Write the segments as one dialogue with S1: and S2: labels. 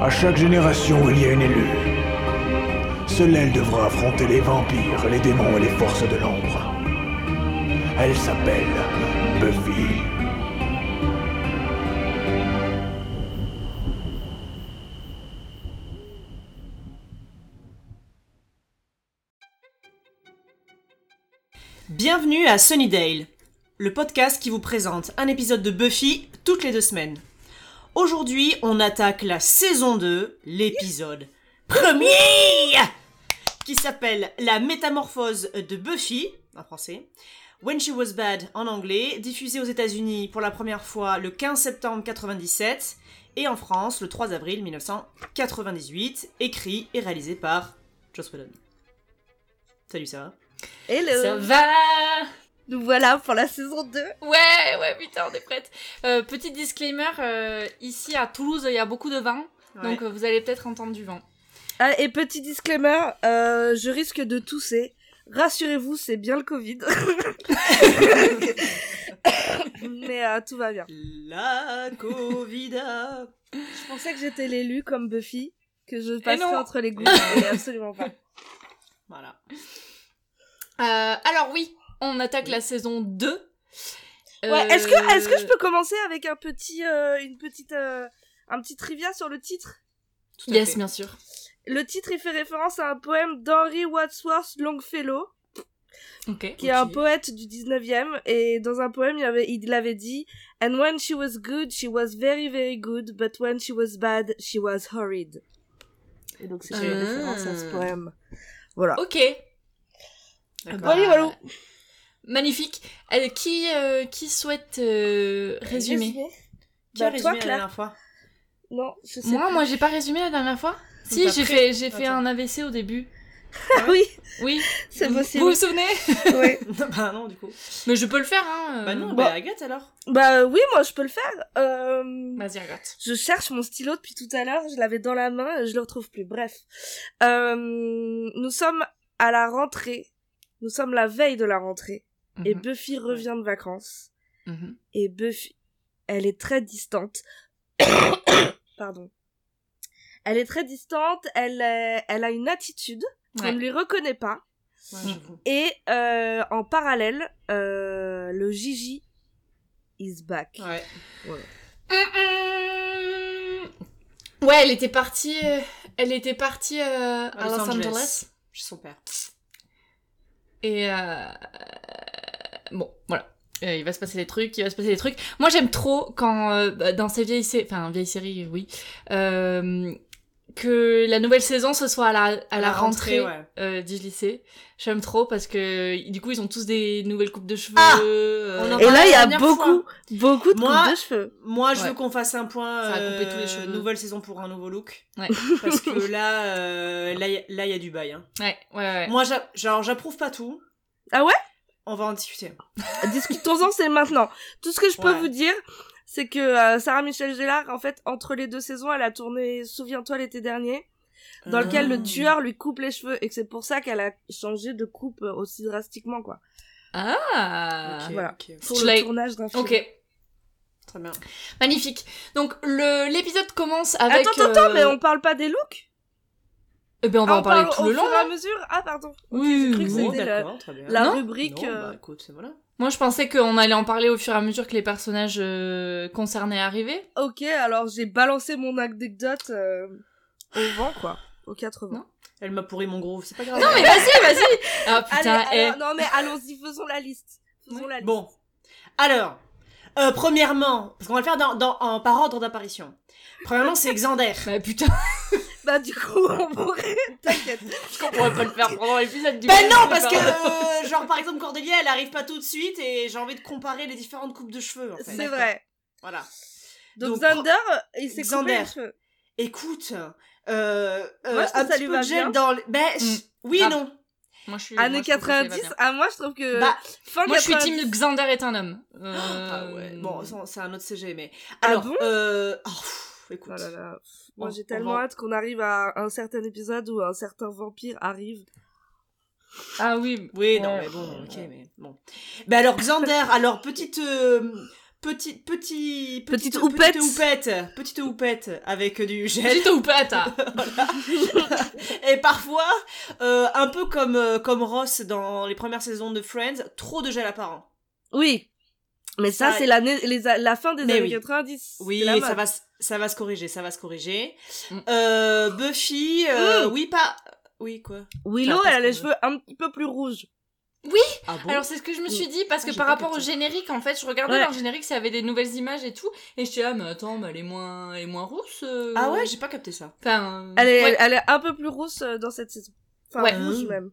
S1: À chaque génération, il y a une élue. Seule elle devra affronter les vampires, les démons et les forces de l'ombre. Elle s'appelle Buffy.
S2: Bienvenue à Sunnydale, le podcast qui vous présente un épisode de Buffy toutes les deux semaines. Aujourd'hui, on attaque la saison 2, l'épisode premier qui s'appelle La métamorphose de Buffy en français. When She Was Bad en anglais, diffusé aux États-Unis pour la première fois le 15 septembre 1997 et en France le 3 avril 1998, écrit et réalisé par Joss Whedon. Salut, ça va
S3: Hello
S4: Ça va
S3: Nous voilà pour la saison 2.
S4: Ouais, ouais, putain, on est prête. Euh, petit disclaimer, euh, ici à Toulouse, il y a beaucoup de vent, donc euh, vous allez peut-être entendre du vent.
S3: Ah, et petit disclaimer, euh, je risque de tousser. Rassurez-vous, c'est bien le Covid. Mais euh, tout va bien.
S2: La Covida
S3: Je pensais que j'étais l'élu comme Buffy, que je
S4: Eh non.
S3: passerais entre les gouttes, mais absolument pas.
S2: Voilà.
S4: Euh, alors oui, on attaque la saison 2. Euh,
S3: Ouais, est-ce que, est-ce que je peux commencer avec un petit, euh, une petite, euh, un petit trivia sur le titre
S2: Tout à
S4: Yes,
S2: fait.
S4: bien sûr.
S3: Le titre, il fait référence à un poème d'Henry Wadsworth Longfellow.
S4: Ok.
S3: qui est un poète du 19e, et dans un poème, il avait, il avait dit And when she was good, she was very very good, but when she was bad, she was horrid. Et donc c'est une
S4: Ah.
S3: référence à ce poème. Voilà.
S4: Ok.
S2: D'accord.
S4: Bah,
S3: Allez, voilà.
S4: Magnifique. Euh, qui, euh, qui souhaite euh, résumer
S2: Qui a
S3: Bah, toi,
S2: résumé la
S3: Claire
S2: dernière fois
S3: Non, je sais
S4: Moi,
S3: plus.
S4: moi, j'ai pas résumé la dernière fois Si,
S2: t'as
S4: j'ai
S2: pris-
S4: fait, j'ai fait
S2: Attends.
S4: un AVC au début.
S3: Ah oui,
S4: Oui.
S3: c'est
S4: Vous-
S3: possible.
S4: Vous vous souvenez
S3: Ouais.
S2: Non, Bah non, du coup.
S4: Mais je peux le faire, hein. euh.
S2: Bah non,
S3: Bah.
S2: bah Agathe alors
S3: Bah oui, moi je peux le faire. Euh,
S4: Vas-y, regarde.
S3: Je cherche mon stylo depuis tout à l'heure, je l'avais dans la main, je le retrouve plus. Bref. Euh, nous sommes à la rentrée. Nous sommes la veille de la rentrée. Et
S4: Mhm,
S3: Buffy revient de vacances.
S4: mhm.
S3: Et Buffy, elle est très distante. Pardon. Elle est très distante, elle, est- elle a une attitude qu'on
S4: Ouais.
S3: ne lui reconnaît pas.
S2: Ouais, j'avoue.
S3: Et euh, en parallèle, euh, le Gigi is back.
S2: Ouais.
S4: Ouais, elle était partie. euh, elle était partie euh, à Los Angeles.
S2: Chez son père.
S4: Et euh, bon, voilà. Euh, il va se passer des trucs, il va se passer des trucs. Moi, j'aime trop quand euh, bah, dans ces vieilles séries, enfin vieilles séries, oui, euh, que la nouvelle saison ce soit à la à, la, rentrée,
S2: ouais.
S4: euh, du lycée. J'aime trop parce que du coup, ils ont tous des nouvelles coupes de cheveux.
S2: Ah
S4: euh,
S2: On en
S3: Et
S2: parlait
S3: là, il y
S2: la
S3: a
S2: dernière
S3: beaucoup, beaucoup de
S2: Moi-
S3: coupes de cheveux.
S2: Moi, je
S4: Ouais.
S2: veux qu'on fasse un point.
S4: Ça a coupé tous les
S2: euh,
S4: cheveux.
S2: Nouvelle saison pour un nouveau look.
S4: Ouais.
S2: Parce que là, euh, là, y a- là, il y a du bail. Hein.
S4: ouais, ouais, ouais.
S2: Moi, j'a- genre, j'approuve pas tout.
S3: Ah ouais
S2: On va en discuter.
S3: Discutons-en, c'est maintenant. Tout ce que je peux
S2: Ouais.
S3: vous dire, c'est que euh, Sarah Michelle Gellar, en fait, entre les deux saisons, elle a tourné Souviens-toi l'été dernier, dans lequel
S4: Ah.
S3: le tueur lui coupe les cheveux et que c'est pour ça qu'elle a changé de coupe euh, aussi drastiquement, quoi.
S4: Ah.
S2: Ok,
S3: voilà.
S2: ok.
S3: Pour
S4: Je l'ai-
S3: le tournage d'un film.
S4: Ok.
S2: Très bien.
S4: Magnifique. Donc le l'épisode commence avec.
S3: Attends, attends,
S4: euh,
S3: mais on parle pas des looks
S4: eh ben, on va
S3: Ah,
S4: en parler
S3: parle
S4: tout le
S3: au
S4: long.
S3: fur et à
S4: hein.
S3: mesure Ah, pardon.
S4: Oui,
S3: cru que
S4: oui.
S2: Bon,
S3: c'était la-
S2: d'accord, très bien.
S3: La
S4: Non
S3: rubrique...
S2: Non,
S3: euh,
S2: bah, écoute, voilà.
S4: Moi, je pensais qu'on allait en parler au fur et à mesure que les personnages euh, concernés arrivaient.
S3: Ok, alors j'ai balancé mon anecdote euh, au vent, quoi. Aux 80.
S4: Non.
S2: Elle m'a pourri mon gros, c'est pas grave.
S4: Non, mais vas-y, vas-y. Ah
S3: Allez,
S4: putain, eh.
S3: alors- non mais allons-y, faisons la liste. Faisons la liste.
S2: Bon. Alors, euh, premièrement, parce qu'on va le faire dans, dans- en, par ordre d'apparition. Premièrement, c'est Xander.
S4: Bah putain,
S3: Bah du coup, on pourrait... T'inquiète.
S4: on pourrait pas le faire pendant l'épisode du
S2: Ben
S4: coup,
S2: non,
S4: c'est
S2: parce
S4: pas-
S2: que, euh, genre, par exemple, Cordelia, elle arrive pas tout de suite et j'ai envie de comparer les différentes coupes de cheveux, en fait.
S3: C'est vrai.
S2: Voilà.
S3: Donc,
S2: Donc,
S3: Xander, euh, il s'est coupé
S2: Xander.
S3: les cheveux.
S2: Écoute, euh, euh,
S3: Moi, je trouve
S2: un
S3: ça
S2: petit
S3: lui
S2: peu
S3: va
S2: de gel
S3: bien.
S2: dans le... Ben,
S4: Mm,
S2: oui et
S4: grave.
S2: non.
S4: Moi, je suis. moi,
S3: Années
S4: je trouve que ça va
S3: 90,
S4: bien.
S3: à moi je trouve que...
S2: Bah,
S3: fin
S4: Moi, je suis
S3: 90.
S4: team Xander est un homme. Euh,
S2: Ah ouais, Bon, ça, c'est un autre CG, mais...
S3: Ah
S2: Alors,
S3: bon
S2: euh... oh, pff, écoute.
S3: Oh là là. Moi
S2: On-
S3: j'ai
S2: on
S3: tellement
S2: va-
S3: hâte qu'on arrive à un certain épisode où un certain vampire arrive.
S4: Ah oui.
S2: Oui, non, mais bon, ok, mais bon. Ben alors, Xander, alors, petite, euh, Petite, petit,
S3: Petite
S2: petite
S3: houppette.
S2: Petite houppette. Petite houppette avec du gel.
S4: Petite houppette hein.
S2: Et parfois, euh, un peu comme, euh, comme Ross dans les premières saisons de Friends, trop de gel apparent.
S3: Oui. Mais ça,
S2: Ça-
S3: c'est l'année, les a- la fin des
S2: Mais
S3: années
S2: oui.
S3: 90.
S2: Oui,
S3: C'est la
S2: ça
S3: mode.
S2: va, s- ça va se corriger, ça va se corriger.
S4: Mm.
S2: Euh, Buffy, euh, oui, pas... Oui, quoi
S3: Willow,
S4: Ça
S3: elle
S4: passe
S3: a les
S4: mieux.
S3: cheveux un petit peu plus rouges.
S2: Ah bon
S4: Alors c'est ce que je me suis dit parce
S2: Ah,
S4: que
S2: j'ai
S4: par
S2: pas
S4: rapport au
S2: capté.
S4: générique en fait je regardais
S3: Ouais.
S4: dans le générique s'il y avait des nouvelles images et tout et je ah mais attends mais elle est moins elle est moins rousse euh.
S2: Ah ouais, j'ai pas capté ça.
S4: enfin
S3: Elle est,
S4: Mm. ouais.
S3: elle est un peu plus rousse euh, dans cette saison. Enfin,
S4: Ouais.
S3: rouge
S2: Mmh.
S3: même.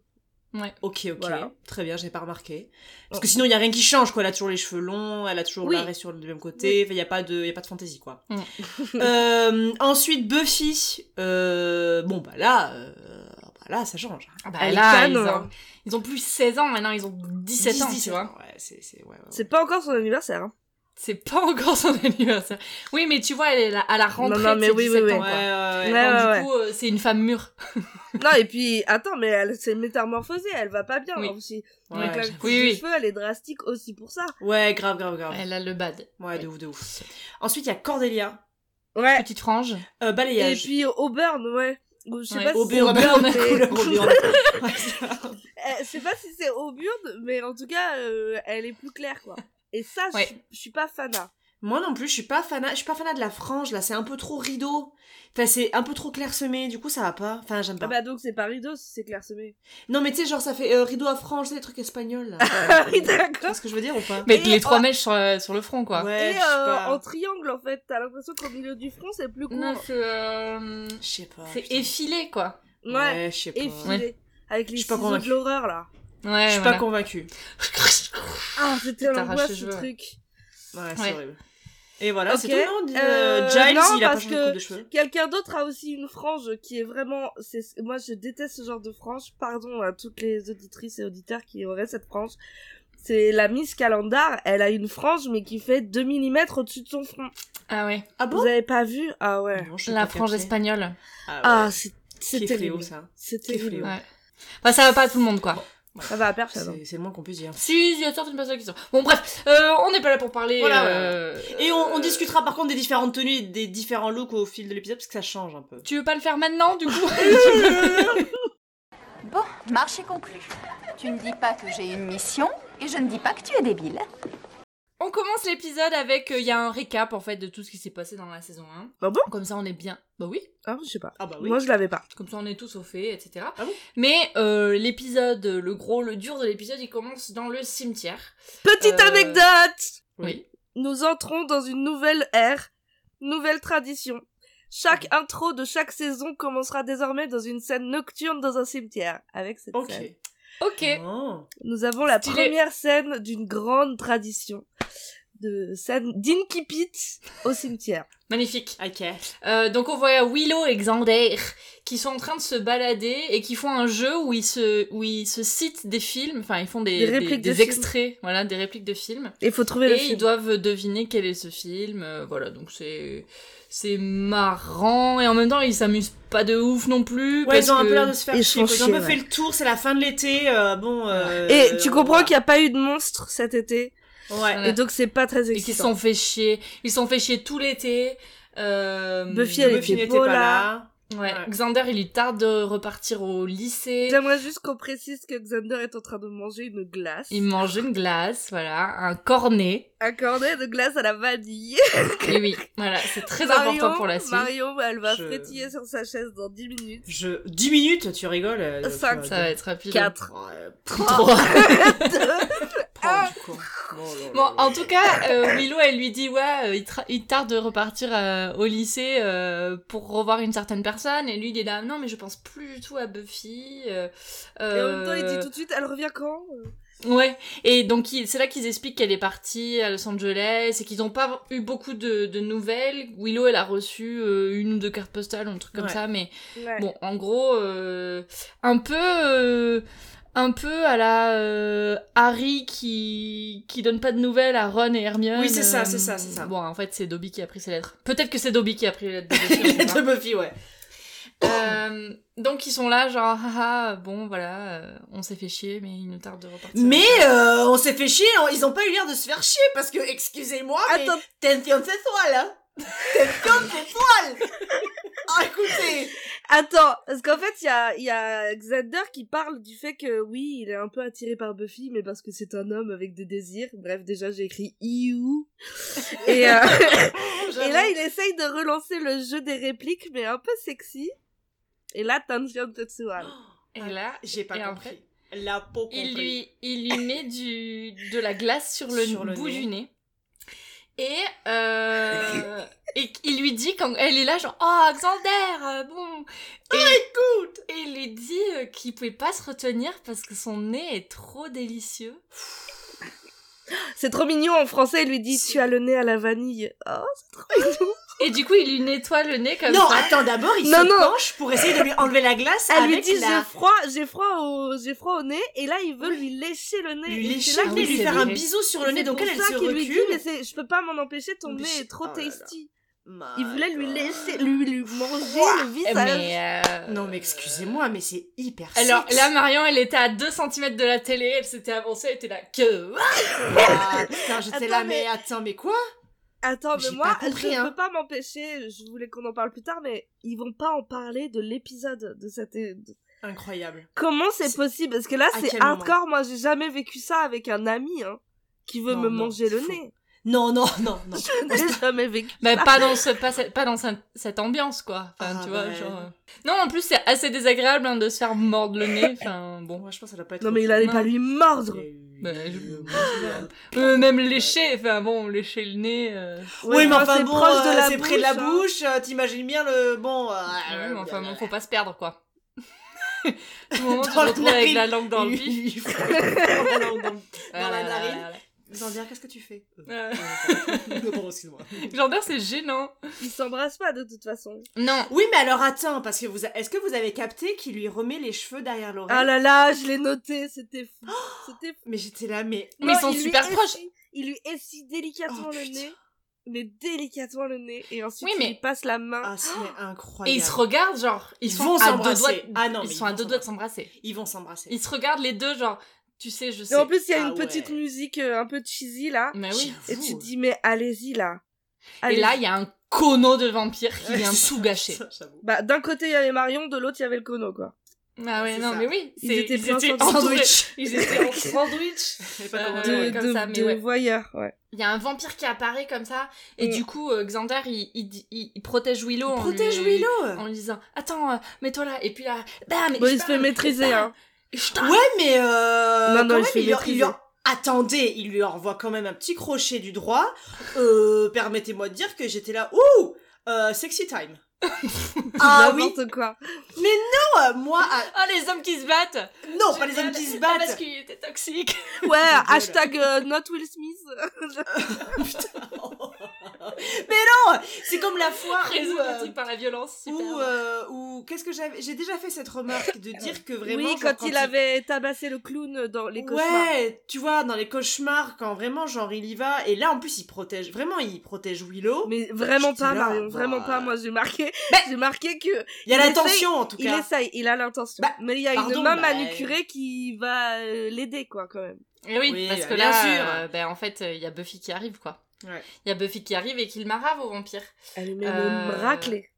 S2: Ok, ok.
S3: Voilà.
S2: Très bien, j'ai pas remarqué. Parce
S3: Oh.
S2: que sinon, il y a rien qui change, quoi. Elle a toujours les cheveux longs, elle a toujours
S4: Oui.
S2: l'arrêt sur le même côté. Il y a pas de, y a pas de fantaisie, quoi.
S4: Mm.
S2: Euh, ensuite, Buffy. euh, bon, bah là, euh, bah là, ça change.
S4: Ah bah
S3: Elle
S4: là,
S3: est
S4: ils,
S3: canne,
S4: ont,
S3: hein.
S4: ils ont plus 16 ans maintenant ils ont 17 ans
S2: 10,
S4: tu vois
S2: Ouais, c'est, c'est, ouais, ouais, ouais.
S3: C'est pas encore son anniversaire. hein.
S4: c'est pas encore son anniversaire oui mais tu vois elle est là- à la rentrée
S3: non,
S4: de
S3: mais
S4: ses
S3: oui, oui,
S4: 17
S3: oui.
S4: ans,
S2: Ouais,
S4: quoi.
S2: ouais, ouais.
S3: Ouais,
S4: Donc,
S3: ouais,
S4: du coup euh, c'est une femme mûre
S3: non, et puis, attends, mais elle s'est métamorphosée. Elle va pas bien
S4: Oui.
S3: aussi.
S2: Ouais,
S3: Donc, la
S2: j'avoue.
S3: coupe
S4: Oui,
S3: de
S4: oui.
S3: cheveux, elle est drastique aussi pour ça.
S2: Ouais, grave, grave, grave.
S4: elle a le bad
S2: Ouais, de ouf, de ouf. Ensuite, il y a Cordelia.
S3: Ouais.
S4: petite frange
S2: Euh,
S3: Et
S2: balayage.
S3: puis, Auburn, ouais. Ou Je sais
S4: Ouais.
S3: pas si c'est
S2: Auburn,
S3: Auburn,
S2: Auburn,
S3: mais-
S2: couleur Auburn. Ouais, c'est ça.
S3: Euh, je sais pas si c'est Auburn, mais en tout cas, euh, elle est plus claire, quoi. Et ça, je
S4: Ouais.
S3: suis- je suis pas fanat.
S2: Moi non plus, je suis pas fanat, je suis pas fanat de la frange là, c'est un peu trop rideau. Enfin, c'est un peu trop clairsemé, du coup ça va pas. Enfin, j'aime pas.
S3: Ah bah donc c'est pas rideau si c'est clairsemé.
S2: Non mais tu sais genre ça fait euh, rideau à frange, c'est des trucs espagnols là.
S3: Ah oui,
S2: tu vois
S3: d'accord.
S2: ce que je veux dire ou pas
S4: mais
S3: Et
S4: les trois
S3: on-
S4: mèches sur, euh, sur le front quoi
S2: Ouais,
S3: Et
S2: je sais
S3: euh,
S2: pas.
S3: en triangle en fait, t'as l'impression qu'au milieu du front c'est plus court.
S4: non c'est euh,
S2: Je sais
S3: Oh,
S2: pas.
S4: c'est
S2: putain.
S4: effilé quoi
S3: ouais,
S2: Ouais, je sais pas.
S3: et
S2: Je
S3: filé. Avec les
S2: Je suis pas
S3: ciseaux de
S2: convaincue.
S3: l'horreur là.
S4: ouais
S2: suis
S4: voilà.
S2: pas convaincue.
S3: Ah, c'était
S4: T'arraches les
S3: l'angoisse ce
S4: cheveux, ouais.
S3: truc.
S2: Ouais, c'est
S4: Ouais.
S2: horrible. Et voilà,
S3: Ok,
S2: c'est tout non
S3: euh,
S2: Giles,
S3: non,
S2: il a pas
S3: parce
S2: changé de coupe
S3: que-
S2: de cheveux.
S3: Quelqu'un d'autre a aussi une frange qui est vraiment. c'est- Moi, je déteste ce genre de frange. Pardon à toutes les auditrices et auditeurs qui auraient cette frange. C'est la Miss Calendar. Elle a une frange, mais qui fait 2 mm au-dessus de son front.
S4: ah ouais
S2: Ah bon
S3: Vous avez pas vu Ah ouais.
S2: Non, je suis
S4: la
S2: pas
S4: frange
S2: captée.
S4: espagnole
S2: Ah,
S3: Ah,
S2: ouais.
S3: c'est
S2: Qui
S3: c'est
S2: est fléau,
S3: terrible.
S2: ça.
S3: C'est
S2: Qui est
S3: terrible.
S2: fléau.
S4: ouais enfin ça va pas à tout le monde quoi
S3: Ça va à personne.
S2: C'est c'est le moins qu'on puisse dire.
S4: Si, il y a certaines personnes qui sont. Bon, bref, euh, on n'est pas là pour parler.
S2: Voilà,
S4: euh,
S2: Et on, on
S4: euh,
S2: discutera par contre des différentes tenues et des différents looks au fil de l'épisode parce que ça change un peu.
S4: Tu veux pas le faire maintenant, du coup
S5: Bon, marché conclu. Tu ne dis pas que j'ai une mission et je ne dis pas que tu es débile.
S4: On commence l'épisode avec. euh, Il y a un récap, en fait, de tout ce qui s'est passé dans la saison 1.
S3: Bah bon
S4: Comme ça, on est bien. Bah oui,
S3: Ah, je sais pas.
S2: Ah bah oui.
S3: Moi, je l'avais pas.
S4: comme ça, on est tous au fait, etc.
S2: Ah bon
S4: Mais euh, l'épisode, le gros, le dur de l'épisode, il commence dans le cimetière.
S3: Petite
S4: Euh,
S3: anecdote
S4: Oui.
S3: Nous entrons dans une nouvelle ère, nouvelle tradition. Chaque intro de chaque saison commencera désormais dans une scène nocturne dans un cimetière. Avec cette
S2: Ok.
S3: scène,
S4: Ok.
S2: Oh.
S3: nous avons la
S4: Stylé.
S3: première scène d'une grande tradition de scène d'incipit au cimetière.
S4: Magnifique.
S2: Ok.
S4: Euh, donc on voit Willow et Xander qui sont en train de se balader et qui font un jeu où ils se, où ils se citent des films, enfin ils font des,
S3: Des répliques de
S4: des
S3: films.
S4: extraits, voilà, des répliques de films.
S3: Il faut trouver le
S4: Et ils
S3: film.
S4: doivent deviner quel est ce film, euh, voilà, donc c'est c'est marrant et en même temps ils s'amusent pas de ouf non plus.
S2: Ouais,
S4: parce
S2: ils ont un
S4: que-
S2: peu l'air de se faire
S3: Ils
S2: chier.
S3: sont
S2: quoi. Ils ont un peu
S3: chiés,
S2: fait le tour, c'est la fin de l'été. euh, bon. euh,
S3: Et tu comprends
S2: voilà.
S3: qu'il n'y a pas eu de monstre cet été,
S2: Ouais.
S4: Ouais.
S3: et donc c'est pas très
S4: et qu'ils se
S3: excitant.
S4: sont fait chier, ils se sont fait chier tout l'été. Euh,
S3: Buffy, elle
S2: Buffy
S3: était
S2: n'était
S3: beau,
S2: pas
S3: là.
S2: là.
S4: ouais.
S2: ouais.
S4: Xander il lui tarde de repartir au lycée.
S3: J'aimerais juste qu'on précise que Xander est en train de manger une glace.
S4: Il mange une glace, voilà, un cornet.
S3: un cornet de glace à la vanille.
S4: Oui, oui, voilà, c'est très important pour la suite.
S3: Marion, elle va
S2: Je-
S3: frétiller sur sa chaise dans 10 minutes.
S2: Je... 10 minutes, tu rigoles. euh,
S3: Cinq,
S2: tu
S4: Ça va être rapide.
S3: Quatre.
S2: Ouais,
S4: Trois.
S2: prends du con. Oh là là
S4: Ah. Bon,
S2: là.
S4: en tout cas, euh, Willow, elle lui dit Ouais, euh, il, tra- il tarde de repartir euh, au lycée euh, pour revoir une certaine personne. Et lui, il est là Non, mais je pense plus du tout à Buffy. euh,
S3: Et en même temps, il
S4: euh,
S3: dit tout de suite, elle revient quand
S4: Ouais, et donc il- c'est là qu'ils expliquent qu'elle est partie à Los Angeles et qu'ils n'ont pas eu beaucoup de, de nouvelles. Willow, elle a reçu euh, une ou deux cartes postales, un truc comme
S2: Ouais.
S4: ça, mais
S3: Ouais.
S4: Bon, en gros, euh, un peu, euh, un peu à la euh, Harry qui qui donne pas de nouvelles à Ron et Hermione.
S2: Oui, c'est ça,
S4: euh,
S2: c'est ça, c'est ça.
S4: Bon, en fait, c'est Dobby qui a pris ses lettres. Peut-être que c'est Dobby qui a pris les lettres. de Buffy, on
S2: Il
S4: sait
S2: est de
S4: pas.
S2: Buffy, ouais.
S4: Euh, donc ils sont là, genre, haha, bon voilà, euh, on s'est fait chier, mais il nous tarde de repartir.
S2: Mais euh, on s'est fait chier, on- ils ont pas eu l'air de se faire chier parce que, excusez-moi, mais
S3: Attends.
S2: tension sexuelle, hein Tension sexuelle Ah, écoutez
S3: Attends, parce qu'en fait, il y a, il y a Xander qui parle du fait que oui, il est un peu attiré par Buffy, mais parce que c'est un homme avec des désirs. Bref, déjà, j'ai écrit Iou. Et, euh, et là, il essaye de relancer le jeu des répliques, mais un peu sexy. Et là, Tanjian Tetsuan.
S4: Et là,
S2: euh, J'ai pas
S4: et
S2: compris.
S4: après,
S2: La peau
S4: il
S2: compris.
S4: lui, il lui met du, de la glace sur le,
S2: Sur le
S4: bout
S2: nez.
S4: du nez. Et, euh, et il lui dit, quand elle est là, genre, oh, Xander, euh, bon.
S2: Oh,
S4: Et, écoute Et il lui dit euh, qu'il pouvait pas se retenir parce que son nez est trop délicieux.
S3: C'est trop mignon en français, il lui dit Tu as le nez à la vanille. Oh, c'est trop mignon.
S4: Et du coup, il lui nettoie le nez comme
S2: Oh. Non,
S4: ça.
S2: attends, d'abord, il
S3: Non,
S2: se
S3: non.
S2: penche pour essayer de lui enlever la glace
S3: Elle lui
S2: avec
S3: dit J'ai
S2: la...
S3: froid, j'ai froid, au... j'ai froid au nez, et là, il veut lui lécher le nez.
S2: lui
S3: Et
S2: lécher
S3: c'est là
S2: le
S4: Ah
S2: nez,
S4: oui,
S2: lui
S4: c'est
S2: faire un
S4: vrai.
S2: bisou sur le nez, donc elle, elle
S3: C'est
S2: se
S3: pour ça qu'il lui dit,
S2: recule.
S3: mais c'est- je peux pas m'en empêcher, ton nez est trop
S2: Oh là Ah, là.
S3: tasty.
S2: My
S3: Il voulait lui
S2: God.
S3: laisser, lui, lui manger
S2: Eh,
S3: le visage.
S4: Mais, euh,
S2: Non, mais excusez-moi, mais c'est hyper
S4: Alors
S2: sexe.
S4: là, Marion, elle était à 2 cm de la télé, elle s'était avancée, elle était là. Que
S2: Ah, putain, j'étais
S3: Attends,
S2: là,
S3: mais-
S2: mais attends, mais quoi
S3: Attends,
S2: J'ai
S3: mais moi,
S2: pas compris,
S3: je
S2: hein.
S3: peux pas m'empêcher, je voulais qu'on en parle plus tard, mais ils vont pas en parler de l'épisode de cette... de-
S2: Incroyable.
S3: Comment c'est
S2: C'est-
S3: possible Parce que là,
S2: À
S3: c'est
S2: quel moment
S3: hardcore, moi j'ai jamais vécu ça avec un ami, hein, qui veut
S2: Non,
S3: me
S2: non,
S3: manger le
S2: c'est faux.
S3: nez.
S2: Non, non, non, non.
S3: Je n'ai jamais vécu
S4: Mais
S3: ça.
S4: pas dans, ce, pas, cette- pas dans ce- cette ambiance, quoi. Enfin,
S2: Ah,
S4: tu vois,
S2: ouais.
S4: genre. euh. Non, en plus, c'est assez désagréable hein, de se faire mordre le nez. Enfin, bon.
S2: Moi, je pense que ça doit pas être.
S3: Non mais il
S2: autre
S3: allait
S4: Non.
S3: pas lui mordre
S2: chose.
S4: Mais je- Euh, même lécher, enfin bon, lécher le nez. euh,
S2: Oui, mais
S3: enfin,
S2: enfin,
S3: c'est
S2: bon,
S3: proche de
S2: euh,
S3: la
S2: c'est près de la
S3: bouche, hein.
S2: bouche, euh, t'imagines bien le. Bon. euh,
S4: ouais, mais enfin, bon,
S2: blablabla.
S4: faut pas se perdre, quoi. Au moment où tu te
S2: Dans le
S4: retrouves avec
S2: narine.
S4: la langue dans le pif.
S2: Il- il faut- dans- dans-
S4: Ah,
S2: la
S4: là, là,
S2: narine.
S4: là, là.
S2: Xander, qu'est-ce que tu fais
S4: Euh.
S2: Pardon, excuse-moi.
S4: Genre, c'est gênant.
S3: hein. Il s'embrasse pas de toute façon.
S4: Non,
S2: Oui, mais alors attends, parce que vous, a- est-ce que vous avez capté qu'il lui remet les cheveux derrière l'oreille
S3: Ah là là, je l'ai noté, c'était fou. C'était fou.
S2: Mais j'étais là, mais
S4: mais ils
S3: Non,
S4: sont
S3: il lui
S4: super
S3: essuie-
S4: proches.
S3: Il lui essuie délicatement
S2: Oh,
S3: le
S2: putain.
S3: nez. Mais délicatement le nez. Et ensuite,
S4: Oui,
S3: il
S4: mais-
S3: lui passe la main.
S2: ah, c'est incroyable.
S4: Et ils se regardent, genre, ils,
S2: Ils
S4: sont
S2: vont
S4: à deux
S2: s'embrasser.
S4: doigts. de-
S2: Ah non,
S4: ils
S2: mais
S4: sont
S2: ils
S4: à
S2: vont
S4: deux doigts de s'embrasser.
S2: Ils vont s'embrasser.
S4: Ils se regardent les deux, genre, tu sais, je
S3: et
S4: sais.
S3: en plus, il y a
S2: Ah
S3: une petite
S2: ouais.
S3: musique euh, un peu cheesy là.
S4: Mais oui.
S3: Et tu
S2: J'avoue.
S3: te dis, mais allez-y là.
S4: Et
S3: Allez-y.
S4: là, il y a un cono de vampire qui
S2: Ouais,
S4: vient
S2: c'est
S4: tout
S2: ça,
S4: gâcher.
S2: ça, j'avoue.
S3: Bah, d'un côté, il y avait Marion, de l'autre, il y avait le cono quoi.
S4: Ah ouais,
S2: C'est
S4: non,
S2: ça.
S4: mais oui.
S3: Ils
S4: c'est-
S3: étaient bien ensemble.
S4: entourés-
S2: Sandwich.
S4: Ils étaient en sandwich.
S2: Je sais pas comment
S4: Euh,
S2: dire.
S3: De,
S4: ouais, comme
S3: de,
S4: ça, mais
S3: de
S4: ouais.
S3: voyeur, ouais.
S4: Il y a un vampire qui apparaît comme ça. Et
S3: Mm.
S4: du coup, euh, Xander, il, il dit- il- il protège Willow. en
S2: Protège
S4: lui-
S2: Willow
S4: En lui disant, attends, euh, mets-toi là. Et puis là, bam,
S3: Bon, il se fait maîtriser, hein.
S2: Ouais, mais euh,
S3: Non, non,
S2: quand
S3: il
S2: même,
S3: se fait
S2: il, lui- il lui en-
S3: maîtriser.
S2: Attendez, il lui envoie quand même un petit crochet du droit. Euh, Permettez-moi de dire que j'étais là. Ouh euh, Sexy time. ah oui
S3: N'importe quoi.
S2: Non, euh, moi. ah,
S4: Ah, les hommes qui se battent
S2: non, Oh, pas les hommes qui se battent
S4: Ah, Parce qu'il était toxique
S3: Ouais, hashtag euh, not Will Smith.
S2: Mais non C'est comme la fois où...
S4: Résoudre le
S2: euh,
S4: truc par la violence, super.
S2: où, euh, où- qu'est-ce que j'avais J'ai déjà fait cette remarque de dire que vraiment...
S3: oui,
S2: genre,
S3: quand il avait tabassé le clown dans les cauchemars.
S2: Ouais, tu vois, dans les cauchemars, quand vraiment, genre, il y va, et là, en plus, il protège, vraiment, il protège Willow.
S3: Mais vraiment
S2: J'étais
S3: pas,
S2: là,
S3: Marion,
S2: bah,
S3: vraiment pas. Moi, j'ai marqué,
S2: Bah,
S3: j'ai marqué que
S2: il y a
S3: il
S2: l'intention, en tout
S3: Il
S2: cas.
S3: essaye, il a l'intention.
S2: Bah,
S3: mais il y a
S2: pardon,
S3: une main
S2: bah,
S3: manucurée qui va euh, l'aider, quoi, quand même.
S4: Eh oui,
S2: Oui,
S4: parce
S2: bah,
S4: que
S2: bien
S4: là,
S2: sûr.
S4: euh, ben, en fait, il y a Buffy qui arrive, quoi. Il
S2: Ouais.
S4: y a Buffy qui arrive et qui le marave au vampire.
S3: Elle est même
S4: Euh,
S3: raclée.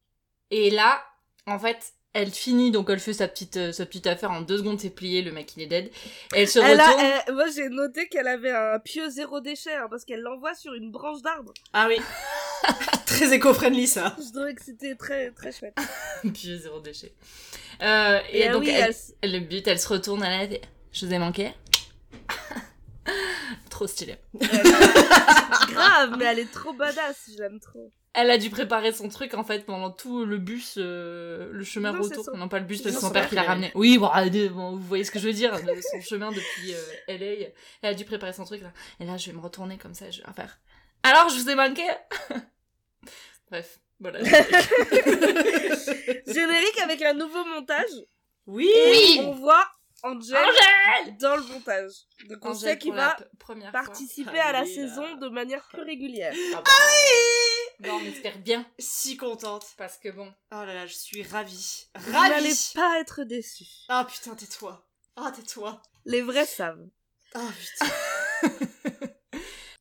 S4: Et là, en fait, elle finit, donc elle fait sa petite, euh, sa petite affaire en deux secondes, c'est plié, le mec il est dead. Elle se
S3: Elle
S4: retourne.
S3: a, elle- moi, j'ai noté qu'elle avait un pieu zéro déchet, hein, parce qu'elle l'envoie sur une branche d'arbre.
S2: Ah oui. Très éco-friendly, ça.
S3: Je trouvais que c'était très, très chouette.
S4: Pieux, zéro déchet. Euh, et
S3: ah
S4: donc,
S3: oui,
S4: elle,
S3: elle s-
S4: elle- le but, elle se retourne, elle a fait, Je vous ai manqué. Trop stylé.
S3: bah, grave, mais elle est trop badass, je l'aime trop.
S4: Elle a dû préparer son truc en fait pendant tout le bus, euh, le chemin
S3: Non, c'est
S4: retour.
S3: son-
S4: Non, pas le bus parce
S2: Non,
S4: que son
S2: son
S4: père
S2: père
S4: qui l'a
S2: qui l'a
S4: ramené. Oui, bon, allez, bon, vous voyez ce que je veux dire, de son chemin depuis euh, LA. Elle a dû préparer son truc là. Et là, je vais me retourner comme ça, je vais en faire. Alors, je vous ai manqué Bref, voilà.
S3: Générique avec un nouveau montage.
S2: Oui
S3: Et
S4: Oui.
S3: on voit Angel
S4: Angèle
S3: dans le montage. Donc on
S4: Angèle
S3: sait qu'il
S4: pour la
S3: va
S4: p- première fois.
S3: participer
S2: Ah
S3: à la
S2: oui, là.
S3: saison de manière plus régulière.
S2: Ah, bah,
S4: Non, on espère bien.
S2: Si contente.
S4: Parce que bon.
S2: Oh là là, je suis ravie.
S3: Vous n'allez
S2: Ravie.
S3: pas être déçus.
S2: Ah putain, tais-toi. Ah, tais-toi.
S3: Les vrais savent.
S2: Ah putain.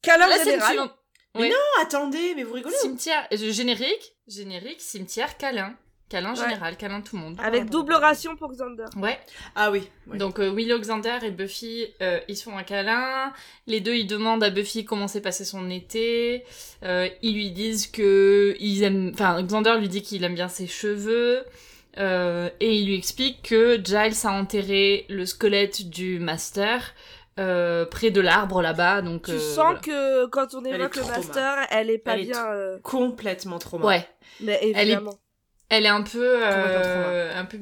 S3: Calor
S4: la scène
S3: général.
S4: suivante.
S2: Oh, attendez, mais vous rigolez hein. ou
S4: Cimetière. euh, Générique. Générique, cimetière, câlin. Câlin
S3: Ouais.
S4: général, câlin tout le monde.
S3: Avec double ration pour Xander.
S4: Ouais.
S2: Ah oui. oui.
S4: Donc euh, Willow, Xander et Buffy, euh, ils se font un câlin. Les deux, ils demandent à Buffy comment s'est passé son été. Euh, ils lui disent que ils aiment. Enfin, Xander lui dit qu'il aime bien ses cheveux. Euh, et il lui explique que Giles a enterré le squelette du master euh, près de l'arbre là-bas. Donc
S3: Tu
S4: euh,
S3: sens
S4: voilà.
S3: que quand on
S2: est
S3: évoque le
S2: trop
S3: master, elle est pas
S2: Elle est
S3: bien. euh,
S2: complètement traumatisée.
S4: ouais,
S3: Mais
S4: est-
S3: évidemment.
S4: elle est un peu,
S2: Complètement
S4: euh, un peu,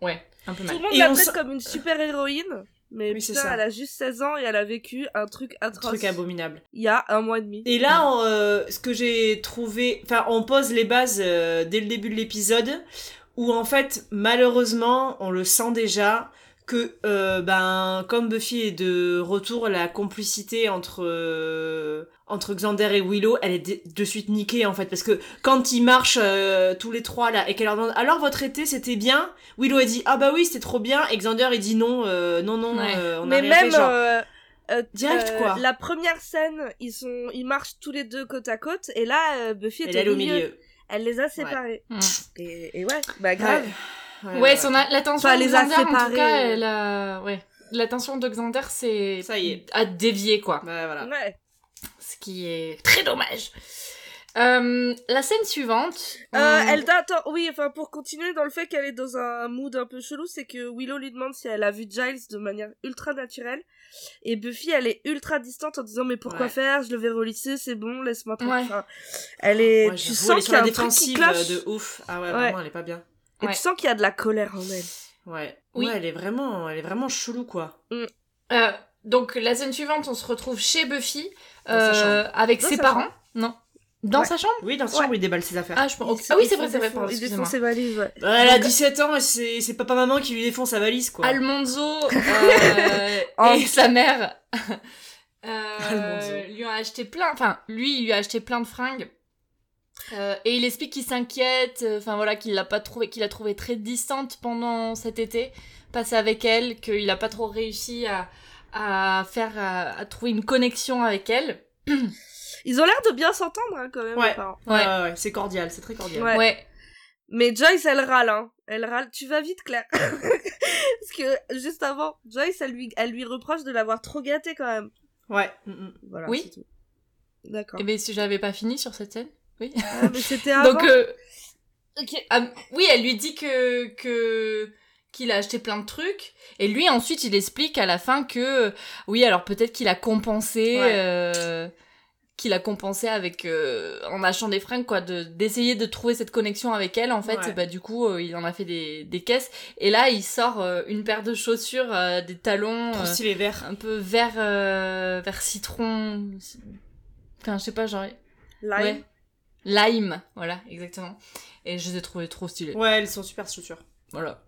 S4: ouais, un peu
S3: Tout
S4: mal.
S3: le monde
S2: Et
S3: la
S2: on
S3: traite
S2: sent-
S3: comme une super héroïne. Mais
S2: Oui, c'est
S3: putain,
S2: ça.
S3: elle a juste 16 ans et elle a vécu un truc atroce.
S2: Truc abominable.
S3: Il y a un mois et demi.
S2: Et là, on, euh, ce que j'ai trouvé, enfin, on pose les bases euh, dès le début de l'épisode, où en fait, malheureusement, on le sent déjà que, euh, ben, comme Buffy est de retour, la complicité entre euh, entre Xander et Willow, elle est de, de suite niquée en fait, parce que quand ils marchent euh, tous les trois là et qu'elle leur demande, alors votre été c'était bien, Willow elle dit ah bah oui c'était trop bien, et Xander il dit non euh, non non
S4: Ouais.
S2: euh, on a
S3: mais
S2: rien fait,
S3: même
S2: genre.
S3: euh, euh,
S2: Direct,
S3: euh,
S2: quoi.
S3: La première scène, ils sont, ils marchent tous les deux côte à côte, et là euh, Buffy
S2: elle
S3: est
S2: est
S3: au
S2: au
S3: milieu.
S2: milieu.
S3: Elle les a séparés.
S4: Mm.
S3: Et, et ouais, bah euh, grave.
S4: Ouais, son a- l'attention
S3: Enfin,
S4: de
S3: les a
S4: Xander, en tout
S3: séparés,
S4: cas,
S3: euh.
S4: elle a, ouais, l'attention de Xander, c'est
S2: Ça y est.
S4: à dévier quoi,
S2: Ouais, voilà.
S3: Ouais.
S4: ce qui est très dommage. Euh, la scène suivante,
S3: Euh,
S4: on-
S3: Elle attends, oui, enfin pour continuer dans le fait qu'elle est dans un mood un peu chelou, c'est que Willow lui demande si elle a vu Giles de manière ultra naturelle, et Buffy elle est ultra distante en disant mais pourquoi
S2: Ouais.
S3: faire, je le verrai au lycée, c'est bon, laisse-moi tranquille.
S4: Ouais.
S3: Enfin, elle est,
S2: Ouais,
S3: tu
S2: j'avoue,
S3: sens
S2: elle est
S3: qu'il
S2: sur
S3: y a
S2: la
S3: un truc qui
S2: défensive
S3: clash,
S2: de ouf. Ah ouais,
S3: Ouais.
S2: vraiment, elle est pas bien.
S3: et
S4: Ouais.
S3: tu sens qu'il y a de la colère en elle.
S2: Ouais.
S4: Oui.
S2: Ouais, elle est vraiment, elle est vraiment chelou quoi.
S4: euh, donc la scène suivante, on se retrouve chez Buffy
S2: Dans sa
S4: euh, avec
S3: Dans
S4: ses
S3: sa
S4: parents, non, dans
S3: Ouais.
S4: sa chambre.
S2: Oui, dans ce
S3: Ouais.
S2: chambre, il déballe ses affaires.
S4: Ah, je pense. ok. Ah oui, c'est vrai, c'est vrai. pardon,
S3: Il
S4: excusez-moi.
S3: défend ses valises, ouais.
S2: elle a
S4: donc-
S2: 17 ans et c'est, c'est papa-maman qui lui défend sa valise quoi.
S4: Almonzo euh,
S3: Oh.
S4: et sa mère euh,
S2: Almonzo.
S4: lui ont acheté plein, enfin lui il lui a acheté plein de fringues Euh, et il explique qu'il s'inquiète, euh, enfin voilà qu'il l'a pas trouvé, qu'il l'a trouvé très distante pendant cet été passé avec elle, qu'il a pas trop réussi à, à faire à, à trouver une connexion avec elle.
S3: Ils ont l'air de bien s'entendre hein, quand même.
S2: Ouais.
S3: les parents.
S4: Ouais.
S2: Ah ouais, c'est cordial, c'est très cordial.
S3: Ouais.
S4: ouais.
S3: Mais Joyce, elle râle, hein. Elle râle. Tu vas vite, Claire. Parce que juste avant, Joyce, elle lui, elle lui reproche de l'avoir trop gâtée quand même.
S2: Ouais. Mm, mm.
S3: Voilà.
S4: Oui.
S3: c'est tout. D'accord.
S4: Et ben si j'avais pas fini sur cette scène. Oui.
S3: Ah, mais c'était avant.
S4: Donc, euh, ah, oui, elle lui dit que que qu'il a acheté plein de trucs et lui ensuite il explique à la fin que euh, oui alors peut-être qu'il a compensé
S2: Ouais.
S4: euh, qu'il a compensé avec euh, en achetant des fringues quoi de d'essayer de trouver cette connexion avec elle en fait
S2: Ouais.
S4: bah du coup euh, il en a fait des, des caisses et là il sort euh, une paire de chaussures euh, des talons
S2: Trop
S4: euh,
S2: stylé vert.
S4: un peu vert euh, vert citron enfin je sais pas genre
S3: Lime.
S4: Ouais. Lime, voilà, exactement. Et je les ai trouvés trop stylés.
S2: Ouais, elles sont super chaussures.
S4: Voilà.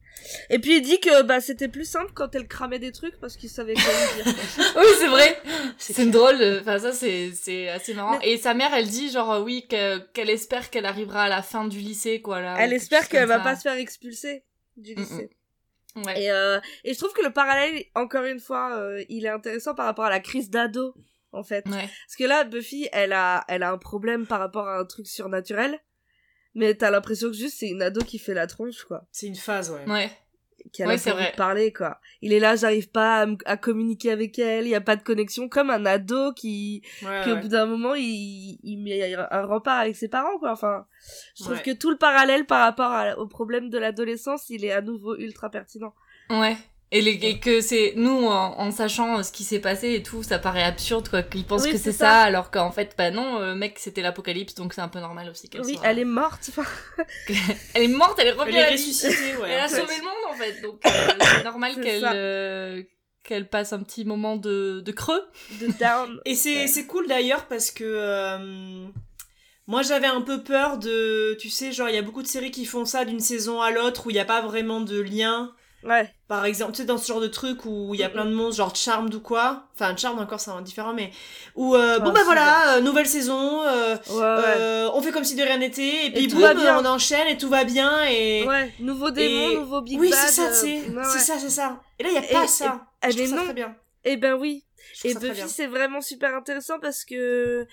S3: Et puis il dit que bah c'était plus simple quand elle cramait des trucs parce qu'il savait quoi lui dire.
S4: Oui, c'est vrai. C'est une drôle. de- Enfin, ça, c'est c'est assez marrant. Et sa mère, elle dit genre euh, oui que- qu'elle espère qu'elle arrivera à la fin du lycée, quoi. Là,
S3: elle
S4: ou quelque
S3: espère
S4: chose
S3: qu'elle
S4: comme
S3: va
S4: ça.
S3: pas se faire expulser du
S4: Mm,
S3: lycée.
S4: mm. Ouais.
S3: Et, euh, et je trouve que le parallèle, encore une fois, euh, il est intéressant par rapport à la crise d'ado, en fait.
S4: Ouais.
S3: Parce que là, Buffy, elle a, elle a un problème par rapport à un truc surnaturel. Mais t'as l'impression que juste c'est une ado qui fait la tronche, quoi.
S2: C'est une phase, ouais.
S4: Ouais.
S3: Qui a
S4: Ouais,
S3: la
S4: c'est
S3: envie
S4: vrai.
S3: de parler, quoi. Il est là, j'arrive pas à, me- à communiquer avec elle, il y a pas de connexion, comme un ado qui,
S2: Ouais,
S3: qui au
S2: Ah ouais.
S3: bout d'un moment, il, il met un rempart avec ses parents, quoi. Enfin, je trouve
S2: Ouais.
S3: que tout le parallèle par rapport à- au problème de l'adolescence, il est à nouveau ultra pertinent.
S4: Ouais. Et, les, et que c'est nous en, en sachant euh, ce qui s'est passé et tout, ça paraît absurde quoi. Qu'ils pensent
S3: Oui,
S4: que
S3: c'est
S4: c'est ça.
S3: ça.
S4: alors qu'en fait, bah non, euh, mec, c'était l'apocalypse, donc c'est un peu normal aussi qu'elle
S3: Oui,
S4: soit-
S3: elle est morte. Enfin,
S4: elle est morte, elle est revenue
S2: Elle
S4: à la
S2: est
S4: vie.
S2: ressuscitée, ouais.
S4: Elle a
S2: en fait.
S4: sauvé le monde en fait, donc euh, c'est normal
S3: C'est
S4: qu'elle
S3: ça.
S4: euh, qu'elle passe un petit moment de, de creux.
S3: de down.
S2: Et c'est, c'est cool d'ailleurs parce que euh, moi j'avais un peu peur de. Tu sais, genre, il y a beaucoup de séries qui font ça d'une saison à l'autre où il n'y a pas vraiment de lien.
S3: Ouais.
S2: Par exemple, tu sais, dans ce genre de truc où il y a plein de monstres, genre Charmed ou quoi. Enfin, Charmed encore, c'est différent, mais. Ou, euh, bon,
S3: Ah,
S2: bah
S3: si,
S2: voilà, euh, nouvelle saison, euh,
S3: Ouais, ouais.
S2: euh, on fait comme si de rien n'était, et puis
S3: tout
S2: boum,
S3: va bien.
S2: on enchaîne et tout va bien, et.
S3: ouais. Nouveau démon,
S2: et-
S3: nouveau Big
S2: oui,
S3: Bad.
S2: c'est ça,
S3: euh,
S2: c'est
S3: ouais,
S2: c'est
S3: ouais.
S2: ça, c'est ça. Et là, il n'y a
S3: Et-
S2: pas
S3: et-
S2: ça.
S3: eh
S2: je trouve
S3: ben
S2: ça
S3: non.
S2: très bien.
S3: Eh ben oui.
S2: Je trouve
S3: Et
S2: ça très bien.
S3: Buffy, c'est vraiment super intéressant parce que,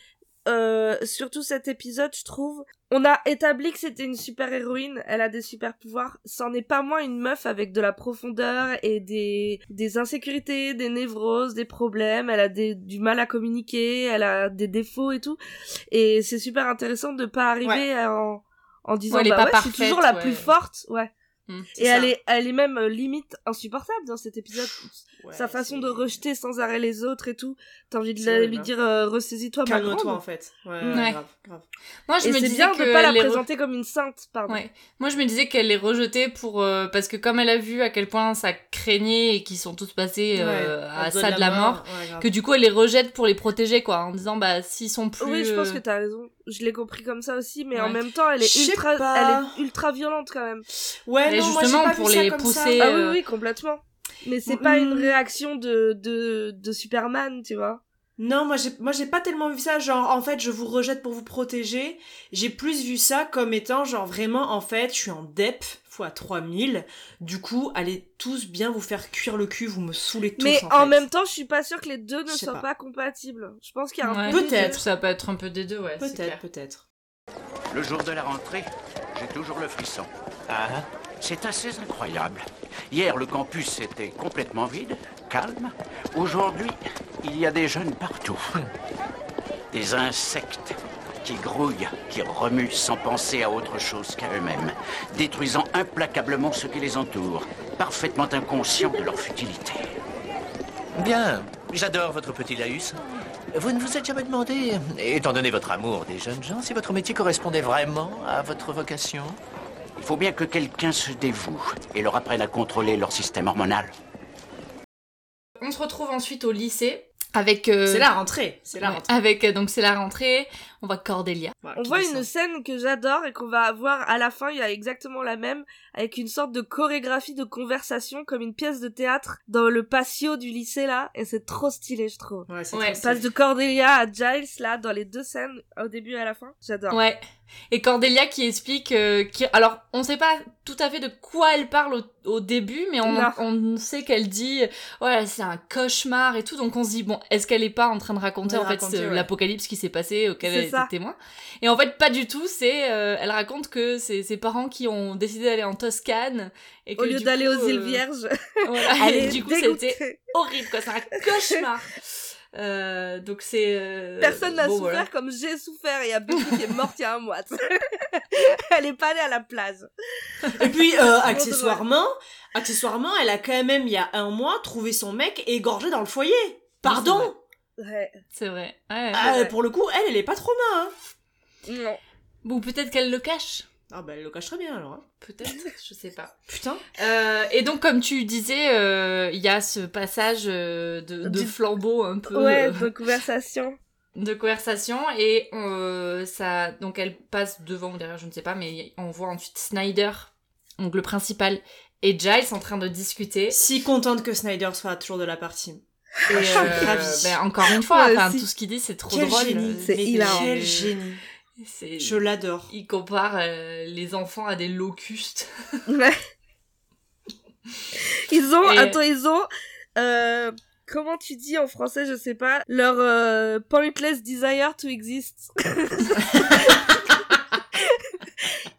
S3: euh, surtout cet épisode, je trouve, on a établi que c'était une super héroïne, elle a des super pouvoirs. C'en est pas moins une meuf avec de la profondeur et des, des insécurités, des névroses, des problèmes. Elle a des, du mal à communiquer, elle a des défauts et tout. Et c'est super intéressant de pas arriver à en, en disant,
S4: Ouais, elle est
S3: bah
S4: pas
S3: ouais, je suis
S4: parfaite,
S3: toujours la
S4: ouais.
S3: plus forte, ouais.
S4: Mm,
S2: c'est
S3: Et
S2: ça.
S3: elle est, elle est même euh, limite insupportable dans cet épisode
S2: Ouais,
S3: sa façon
S2: c'est-
S3: de rejeter sans arrêt les autres et tout. T'as envie de
S2: C'est
S3: la-
S2: horrible,
S3: lui
S2: hein.
S3: dire euh, ressaisis-toi, ma
S2: Calme-toi
S3: grande.
S2: en fait. Ouais,
S3: Mm.
S4: Ouais.
S2: grave, grave.
S4: Moi, je
S3: Et
S4: me
S3: c'est
S4: disais
S3: bien
S4: que
S3: de pas la
S4: les re-
S3: présenter comme une sainte, pardon.
S4: Ouais. Moi, je me disais qu'elle les rejetait pour euh, parce que comme elle a vu à quel point ça craignait et qu'ils sont tous passés euh,
S2: Ouais,
S4: à
S2: au doigt
S4: ça de la mort,
S2: ouais, grave.
S4: que du coup, elle les rejette pour les protéger, quoi, en disant bah s'ils sont plus.
S3: Oui, je pense que
S4: euh,
S3: t'as raison. Je l'ai compris comme ça aussi, mais en
S4: Ouais.
S3: même temps, elle est
S2: Je sais
S3: ultra,
S2: pas.
S3: elle est ultra violente quand même.
S2: Ouais,
S4: Mais
S2: non, moi, j'ai
S4: justement,
S2: pas
S4: pour
S2: vu ça
S4: les
S2: comme
S4: pousser- Et,
S2: ça.
S3: ah
S4: euh,
S3: oui, oui, complètement. Mais c'est
S2: Mm,
S3: pas une
S2: mm.
S3: réaction de, de, de Superman, tu vois.
S2: Non, moi j'ai moi j'ai pas tellement vu ça genre en fait je vous rejette pour vous protéger. J'ai plus vu ça comme étant genre vraiment en fait je suis en dep fois 3000. Du coup allez tous bien vous faire cuire le cul, vous me saoulez tous
S3: mais
S2: en,
S3: en,
S2: fait.
S3: même temps, je suis pas sûre que les deux ne
S2: Je sais
S3: soient pas.
S2: pas.
S3: compatibles. Je pense qu'il y a un
S4: ouais,
S3: peu des
S2: Peut-être.
S4: Ça peut être un peu des deux, ouais. c'est
S2: Peut-être,
S4: clair.
S2: peut-être.
S6: Le jour de la rentrée, j'ai toujours le frisson. Ah C'est assez incroyable. Hier, le campus était complètement vide, calme. Aujourd'hui, il y a des jeunes partout. Des insectes qui grouillent, qui remuent sans penser à autre chose qu'à eux-mêmes, détruisant implacablement ce qui les entoure, parfaitement inconscients de leur futilité.
S7: Bien, j'adore votre petit laïus. Vous ne vous êtes jamais demandé, étant donné votre amour des jeunes gens, si votre métier correspondait vraiment à votre vocation
S6: Il faut bien que quelqu'un se dévoue et leur apprenne à contrôler leur système hormonal.
S4: On se retrouve ensuite au lycée avec. euh,
S2: C'est la rentrée, c'est la
S4: ouais,
S2: rentrée.
S4: avec euh, donc c'est la rentrée. On voit Cordelia.
S2: Voilà,
S3: On
S2: qui
S3: voit
S2: descend.
S3: une scène que j'adore et qu'on va avoir à la fin, il y a exactement la même, avec une sorte de chorégraphie de conversation comme une pièce de théâtre dans le patio du lycée là, et c'est trop stylé je trouve.
S2: Ouais, c'est
S4: Ouais,
S2: trop
S3: On passe
S2: stylé.
S3: de Cordelia à Giles là, dans les deux scènes, au début et à la fin, j'adore.
S4: Ouais. Et Cordelia qui explique euh, qui alors on sait pas tout à fait de quoi elle parle au, au début mais on,
S3: Non.
S4: on sait qu'elle dit ouais c'est un cauchemar et tout donc on se dit bon est-ce qu'elle est pas en train de raconter
S2: De
S4: en fait
S2: raconter,
S4: ce-
S2: ouais.
S4: l'apocalypse qui s'est passé auquel
S3: C'est
S4: elle était
S3: ça.
S4: témoin et en fait pas du tout c'est euh, elle raconte que c'est ses parents qui ont décidé d'aller en Toscane et que
S3: Au lieu
S4: du
S3: d'aller
S4: coup,
S3: aux îles
S4: euh,
S3: Vierges,
S4: voilà,
S3: elle
S4: et
S3: est
S4: du coup c'était
S3: dégoûtée.
S4: horrible quoi c'est un cauchemar Euh, donc c'est euh,
S3: Personne n'a
S4: bon,
S3: souffert
S4: voilà.
S3: comme j'ai souffert. Il y a Buffy qui est morte il y a un mois. elle est pas allée à la plage.
S2: Et puis, euh, accessoirement, accessoirement, elle a quand même, il y a un mois, trouvé son mec égorgé dans le foyer.
S4: Oui,
S2: Pardon
S3: Ouais.
S4: c'est vrai ouais.
S2: Ah,
S3: vrai.
S2: Pour le coup, elle, elle est pas trop mal. Hein.
S3: Non.
S4: Ou peut-être qu'elle le cache.
S2: Ah bah, elle le cache très bien, alors. hein.
S4: Peut-être, je sais pas.
S2: Putain.
S4: Euh, et donc, comme tu disais, euh, il y a ce passage euh, de, de
S3: Du-
S4: flambeau un peu
S3: Ouais,
S4: euh,
S3: de conversation.
S4: de conversation et euh, ça, donc elle passe devant ou derrière, je ne sais pas, mais on voit ensuite Snyder, donc le principal, et Giles en train de discuter.
S2: Si contente que Snyder soit toujours de la partie.
S4: Et,
S2: je suis
S4: euh,
S2: ravie.
S4: ben, encore une fois,
S3: Moi
S4: enfin,
S3: aussi.
S4: tout ce qu'il dit, c'est trop
S2: Quel
S4: drôle. Euh,
S2: génie.
S3: C'est
S2: euh, Mais
S3: hilarant.
S2: Quel génie.
S4: C'est-
S2: Je l'adore.
S4: Il compare euh, les enfants à des locustes.
S3: Ouais. Ils ont,
S4: Et-
S3: attends, ils ont, euh, comment tu dis en français, je sais pas, leur euh, pointless desire to exist.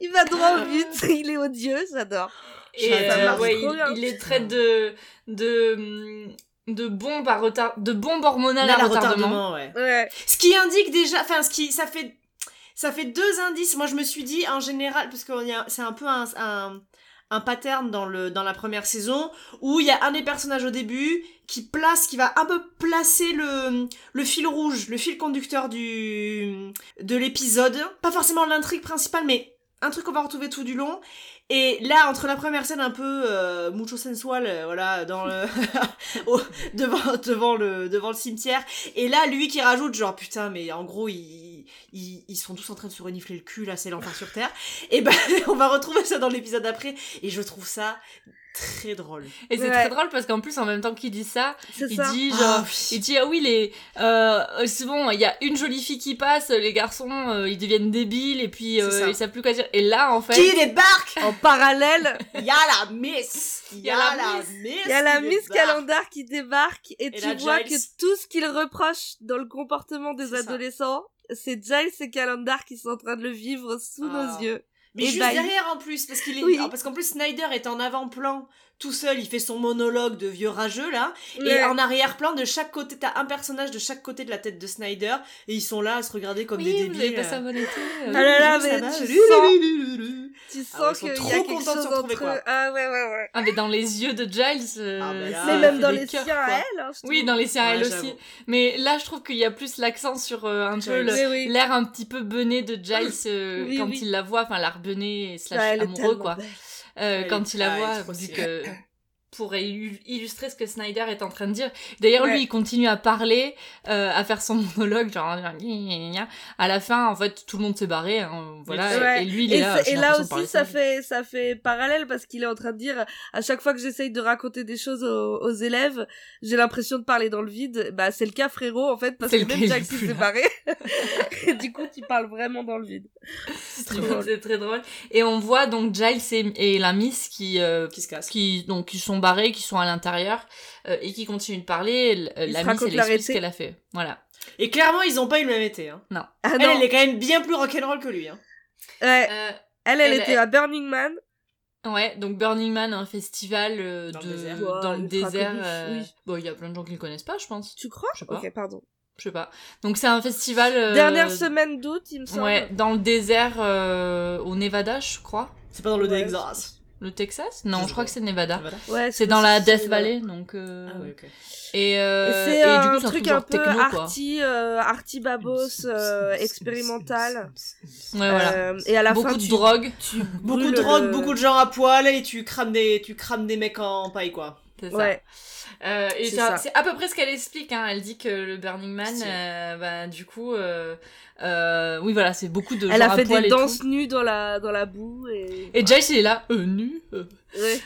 S3: il va droit au but, il est odieux, j'adore.
S4: Et
S2: Ça
S4: euh,
S2: marche
S4: ouais,
S3: trop bien.
S4: il, il les traite de de de bombes à retard de bombes hormonales à
S2: Là,
S4: retardement.
S2: ouais.
S3: Ouais.
S2: Ce qui indique déjà, enfin, ce qui, ça fait, ça fait deux indices. Moi, je me suis dit, en général, parce que c'est un peu un, un, un pattern dans le, dans la première saison, où il y a un des personnages au début qui place, qui va un peu placer le, le fil rouge, le fil conducteur du, de l'épisode. Pas forcément l'intrigue principale, mais un truc qu'on va retrouver tout du long. Et là, entre la première scène un peu euh, mucho sensual, euh, voilà, dans le, au- devant, devant le, devant le cimetière, et là, lui qui rajoute genre putain, mais en gros ils, ils, ils sont tous en train de se renifler le cul là, c'est l'enfer sur terre. Et ben on va retrouver ça dans l'épisode d'après. Et je trouve ça très drôle.
S4: Et c'est
S3: Ouais.
S4: très drôle parce qu'en plus, en même temps qu'il dit ça,
S3: C'est
S4: il
S3: ça.
S4: dit genre,
S2: Ah oui.
S4: il dit ah oui les, euh, c'est bon, il y a une jolie fille qui passe, les garçons euh, ils deviennent débiles et puis
S2: C'est
S4: euh,
S2: ça.
S4: ils savent plus quoi dire. Et là en fait,
S2: Qui débarque
S3: En parallèle,
S2: Il y a la Miss Il y a la Miss
S3: il y a la Miss
S2: Calendar
S3: Calendar qui débarque et,
S2: Et
S3: tu
S2: la
S3: vois
S2: Giles.
S3: que tout ce qu'il reproche dans le comportement des
S2: C'est ça.
S3: adolescents, c'est Giles et Calendar qui sont en train de le vivre sous
S2: Ah.
S3: nos yeux.
S2: Mais
S3: Et
S2: juste
S3: bah, il-
S2: derrière en plus, parce qu'il est,
S3: Oui.
S2: ah, parce qu'en plus Snyder est en avant-plan, tout seul, il fait son monologue de vieux rageux là, et
S3: Ouais.
S2: en arrière-plan de chaque côté, t'as un personnage de chaque côté de la tête de Snyder, et ils sont là à se regarder comme
S4: oui,
S2: des
S4: vous avez
S2: débiles.
S4: passé un bon été. euh,
S3: Ah là là,
S2: Ça
S3: mais
S2: va,
S3: tu
S2: lulu,
S3: sens-
S2: lulu, lulu.
S3: Tu sens
S2: Ah ouais, ils sont
S3: qu'il y
S2: trop
S3: a quelque
S2: contents de se
S3: chose
S2: retrouver,
S3: entre
S2: quoi.
S3: eux. Ah ouais, ouais, ouais.
S4: Ah mais dans les yeux de Giles. euh,
S2: Ah, mais là,
S4: ça
S3: Mais
S2: il
S3: même
S4: fait
S3: dans
S4: des
S3: les
S4: cœurs,
S3: siens à
S4: quoi.
S3: elle, hein, je trouve.
S4: Oui, dans les siens à
S2: Ouais,
S4: elle
S2: j'avoue.
S4: aussi. Mais là, je trouve qu'il y a plus l'accent sur euh, un peu le-
S3: Mais oui.
S4: l'air un petit peu bené de Giles euh,
S3: Oui,
S4: quand
S3: oui.
S4: il la voit, enfin l'air bené et slash
S3: Ah, elle est
S4: amoureux
S3: tellement
S4: quoi.
S3: belle.
S4: Euh,
S2: Elle
S4: quand
S2: est-
S4: il la
S2: ah, elle est trop
S4: voit, vu
S2: stylée.
S4: que
S3: hein.
S4: pour illu- illustrer ce que Snyder est en train de dire. D'ailleurs,
S3: Ouais.
S4: lui, il continue à parler, euh, à faire son monologue, genre, gna, gna, gna, gna. à la fin, en fait, tout le monde s'est barré, hein, voilà,
S3: Ouais.
S4: et lui, il est
S3: Et,
S4: là.
S3: c'est-
S4: j'ai
S3: et là
S4: l'impression de
S3: aussi, ça
S4: parler cinq minutes.
S3: fait, ça fait parallèle parce qu'il est en train de dire à chaque fois que j'essaye de raconter des choses aux, aux élèves, j'ai l'impression de parler dans le vide. Bah, c'est le cas, frérot, en fait, parce
S4: C'est
S3: que
S4: le cas,
S3: même
S4: il est
S3: Jack s'est
S4: plus là.
S3: séparé. et du coup, tu parles vraiment dans le vide.
S4: C'est
S3: trop drôle.
S4: c'est très drôle. Et on voit donc Giles et, et la Miss qui, euh,
S2: Qui se casse.
S4: qui donc qui sont barrés, qui sont à l'intérieur euh, et qui continuent de parler. L- euh,
S3: Ils
S4: La
S3: se
S4: Miss,
S3: racontent
S4: elle explique
S3: l'arrêté.
S4: ce qu'elle a fait. Voilà.
S2: Et clairement, ils ont pas eu le même été. Hein.
S3: Ah
S2: Elle,
S3: non.
S2: elle est quand même bien plus rock'n'roll que lui. Hein.
S3: Ouais.
S4: Euh,
S3: Elle, elle
S4: elle-
S3: était à Burning Man.
S4: Ouais, donc Burning Man, un festival euh,
S2: Dans le
S4: de-
S2: désert.
S4: dans
S3: Ouais,
S4: le
S3: ultra
S4: désert.
S3: connu,
S4: euh,
S3: oui.
S4: Bon, il y a plein de gens qui le connaissent pas, je pense.
S3: Tu crois?
S4: Je sais pas.
S3: Ok, pardon.
S4: Je sais pas. Donc c'est un festival. euh,
S3: Dernière semaine d'août, il me semble.
S4: Ouais, dans le désert euh, au Nevada, je crois.
S2: C'est pas dans le
S3: Ouais.
S2: Texas.
S4: Le Texas Non, je, crois que c'est Nevada.
S3: Ouais,
S4: C'est dans la
S3: possible,
S4: Death
S3: ouais.
S4: Valley, donc. euh,
S2: Ah, ouais, ok.
S4: Et,
S3: Et
S4: euh,
S3: c'est
S4: et
S3: un
S4: du coup, c'est
S3: truc un
S4: genre
S3: peu
S4: techno, quoi.
S3: arty, euh, arty babos, euh, expérimental.
S4: Ouais, voilà.
S3: Euh, et à la
S4: beaucoup
S3: fin,
S4: de
S3: tu,
S4: drogue.
S3: tu
S2: Beaucoup
S3: brûles
S2: de drogue,
S3: le-
S2: beaucoup de gens à poil et tu crames des, tu crames des mecs en paille quoi.
S4: C'est ça.
S3: Ouais.
S4: Euh, et
S3: C'est
S4: ça-
S3: ça.
S4: c'est à peu près ce qu'elle explique. Hein. Elle dit que le Burning Man,
S2: Stylé.
S4: euh, bah, du coup, euh, euh, oui, voilà, c'est beaucoup de
S3: Elle
S4: gens
S3: a
S4: à
S3: fait
S4: poil
S3: des
S4: et tout.
S3: danses nues dans la, dans la boue et...
S4: Et Jace, il est là, euh, nu. euh.
S3: Ouais.
S4: Euh,
S2: Ouais,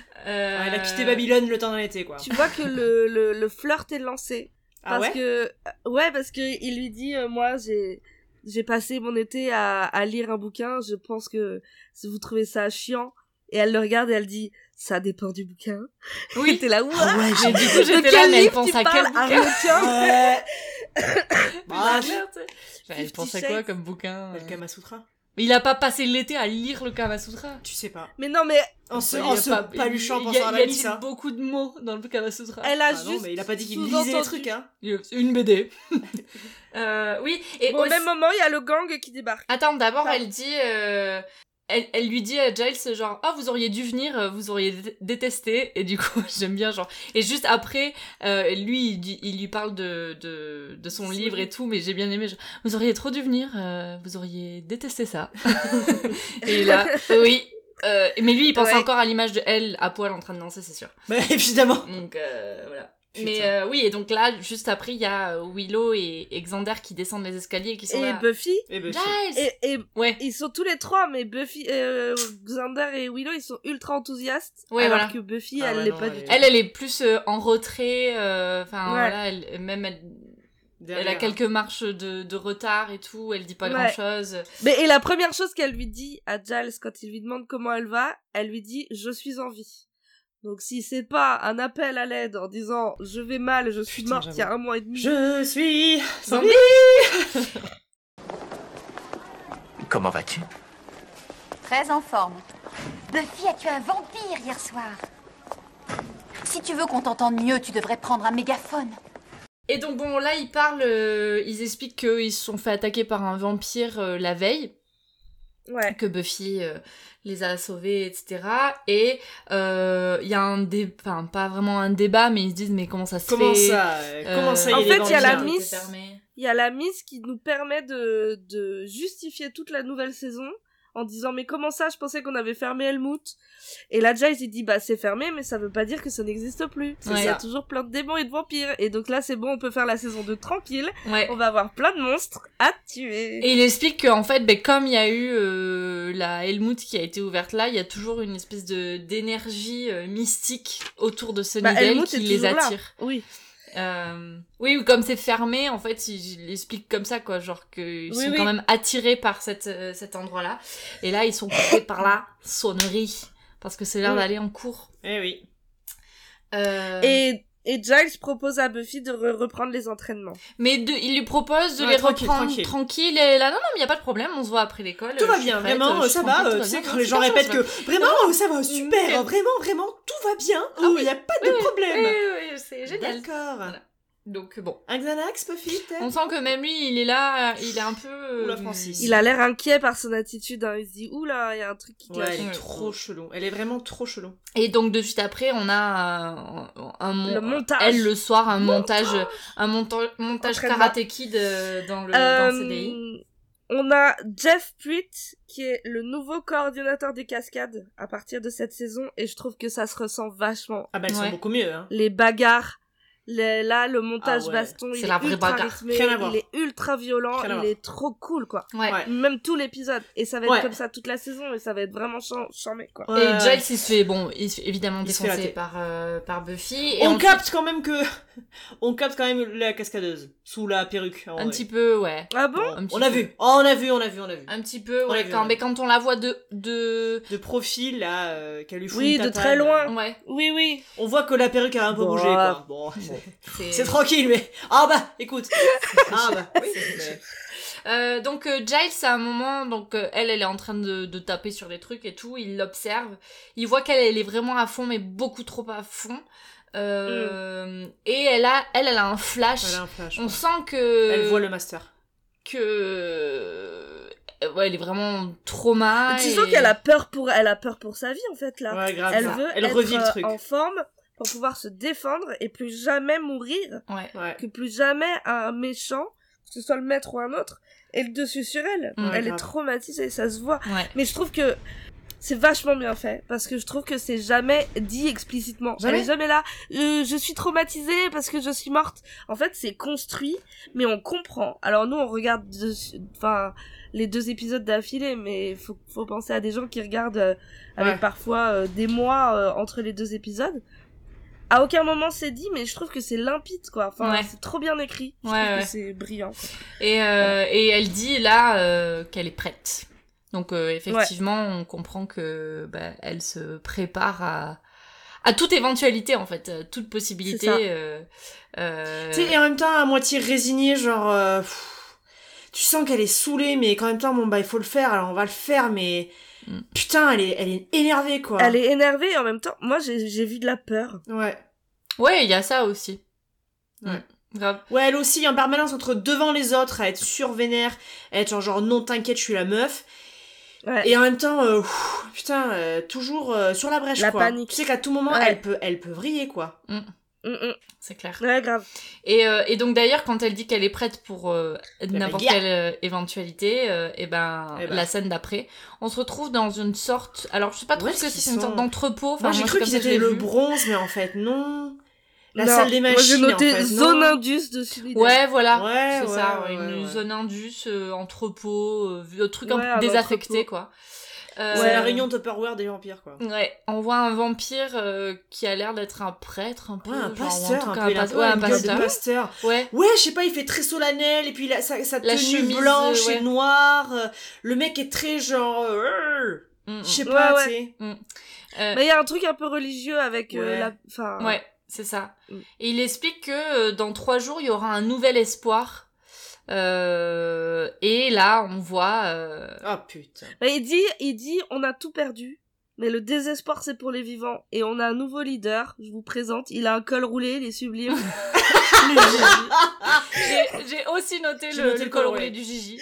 S2: Elle Ah, a quitté Babylone le temps d'un été quoi.
S3: Tu vois que le, le, le flirt est lancé.
S2: Ah
S3: Parce
S2: ouais.
S3: que, euh, ouais, parce que il lui dit, euh, moi, j'ai, j'ai passé mon été à, à lire un bouquin, je pense que si vous trouvez ça chiant. Et elle le regarde et elle dit, ça dépend du bouquin. Et
S4: Oui,
S3: t'es là, Ah, ouais.
S4: mais Ah du coup,
S3: De
S4: j'étais là,
S3: quel
S4: mais elle
S3: livre
S4: pense
S3: tu
S4: à quel
S3: parles Ah,
S4: bouquin
S3: Arlequin
S2: Ouais. Bah, Ah,
S4: Mais c'est clair, tu sais. Genre, Elle
S3: Fifty
S4: pense à quoi
S3: Shades.
S4: comme bouquin euh
S2: Le Kama Sutra
S4: Mais il a pas passé l'été à lire le Kama Sutra.
S2: Tu sais pas.
S3: Mais non, mais
S2: En se,
S4: Il y a
S2: en se
S4: pas-
S2: paluchant
S4: il-
S2: pour
S4: il y a-
S2: faire
S4: y
S2: la
S4: a-t-il
S2: miss, hein.
S4: beaucoup de mots dans le Kama Sutra.
S3: elle
S2: Ah
S3: a
S2: non,
S3: juste.
S2: mais il a pas dit qu'il
S3: sous-entendu.
S2: lisait les trucs, hein.
S4: Une BD. Euh, oui, et
S3: Au
S4: aussi-
S3: même moment, il y a le gang qui débarque.
S4: Attends, d'abord,
S3: Pardon.
S4: elle dit. euh, Elle, elle lui dit à Giles, genre, ah, vous auriez dû venir, euh, vous auriez dé- détesté. Et du coup, j'aime bien, genre. Et juste après, euh, lui, il, dit- il lui parle de, de, de son
S3: Son
S4: livre et
S3: livre.
S4: tout, mais j'ai bien aimé, genre, vous auriez trop dû venir, euh, vous auriez détesté ça. et là, oui. euh, mais lui, il pense
S3: Ouais.
S4: encore à l'image de elle à poil en train de danser, c'est sûr.
S2: Bah évidemment.
S4: Donc euh, voilà.
S2: Putain.
S4: Mais euh, oui, et donc là, juste après, il y a euh, Willow et, et Xander qui descendent les escaliers et qui sont
S3: Et
S4: là.
S3: Buffy.
S2: Eh ben,
S4: Giles
S3: Et, et
S4: Ouais,
S3: ils sont tous les trois, mais Buffy, euh, Xander et Willow, ils sont ultra enthousiastes.
S4: Ouais,
S3: alors
S4: voilà.
S3: que Buffy,
S2: Ah
S3: elle
S2: ouais,
S3: l'est
S2: non,
S3: pas
S2: elle
S3: du
S2: est-
S3: tout.
S4: elle, elle est plus euh, en retrait. euh, Enfin
S3: Ouais.
S4: voilà, elle, même elle, elle a
S2: derrière.
S4: quelques marches de, de retard et tout, elle dit pas
S3: Ouais.
S4: grand chose.
S3: Mais et la première chose qu'elle lui dit à Giles quand il lui demande comment elle va, elle lui dit je suis en vie. Donc si c'est pas un appel à l'aide en disant je vais mal, je suis
S2: Putain,
S3: morte il y a un mois et demi.
S2: Je suis
S4: Sans
S2: sans vie.
S7: Comment vas-tu
S5: Très en forme. Buffy a tué un vampire hier soir. Si tu veux qu'on t'entende mieux, tu devrais prendre un mégaphone.
S4: Et donc bon, là, ils parlent, euh, ils expliquent qu'ils se sont fait attaquer par un vampire euh, la veille.
S3: Ouais.
S4: que Buffy euh, les a sauvés, etc. Et euh, il y a un débat, enfin pas vraiment un débat, mais ils se disent mais comment ça se
S2: Comment
S4: fait
S2: ça euh,
S4: Euh,
S2: Comment ça
S3: En
S2: il
S3: fait,
S2: est
S3: il y a la
S2: vampire
S3: Miss- Il y a la Miss qui nous permet de, de justifier toute la nouvelle saison en disant mais comment ça je pensais qu'on avait fermé Helmut et là déjà il s'est dit bah c'est fermé mais ça veut pas dire que ça n'existe plus parce
S4: Ouais.
S3: qu'il y a toujours plein de démons et de vampires et donc là c'est bon on peut faire la saison 2 tranquille
S4: Ouais.
S3: on va avoir plein de monstres à tuer
S4: Et il explique qu'en fait, ben, comme il y a eu euh, la Helmut qui a été ouverte là, il y a toujours une espèce de d'énergie euh, mystique autour de
S2: Bah,
S4: Sunnydale
S3: Helmut
S4: qui
S3: est
S4: les
S3: toujours là.
S4: attire.
S3: oui
S4: Euh, oui, ou comme c'est fermé, en fait, il, il explique comme ça, quoi, genre qu'ils
S3: Oui,
S4: sont
S3: oui.
S4: quand même attirés par cette, euh, cet endroit-là. Et là, ils sont coupés par la sonnerie, parce que c'est l'heure
S3: Mm.
S4: d'aller en cours.
S2: Eh oui.
S4: Euh,
S3: et et Giles propose à Buffy de re- reprendre les entraînements
S4: Mais de- il lui propose de
S2: Ouais,
S4: les
S2: tranquille,
S4: reprendre
S2: tranquille.
S4: tranquille. Et là, non, non, mais il n'y a pas de problème, on se voit après l'école.
S2: Tout
S4: euh,
S2: va
S4: je suis
S2: bien,
S4: prête,
S2: vraiment,
S4: euh, je suis
S2: ça
S4: en forme,
S2: va.
S4: tout
S2: euh,
S4: va
S2: Tu sais,
S4: bien.
S2: quand
S4: Non,
S2: les gens
S4: super, ça va,
S2: répètent
S4: ça va.
S2: que vraiment, euh, ça va super,
S4: nickel.
S2: vraiment, vraiment, tout va bien. Oh,
S4: Ah
S2: Il
S4: oui.
S2: n'y a pas de
S4: Oui, oui.
S2: problème.
S4: Oui, oui, oui, c'est génial.
S2: D'accord.
S4: Voilà. Donc bon,
S2: Un Xanax, Puffy peut-être
S4: on sent que même lui, il est là, euh, il est un peu. euh,
S2: Oula, Francis.
S3: il a l'air inquiet par son attitude hein. il se dit oula il y a un truc qui
S2: Ouais,
S3: cloche
S2: elle est
S4: Ouais.
S2: trop chelou. Elle est vraiment trop chelou.
S4: Et donc de suite après, on a euh, un, mon-
S3: Le montage.
S4: Elle le soir, un montage, un monta- montage
S3: Entraînement.
S4: karaté kid euh, dans le dans le CDI.
S3: Euh, on a Jeff Pruitt qui est le nouveau coordinateur des cascades à partir de cette saison et je trouve que ça se ressent vachement.
S2: Ah bah elles sont
S4: Ouais.
S2: beaucoup mieux. Hein.
S3: Les bagarres, les- là le montage
S2: Ah ouais.
S3: baston,
S4: C'est
S3: il est
S4: la vraie
S3: ultra
S4: bagarre.
S3: rythmé,
S2: Rien à voir.
S3: il est ultra violent,
S2: Rien à
S3: il
S2: voir.
S3: est trop cool quoi.
S4: Ouais.
S2: Ouais.
S3: Même tout l'épisode et ça va être
S2: Ouais.
S3: comme ça toute la saison et ça va être vraiment chan- charmé quoi.
S4: Et
S2: Ouais.
S4: Giles, il se fait bon, il se fait évidemment
S2: Il se fait
S4: défoncer
S2: rater.
S4: par euh, par Buffy. Et
S2: On
S4: ensuite,
S2: capte quand même que. On capte quand même la cascadeuse sous la perruque. en
S4: un
S2: vrai.
S4: petit peu, ouais.
S3: Ah bon
S4: un petit
S2: on a
S4: peu.
S2: vu. Oh, on a vu, on a vu, on a vu.
S4: Un petit peu,
S2: On l'a
S4: ouais.
S2: vu, on
S4: Quand,
S2: l'a
S4: mais
S2: vu.
S4: quand on la voit de de
S2: De profil, là, euh, qu'elle lui fout
S3: Oui,
S2: une
S3: de
S2: tatane.
S3: très loin.
S4: ouais.
S3: Oui oui.
S2: On voit que la perruque a un peu
S3: Bon,
S2: bougé, quoi. Bon,
S4: c'est-
S2: c'est tranquille, mais. Ah bah, écoute. Ah bah, oui. mais-
S4: Euh, donc euh, Giles à un moment donc euh, elle elle est en train de, de taper sur des trucs et tout il l'observe il voit qu'elle elle est vraiment à fond mais beaucoup trop à fond Euh, et elle a elle elle a un flash
S2: Voilà un flash.
S4: on sent
S3: Euh,
S4: que
S2: Elle voit le master.
S4: que euh, ouais elle est vraiment trauma
S3: Disons
S4: et-
S3: qu'elle a peur pour elle a peur pour sa vie en fait là.
S2: Ouais, grave.
S3: elle
S2: ça.
S3: veut
S2: elle
S3: être
S2: revit le
S3: euh,
S2: truc.
S3: en forme pour pouvoir se défendre et plus jamais mourir.
S4: ouais
S2: Ouais.
S3: que plus jamais un méchant, que ce soit le maître ou un autre, ait le dessus sur elle.
S4: Ouais,
S3: elle
S2: grave.
S3: est traumatisée, ça se voit.
S4: ouais
S3: Mais je trouve que c'est vachement bien fait parce que je trouve que c'est jamais dit explicitement.
S2: Jamais
S3: elle est jamais là. Euh, je suis traumatisée parce que je suis morte. En fait, c'est construit, mais on comprend. Alors nous, on regarde, de- enfin, les deux épisodes d'affilée, mais faut, faut penser à des gens qui regardent euh, avec
S2: Ouais.
S3: parfois euh, des mois euh, entre les deux épisodes. À aucun moment c'est dit, mais je trouve que c'est limpide, quoi. Enfin,
S4: Ouais.
S3: c'est trop bien écrit. Je
S4: Ouais,
S3: trouve
S4: ouais.
S3: que c'est brillant. quoi.
S4: Et, euh, et elle dit là euh, qu'elle est prête. Donc euh, effectivement, on comprend que bah, elle se prépare à, à toute éventualité en fait, euh, toute possibilité.
S3: C'est ça.
S4: euh, euh,
S2: Tu sais, et en même temps, à moitié résignée, genre. euh, pff, tu sens qu'elle est saoulée, mais qu'en même temps, bon, bah, il faut le faire, alors on va le faire, mais.
S4: Mm.
S2: Putain, elle est, elle est énervée, quoi.
S3: Elle est énervée et en même temps, moi j'ai j'ai vu de la peur.
S2: Ouais.
S4: Ouais, il y a ça aussi.
S2: Ouais.
S4: Mm. Grave.
S2: Ouais, elle aussi, en permanence, entre devant les autres, à être survénère, à être genre, genre non, t'inquiète, je suis la meuf.
S3: Ouais.
S2: Et en même temps, euh, pff, putain, euh, toujours euh, sur la brèche,
S3: La
S2: quoi.
S3: panique.
S2: Tu sais qu'à tout moment,
S3: Ouais.
S2: elle peut elle peut vriller, quoi.
S3: Mm, mm.
S4: C'est clair.
S3: Ouais, grave.
S4: Et, euh, et donc d'ailleurs, quand elle dit qu'elle est prête pour euh, n'importe
S2: bagarre.
S4: quelle euh, éventualité, euh, et ben,
S2: Bah, Eh ben.
S4: la scène d'après, on se retrouve dans une sorte. Alors je sais pas trop
S2: Où
S4: ce
S2: est-ce
S4: que
S2: qu'ils
S4: c'est, c'est une sorte
S2: sont
S4: d'entrepôt. Enfin,
S2: moi, j'ai
S4: c'est
S2: cru
S4: comme
S2: qu'ils
S4: ça que je
S2: étaient
S4: l'ai
S2: le
S4: vu.
S2: bronze, mais en fait, non. La
S3: Non.
S2: salle des
S3: Moi j'ai
S2: machines,
S3: noté
S2: en fait,
S3: zone
S2: non.
S3: indus de Sunnydale.
S4: Ouais, voilà.
S2: Ouais,
S4: c'est
S2: ouais,
S4: ça,
S2: ouais,
S4: une
S2: ouais.
S4: zone indus, euh, entrepôt, euh, vieux truc
S3: Ouais,
S4: un
S3: un
S4: peu désaffecté,
S3: entrepôt.
S4: quoi. Euh,
S2: C'est la réunion Tupperware des vampires, quoi.
S4: Ouais, on voit un vampire euh, qui a l'air d'être un prêtre, un peu.
S2: Ouais, un
S4: genre, ou en
S2: pasteur,
S4: tout
S2: un
S4: cas,
S2: peu, il a un
S4: pas-
S2: peu
S4: ouais, un
S2: une gueule de
S4: pasteur.
S2: pasteur.
S4: Ouais.
S2: Ouais, je sais pas, il fait très solennel, et puis il a sa, sa
S4: La
S2: tenue
S4: chemise,
S2: blanche
S4: euh, ouais.
S2: et noire. euh, Le mec est très genre... euh,
S4: Mm,
S2: Je
S4: mm.
S2: sais
S3: Ouais,
S2: pas,
S3: ouais.
S2: tu sais.
S4: Euh,
S3: Mais Bah, il y a un truc un peu religieux avec euh,
S2: Ouais.
S3: la. Enfin,
S4: Ouais, c'est ça.
S3: Mm.
S4: Et il explique que euh, dans trois jours, il y aura un nouvel espoir. Euh, et là, on voit. euh,
S2: Ah putain.
S3: Mais bah, il dit, il dit, on a tout perdu, mais le désespoir c'est pour les vivants. Et on a un nouveau leader. Je vous présente. Il a un col roulé, il est sublime.
S4: J'ai- J'ai aussi noté
S2: J'ai
S4: le,
S2: noté
S4: le Euh,
S2: le
S4: col
S2: col
S4: roulé
S2: roulé.
S4: du Gigi.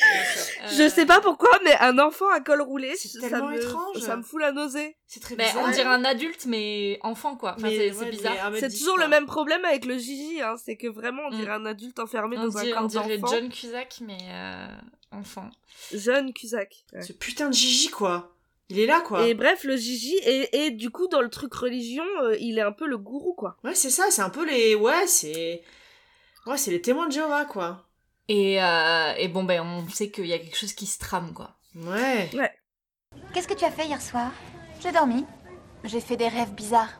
S3: Je sais pas pourquoi, mais un enfant à col roulé,
S2: C'est
S3: ça
S2: tellement
S3: me-
S2: étrange.
S3: Ça me fout la nausée.
S2: C'est très
S4: Mais
S2: bizarre.
S4: on dirait un adulte, mais enfant, quoi. Enfin,
S2: Mais
S4: c'est
S2: ouais,
S4: c'est
S2: mais
S4: bizarre.
S2: 1m10,
S3: C'est toujours
S2: quoi.
S3: le même problème avec le Gigi, hein, c'est que vraiment on
S4: Mm.
S3: dirait un adulte enfermé
S4: On,
S3: dans un
S4: dit- on
S3: corps
S4: dirait
S3: d'enfant.
S4: John Cusack, mais euh, enfant.
S3: Jeune Cusack. ouais.
S2: Ce putain de Gigi, quoi. Il est là, quoi.
S3: Et bref, le Gigi, et, et du coup, dans le truc religion, euh, il est un peu le gourou, quoi.
S2: Ouais, c'est ça, c'est un peu les. Ouais, c'est. Ouais, c'est les témoins de Jéhovah, quoi.
S4: Et, euh, et bon, ben, on sait qu'il y a quelque chose qui se trame, quoi.
S2: Ouais.
S5: Qu'est-ce que tu as fait hier soir J'ai dormi. J'ai fait des rêves bizarres.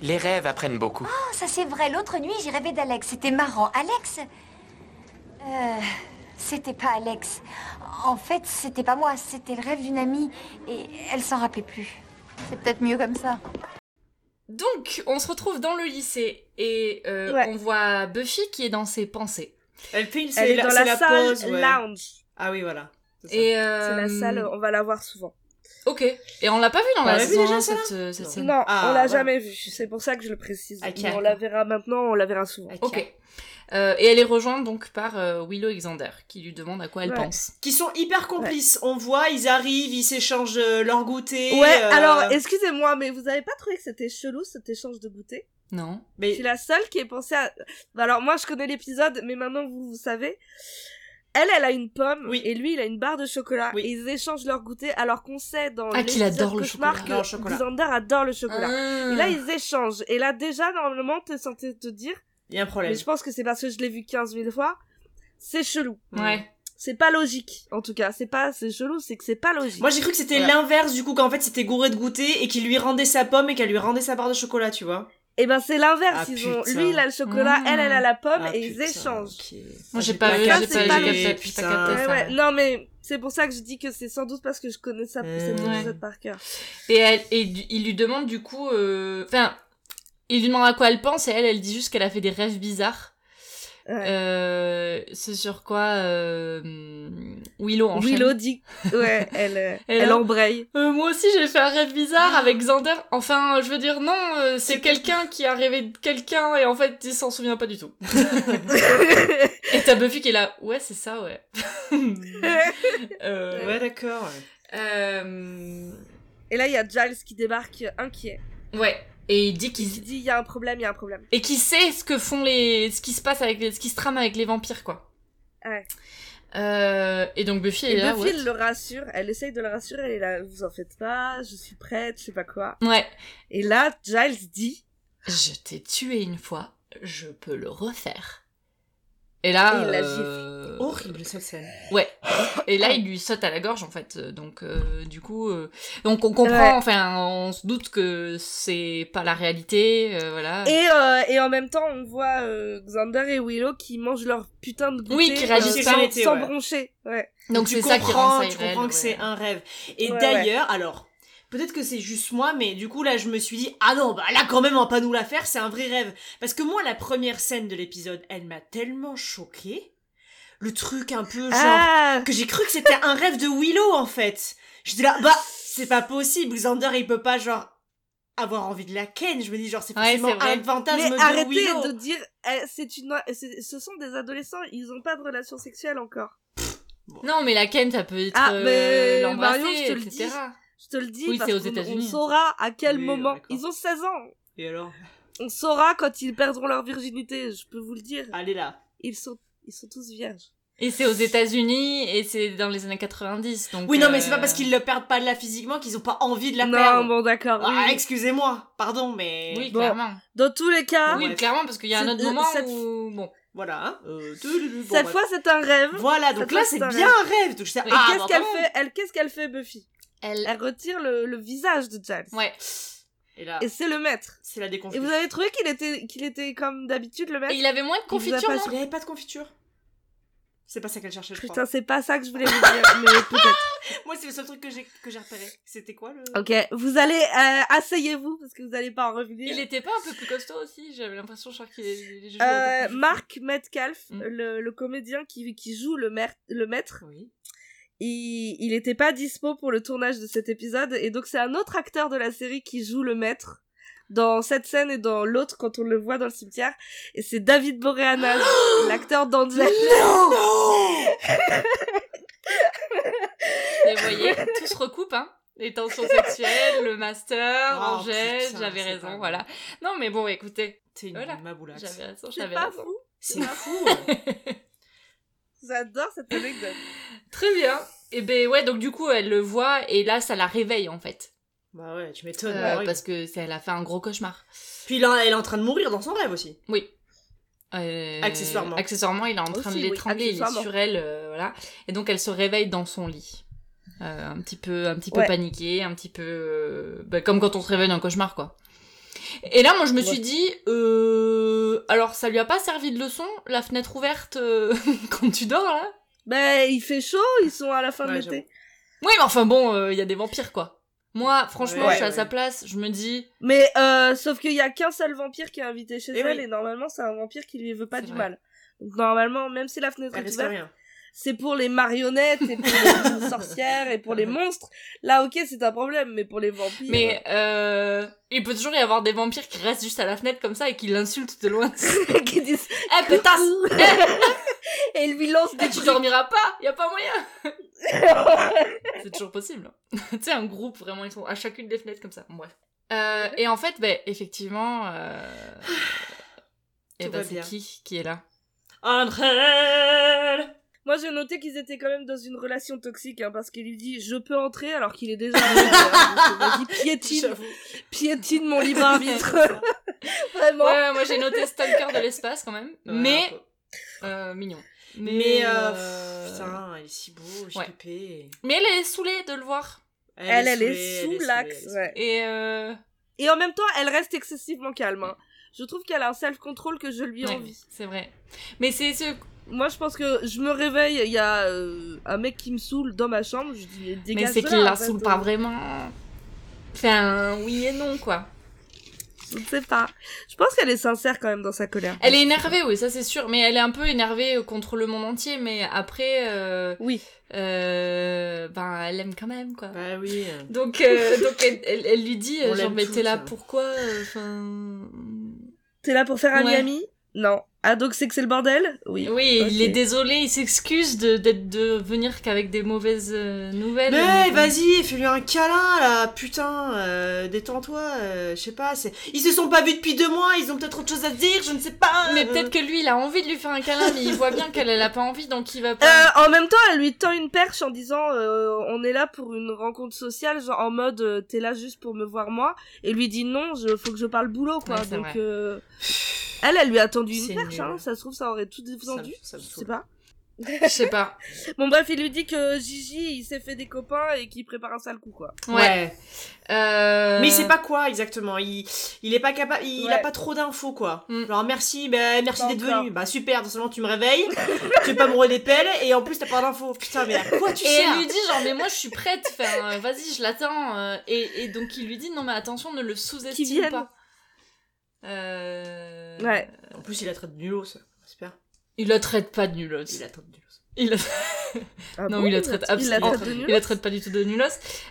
S7: Les rêves apprennent beaucoup.
S5: Oh, ça c'est vrai, l'autre nuit j'ai rêvé d'Alex. C'était marrant. Alex Euh. C'était pas Alex. En fait, c'était pas moi, c'était le rêve d'une amie et elle s'en rappelait plus. C'est peut-être mieux comme ça.
S4: Donc, on se retrouve dans le lycée et euh,
S3: Ouais.
S4: on voit Buffy qui est dans ses pensées.
S2: Elle filme,
S3: Elle
S2: c'est
S3: est,
S2: la,
S3: dans
S2: c'est
S3: la,
S2: la
S3: salle
S2: pause, ouais.
S3: lounge.
S2: Ah oui, voilà. C'est ça.
S4: Et, euh,
S3: C'est la salle, on va la voir souvent.
S4: Ok. Et on l'a pas vu dans
S2: On
S4: la
S2: l'a vu
S4: saison
S2: déjà,
S4: un,
S2: celle-là
S4: cette, euh, cette
S2: Non.
S4: scène.
S3: Non,
S2: Ah,
S3: on
S2: voilà.
S3: l'a jamais vue, c'est pour ça que je le précise.
S2: Ok.
S3: Mais on la verra maintenant, on la verra souvent.
S2: Ok.
S4: Ok. Euh, et elle est rejointe donc par euh, Willow Alexander qui lui demande à quoi elle
S3: Ouais.
S4: pense.
S2: Qui sont hyper complices. On voit, ils arrivent, ils s'échangent euh, leur goûter.
S3: Ouais,
S2: euh,
S3: alors, excusez-moi, mais vous avez pas trouvé que c'était chelou cet échange de goûter
S4: Non.
S3: Je
S2: Mais
S3: suis la seule qui ait pensé à. Bah Alors, moi, je connais l'épisode, mais maintenant, vous, vous savez. Elle, elle a une pomme,
S2: Oui.
S3: et lui, il a une barre de chocolat.
S2: Oui.
S3: Et ils échangent leur goûter, alors qu'on sait dans
S4: Ah, qu'il
S3: l'épisode
S4: adore le
S3: cauchemar
S4: chocolat.
S3: que
S2: Adore le chocolat.
S3: Xander adore le chocolat.
S4: Ah.
S3: Et là, ils échangent. Et là, déjà, normalement, t'es censé te dire,
S2: il y a un problème.
S3: mais je pense que c'est parce que je l'ai vu 15 000 fois, c'est chelou.
S4: Ouais.
S3: C'est pas logique, en tout cas. C'est pas, c'est chelou, c'est que c'est pas logique.
S2: Moi j'ai cru que c'était
S4: Voilà.
S2: l'inverse du coup qu'en fait c'était gouré de goûter et qu'il lui rendait sa pomme et qu'elle lui rendait sa barre de chocolat tu vois.
S3: Et ben, c'est l'inverse.
S2: Ah,
S3: ils ont,
S2: putain.
S3: lui, il a le chocolat,
S4: Ah.
S3: elle, elle a la pomme,
S2: Ah,
S3: et ils
S2: putain,
S3: échangent.
S2: ok.
S4: Moi, j'ai
S2: Ah,
S4: pas vu, j'ai
S3: ça,
S4: pas,
S3: c'est
S4: j'ai
S3: pas
S4: capté,
S3: logique.
S4: j'ai pas capté
S2: Putain.
S4: ça,
S3: Ouais, ouais.
S4: ouais.
S3: Non, mais c'est pour ça que je dis que c'est sans doute parce que je connais ça, cet
S2: Mm.
S3: épisode
S4: Ouais.
S3: par cœur.
S4: Et, elle, et du- il lui demande du coup. euh, Enfin, il lui demande à quoi elle pense et elle, elle dit juste qu'elle a fait des rêves bizarres.
S3: Ouais.
S4: Euh, ce sur quoi euh, Willow enchaîne.
S3: Willow dit. Ouais, elle, euh,
S4: Et
S3: elle
S4: là-
S3: embraye.
S4: Euh, moi aussi j'ai fait un rêve bizarre avec Xander. Enfin, je veux dire non, euh, c'est quelqu'un qui a rêvé de quelqu'un et en fait il s'en souvient pas du tout. Et t'as Buffy qui est là, ouais c'est ça ouais. Euh,
S2: Ouais d'accord. ouais.
S4: euh,
S3: Et là, il y a Giles qui débarque euh, inquiet.
S4: ouais. Et il dit
S3: Il
S4: qu'il
S3: dit il y a un problème, il y a un problème.
S4: et qui sait ce que font les ce qui se passe avec les... ce qui se trame avec les vampires quoi.
S3: Ouais.
S4: Euh, et donc Buffy est
S3: Et
S4: là
S3: Buffy
S4: ouais.
S3: le rassure, elle essaye de le rassurer, elle est là, vous en faites pas, je suis prête, je sais pas quoi.
S4: Ouais.
S3: Et là, Giles dit,
S4: Je t'ai tué une fois, je peux le refaire. Et là
S3: Et il la
S4: euh,
S2: Horrible cette scène.
S4: Ouais. Et là, il lui saute à la gorge, en fait. Donc, euh, du coup, euh, donc on comprend.
S3: Ouais.
S4: Enfin, on se doute que c'est pas la réalité. euh,
S2: Ah.
S4: voilà.
S3: et, euh, et en même temps, on voit euh, Xander et Willow qui mangent leur putain de goûter
S4: Oui, qui
S3: euh,
S4: réagissent
S3: sans,
S2: pas.
S3: sans
S2: Ouais.
S3: broncher. Ouais.
S4: donc
S2: tu
S4: c'est ça qui rend
S2: comprends,
S4: ça
S2: tu
S4: irréel,
S2: comprends que
S4: ouais.
S2: c'est un rêve. Et
S3: Ouais,
S2: d'ailleurs, alors, peut-être que c'est juste moi, mais du coup là, je me suis dit, ah non, bah là quand même, on va pas nous la faire, c'est un vrai rêve. Parce que moi, la première scène de l'épisode, elle m'a tellement choquée. Le truc un peu genre
S3: Ah,
S2: que j'ai cru que c'était un rêve de Willow en fait. J'étais là, bah c'est pas possible, Xander il peut pas genre avoir envie de la ken. Je me dis genre c'est
S4: Ouais,
S2: forcément
S4: c'est vrai.
S2: un fantasme
S3: mais
S2: de
S3: arrêtez
S2: Willow.
S3: de dire, eh, c'est une, c'est- ce sont des adolescents, ils ont pas de relation sexuelle encore.
S4: Non, mais la Ken, ça peut être
S3: Ah,
S4: euh,
S3: mais
S4: l'embrasser,
S3: Marion, je te le
S4: etc.
S3: Je te le dis,
S4: Oui,
S3: parce
S4: c'est aux
S3: qu'on- on
S4: États-Unis.
S3: saura à quel
S2: Oui,
S3: moment.
S2: d'accord.
S3: Ils ont 16 ans.
S2: Et alors
S3: On saura quand ils perdront leur virginité, je peux vous le dire.
S2: Allez là.
S3: Ils sont, ils sont tous vierges.
S4: Et c'est aux États-Unis et c'est dans les années 90. Donc,
S2: Oui non mais c'est
S4: euh,
S2: pas parce qu'ils le perdent pas là physiquement qu'ils ont pas envie de la
S3: non,
S2: perdre.
S3: bon, d'accord.
S2: Ah,
S3: oui.
S2: excusez-moi, pardon, mais bah,
S4: Oui,
S3: Bon.
S4: clairement.
S3: Dans tous les cas,
S4: oui,
S2: bref.
S4: clairement, parce qu'il y a un
S3: C'est-
S4: autre
S3: euh,
S4: moment
S3: cette-
S4: où. Bon.
S2: voilà. hein. Euh, tu- bon,
S3: cette
S2: bah,
S3: fois, c'est un rêve.
S2: Voilà, donc
S3: cette
S2: là
S3: fois,
S2: c'est
S3: c'est un
S2: bien un rêve. Donc je sais,
S4: Et
S3: Et
S2: ah,
S3: qu'est-ce
S2: bah,
S3: qu'elle
S2: pardon.
S3: fait Elle, qu'est-ce qu'elle fait, Buffy
S4: Elle.
S3: Elle retire le, le visage de Giles.
S4: Ouais.
S2: Et là,
S3: Et c'est le maître.
S2: c'est la
S3: Et vous
S2: déconfiture.
S3: avez trouvé qu'il était, qu'il était comme d'habitude le
S4: Et
S3: maître
S4: il avait moins de
S3: vous a
S4: confiture,
S3: pas
S4: non
S2: Il y avait pas de confiture. C'est pas ça qu'elle cherchait, je crois.
S3: Putain, c'est pas ça que je voulais vous dire, mais peut-être.
S2: Moi, c'est le seul truc que j'ai que j'ai repéré. C'était quoi le
S3: Ok, vous allez, euh, asseyez-vous parce que vous allez pas en revenir.
S4: Il était pas un peu plus costaud aussi J'avais l'impression, je crois qu'il est. je vois un
S3: Euh,
S4: peu plus-
S3: Marc Metcalf,
S4: Mm.
S3: le, le comédien qui, qui joue le, maire- le maître,
S2: Oui.
S3: il, il était pas dispo pour le tournage de cet épisode et donc c'est un autre acteur de la série qui joue le maître. dans cette scène et dans l'autre quand on le voit dans le cimetière. Et c'est David Boreanaz, l'acteur d'Angel.
S4: Mais vous voyez, tout se recoupe, hein. Les tensions sexuelles, le master,
S2: Oh,
S4: Angèle,
S2: putain,
S4: j'avais
S2: c'est
S4: raison,
S2: pas
S4: voilà. Non, mais bon, écoutez,
S2: T'es une
S4: Voilà.
S2: maboulax.
S4: j'avais raison,
S3: C'est
S4: j'avais
S3: pas
S4: raison.
S3: fou.
S2: C'est fou.
S3: J'adore cette anecdote.
S4: Très bien. Et ben ouais, donc du coup, elle le voit et là, ça la réveille en fait.
S2: bah ouais, tu m'étonnes.
S4: Euh,
S2: horrible.
S4: parce que c'est- elle a fait un gros cauchemar.
S2: Puis là, elle est en train de mourir dans son rêve aussi.
S4: Oui. Euh,
S2: Accessoirement.
S4: Accessoirement, il est en train
S3: Aussi,
S4: de
S3: oui,
S4: l'étrangler, il est
S3: accessoirement.
S4: sur elle, euh, voilà. Et donc, elle se réveille dans son lit. Euh, un petit peu, un petit peu
S3: Ouais.
S4: paniquée, un petit peu, euh, bah, comme quand on se réveille d'un cauchemar, quoi. Et là, moi, je me suis dit, euh, alors, ça lui a pas servi de leçon, la fenêtre ouverte euh, quand tu dors, là
S3: Ben, il fait chaud, ils sont à la fin
S2: Ouais,
S3: de l'été.
S4: Oui, mais enfin bon, euh, il y a des vampires, quoi. Moi, franchement,
S2: Ouais,
S4: je suis à
S2: ouais.
S4: sa place, je me dis,
S3: Mais euh, sauf qu'il y a qu'un seul vampire qui est invité chez
S2: Eh
S3: elle
S2: oui.
S3: et normalement c'est un vampire qui lui veut pas
S4: C'est
S3: du
S4: vrai.
S3: mal. Donc normalement même si la fenêtre
S2: Elle
S3: est
S2: risque
S3: ouverte,
S2: rien.
S3: c'est pour les marionnettes et pour les petites sorcières et pour les monstres. Là ok c'est un problème mais pour les vampires.
S4: mais euh, il peut toujours y avoir des vampires qui restent juste à la fenêtre comme ça et qui l'insultent de loin.
S3: qui disent
S4: Eh putain
S3: et il lui lance des
S4: Eh, tu dormiras pas, y a pas moyen. c'est toujours possible. hein. tu sais, un groupe vraiment, ils sont à chacune des fenêtres comme ça. Bon, Bref. Euh, et en fait, ben effectivement, euh... eh
S2: Tout
S4: ben,
S2: va
S4: c'est
S2: bien.
S4: qui qui est là
S2: Angel
S3: Moi j'ai noté qu'ils étaient quand même dans une relation toxique hein, parce qu'il lui dit je peux entrer alors qu'il est déjà arrivé. hein. Donc, Vas-y piétine
S2: J'avoue.
S3: piétine mon libre arbitre. Vraiment.
S4: Ouais, ouais, moi j'ai noté Stalker de l'espace quand même,
S2: Voilà,
S4: mais
S2: quoi.
S4: euh, mignon. Mais,
S2: Mais, euh,
S4: euh,
S2: putain, il est si beau, je
S4: ouais.
S2: pépé.
S4: mais elle est saoulée de le voir.
S3: Elle elle
S2: saoulée,
S3: est sous
S2: saoulée,
S3: l'axe.
S2: elle est
S3: ouais.
S4: Et euh...
S3: Et en même temps, elle reste excessivement calme. hein. Je trouve qu'elle a un self-control que je lui
S4: ouais,
S3: envie.
S4: c'est vrai. Mais c'est ce
S3: Moi, je pense que je me réveille, il y a euh, un mec qui me saoule dans ma chambre. Je dis, dégage
S4: Mais c'est qu'il la saoule
S2: euh.
S4: pas vraiment. Enfin, oui et non, quoi.
S3: Je ne sais pas. Je pense qu'elle est sincère quand même dans sa colère.
S4: Elle est énervée, oui, ça c'est sûr. Mais elle est un peu énervée euh, contre le monde entier. Mais après, euh,
S3: Oui.
S4: euh, ben, elle aime quand même, quoi.
S2: Bah oui. euh.
S4: Donc, euh, donc elle, elle- elle lui dit,
S2: On
S4: euh, genre,
S2: l'aime
S4: mais
S2: tous,
S4: t'es là
S2: hein.
S4: pourquoi euh, Enfin...
S3: T'es là pour faire un
S4: Ouais.
S3: ami Non. Ah, donc c'est que c'est le bordel Oui.
S4: Oui,
S3: Ok.
S4: il est désolé, il s'excuse de, d'être- de venir qu'avec des mauvaises euh, nouvelles.
S2: Mais vas-y, fais-lui un câlin là, putain, euh, détends-toi, euh, je sais pas, c'est... Ils se sont pas vus depuis deux mois, ils ont peut-être autre chose à se dire, je ne sais pas.
S4: Mais
S2: euh.
S4: peut-être que lui, il a envie de lui faire un câlin, mais il voit bien qu'elle, elle a pas envie, donc il va pas.
S3: Euh, en même temps, elle lui tend une perche en disant euh, on est là pour une rencontre sociale, genre en mode euh, t'es là juste pour me voir moi, et lui dit non, je faut que je parle boulot quoi.
S4: Ouais, c'est
S3: Donc
S4: vrai.
S3: euh, elle, elle lui a tendu une
S4: C'est
S3: perche,
S4: nul.
S3: hein, ça se trouve ça aurait tout
S2: Ça me-
S3: défendu.
S2: ça me
S3: Je sais
S2: saoule.
S3: pas.
S2: Euh.
S4: Je sais pas.
S3: Bon bref, il lui dit que Gigi, il s'est fait des copains et qu'il prépare un sale coup quoi.
S4: Ouais. Euh,
S2: Mais il sait pas quoi exactement. Il, il est pas capable. Il, il a
S3: Ouais.
S2: pas trop d'infos quoi.
S4: Mm.
S2: Genre merci, ben merci
S3: Pas
S2: d'être
S3: encore.
S2: venu. Bah super. Non seulement tu me réveilles, tu es pas amoureux des pelles et en plus t'as pas d'infos. Putain mais à quoi tu
S4: Et
S2: sers
S4: elle lui dit genre mais moi je suis prête, enfin euh, vas-y je l'attends euh, et, et donc il lui dit non mais attention ne le
S3: Qu'ils
S4: sous-estime
S3: viennent.
S4: pas. Euh,
S3: Ouais.
S2: En plus il la traite de nulos. Super.
S4: Il la traite pas de nulos.
S2: Il la traite de nulos.
S4: Il la,
S3: Ah
S4: Non,
S3: bon
S4: il la traite
S3: il la
S4: absolument-
S3: traite de
S4: il
S3: nulle.
S4: la traite pas du tout de nulos.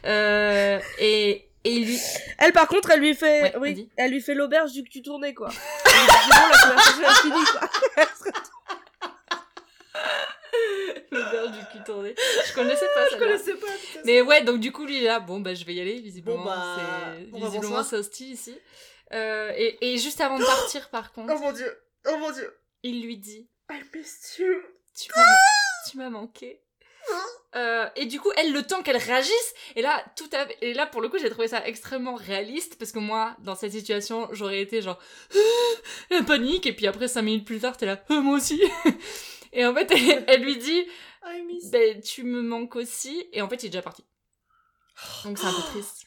S4: Euh, et et il lui
S3: Elle par contre, elle lui fait
S4: Ouais,
S3: oui,
S4: vas-y.
S3: elle lui fait l'auberge du que tu tournais quoi. Elle lui dit, C'est bon, la conversation est finie quoi.
S4: l'auberge du cul tourné. Je connaissais pas ça.
S2: pas.
S4: Mais ouais, donc du coup, lui, il est là, bon, bah, je vais y aller, visiblement.
S2: Bon, bah,
S4: c'est...
S2: bon, bah,
S4: visiblement,
S2: bonsoir.
S4: c'est hostile ici. Euh, et, et juste avant de partir, par contre. Oh mon dieu, oh mon dieu. Il lui dit I miss you. Tu m'as, tu m'as manqué. Euh, et du coup, elle, le temps qu'elle réagisse, et là, tout à... et là, pour le coup, j'ai trouvé ça extrêmement réaliste, parce que moi, dans cette situation, j'aurais été genre, la panique, et puis après, cinq minutes plus tard, t'es là, Euh, moi aussi. et en fait, elle- elle lui dit,
S2: Ah,
S4: ben, tu me manques aussi. Et en fait, il est déjà parti. Donc c'est un peu triste.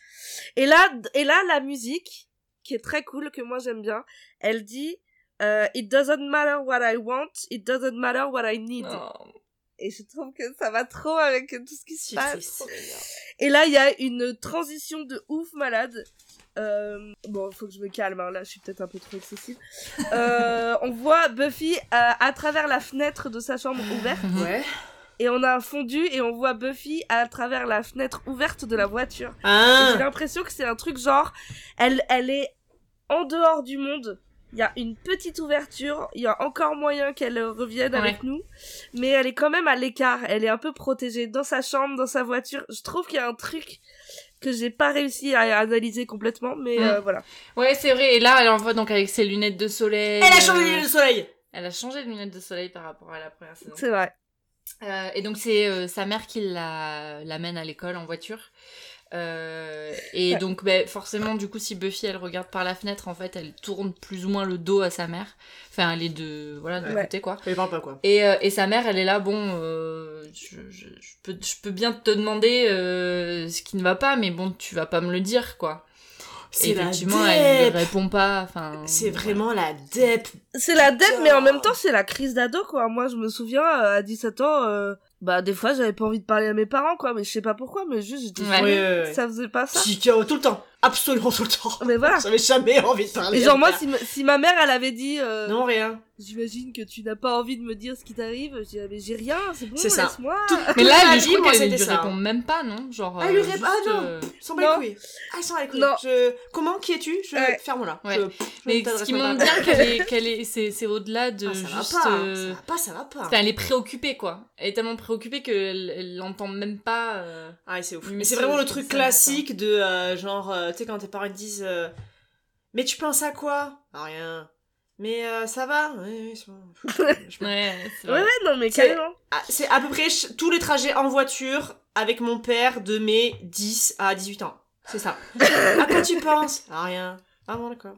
S3: Et là, et là, la musique, qui est très cool, que moi j'aime bien, elle dit euh, It doesn't matter what I want, it doesn't matter what I need.
S2: Ah.
S4: Oh,
S3: Et je trouve que ça va trop avec tout ce qui se
S2: C'est
S3: passe.
S2: triste.
S3: Et là, il y a une transition de ouf malade. Euh, bon, faut que je me calme, hein, là je suis peut-être un peu trop excessive. Euh, on voit Buffy euh, à travers la fenêtre de sa chambre ouverte
S2: Ouais.
S3: et on a un fondu et on voit Buffy à travers la fenêtre ouverte de la voiture. Et J'ai
S2: Hein
S3: l'impression que c'est un truc genre, elle, elle est en dehors du monde. Il y a une petite ouverture, il y a encore moyen qu'elle euh, revienne
S4: Ouais.
S3: avec nous, mais elle est quand même à l'écart, elle est un peu protégée dans sa chambre, dans sa voiture. Je trouve qu'il y a un truc que j'ai pas réussi à analyser complètement, mais
S4: Mm.
S3: euh, voilà.
S4: Ouais, c'est vrai. Et là, elle envoie donc avec ses lunettes de soleil.
S2: Elle a changé
S4: euh,
S2: les lunettes de soleil
S4: Elle a changé de lunettes de soleil par rapport à la première saison.
S3: C'est vrai.
S4: Euh, et donc c'est euh, sa mère qui la- l'amène à l'école en voiture. Euh, et donc ben, forcément du coup si Buffy elle regarde par la fenêtre en fait elle tourne plus ou moins le dos à sa mère. Enfin elle est de voilà d'un
S3: Ouais.
S4: côté quoi.
S2: Elle parle pas quoi.
S4: Et, euh, et sa mère elle est là bon euh, je, je, je peux, je peux bien te demander euh, ce qui ne va pas mais bon tu vas pas me le dire quoi. Et
S2: C'est la
S4: effectivement elle
S2: dep
S4: ne répond pas. Enfin
S2: C'est vraiment la dep
S3: C'est la dette, mais en
S2: Putain.
S3: même temps, c'est la crise d'ado, quoi. Moi, je me souviens, euh, à 17 ans, euh, bah, des fois, j'avais pas envie de parler à mes parents, quoi. Mais je sais pas pourquoi, mais juste, j'étais
S4: Ouais.
S3: saoulée.
S2: Ouais, ouais, ouais.
S3: Ça faisait pas ça.
S2: Chica, tout le temps. Absolument tout le temps.
S3: Mais voilà.
S2: J'avais jamais envie de parler.
S3: Et
S2: à
S3: genre, moi,
S2: ça.
S3: si, ma- si ma mère, elle avait dit, euh,
S2: Non, rien.
S3: j'imagine que tu n'as pas envie de me dire ce qui t'arrive, je dirais, mais j'ai rien, c'est bon,
S2: C'est ça.
S3: laisse-moi.
S2: Tout-
S4: Mais
S2: toute
S4: là
S2: ma
S4: elle,
S2: vie,
S4: je crois
S2: moi,
S4: qu'elle
S2: c'était
S4: lui
S2: ça.
S4: répond même pas non genre.
S2: Ah, elle lui
S4: euh,
S2: répond.
S4: juste,
S2: Ah non,
S4: euh,
S2: s'en bat les
S3: Non.
S2: couilles. Ah, s'en bat les couilles.
S3: Non.
S2: Je... Comment Qui es-tu Je...
S3: Ouais.
S2: Ferme-la.
S4: Ouais.
S2: Je- je ne
S4: Mais
S2: t'adresse
S4: ce qui
S2: même
S4: m'en
S2: pas.
S4: dire qu'elle est, qu'elle est, c'est, c'est au-delà de
S2: Ah, ça
S4: juste.
S2: va pas.
S4: euh,
S2: Ça va pas, ça va pas.
S4: Enfin, elle est préoccupée quoi. Elle est tellement préoccupée qu'elle elle l'entend même pas. euh,
S2: Ah, c'est ouf.
S4: Mais
S2: Mais c'est
S4: ça,
S2: vraiment le
S4: ça,
S2: truc
S4: ça,
S2: classique de euh, genre, euh, tu sais, quand tes parents te disent euh, Mais tu penses à quoi Ah, Rien. Mais euh, ça va Oui, oui, c'est bon. Je peux-
S4: Ouais, c'est
S3: Ouais,
S4: vrai.
S3: ouais, non, mais
S2: C'est-
S3: carrément.
S2: Ah, C'est à peu près ch- tous les trajets en voiture avec mon père de mes 10 à 18 ans. C'est ça. à quoi tu penses À rien. Ah bon, d'accord.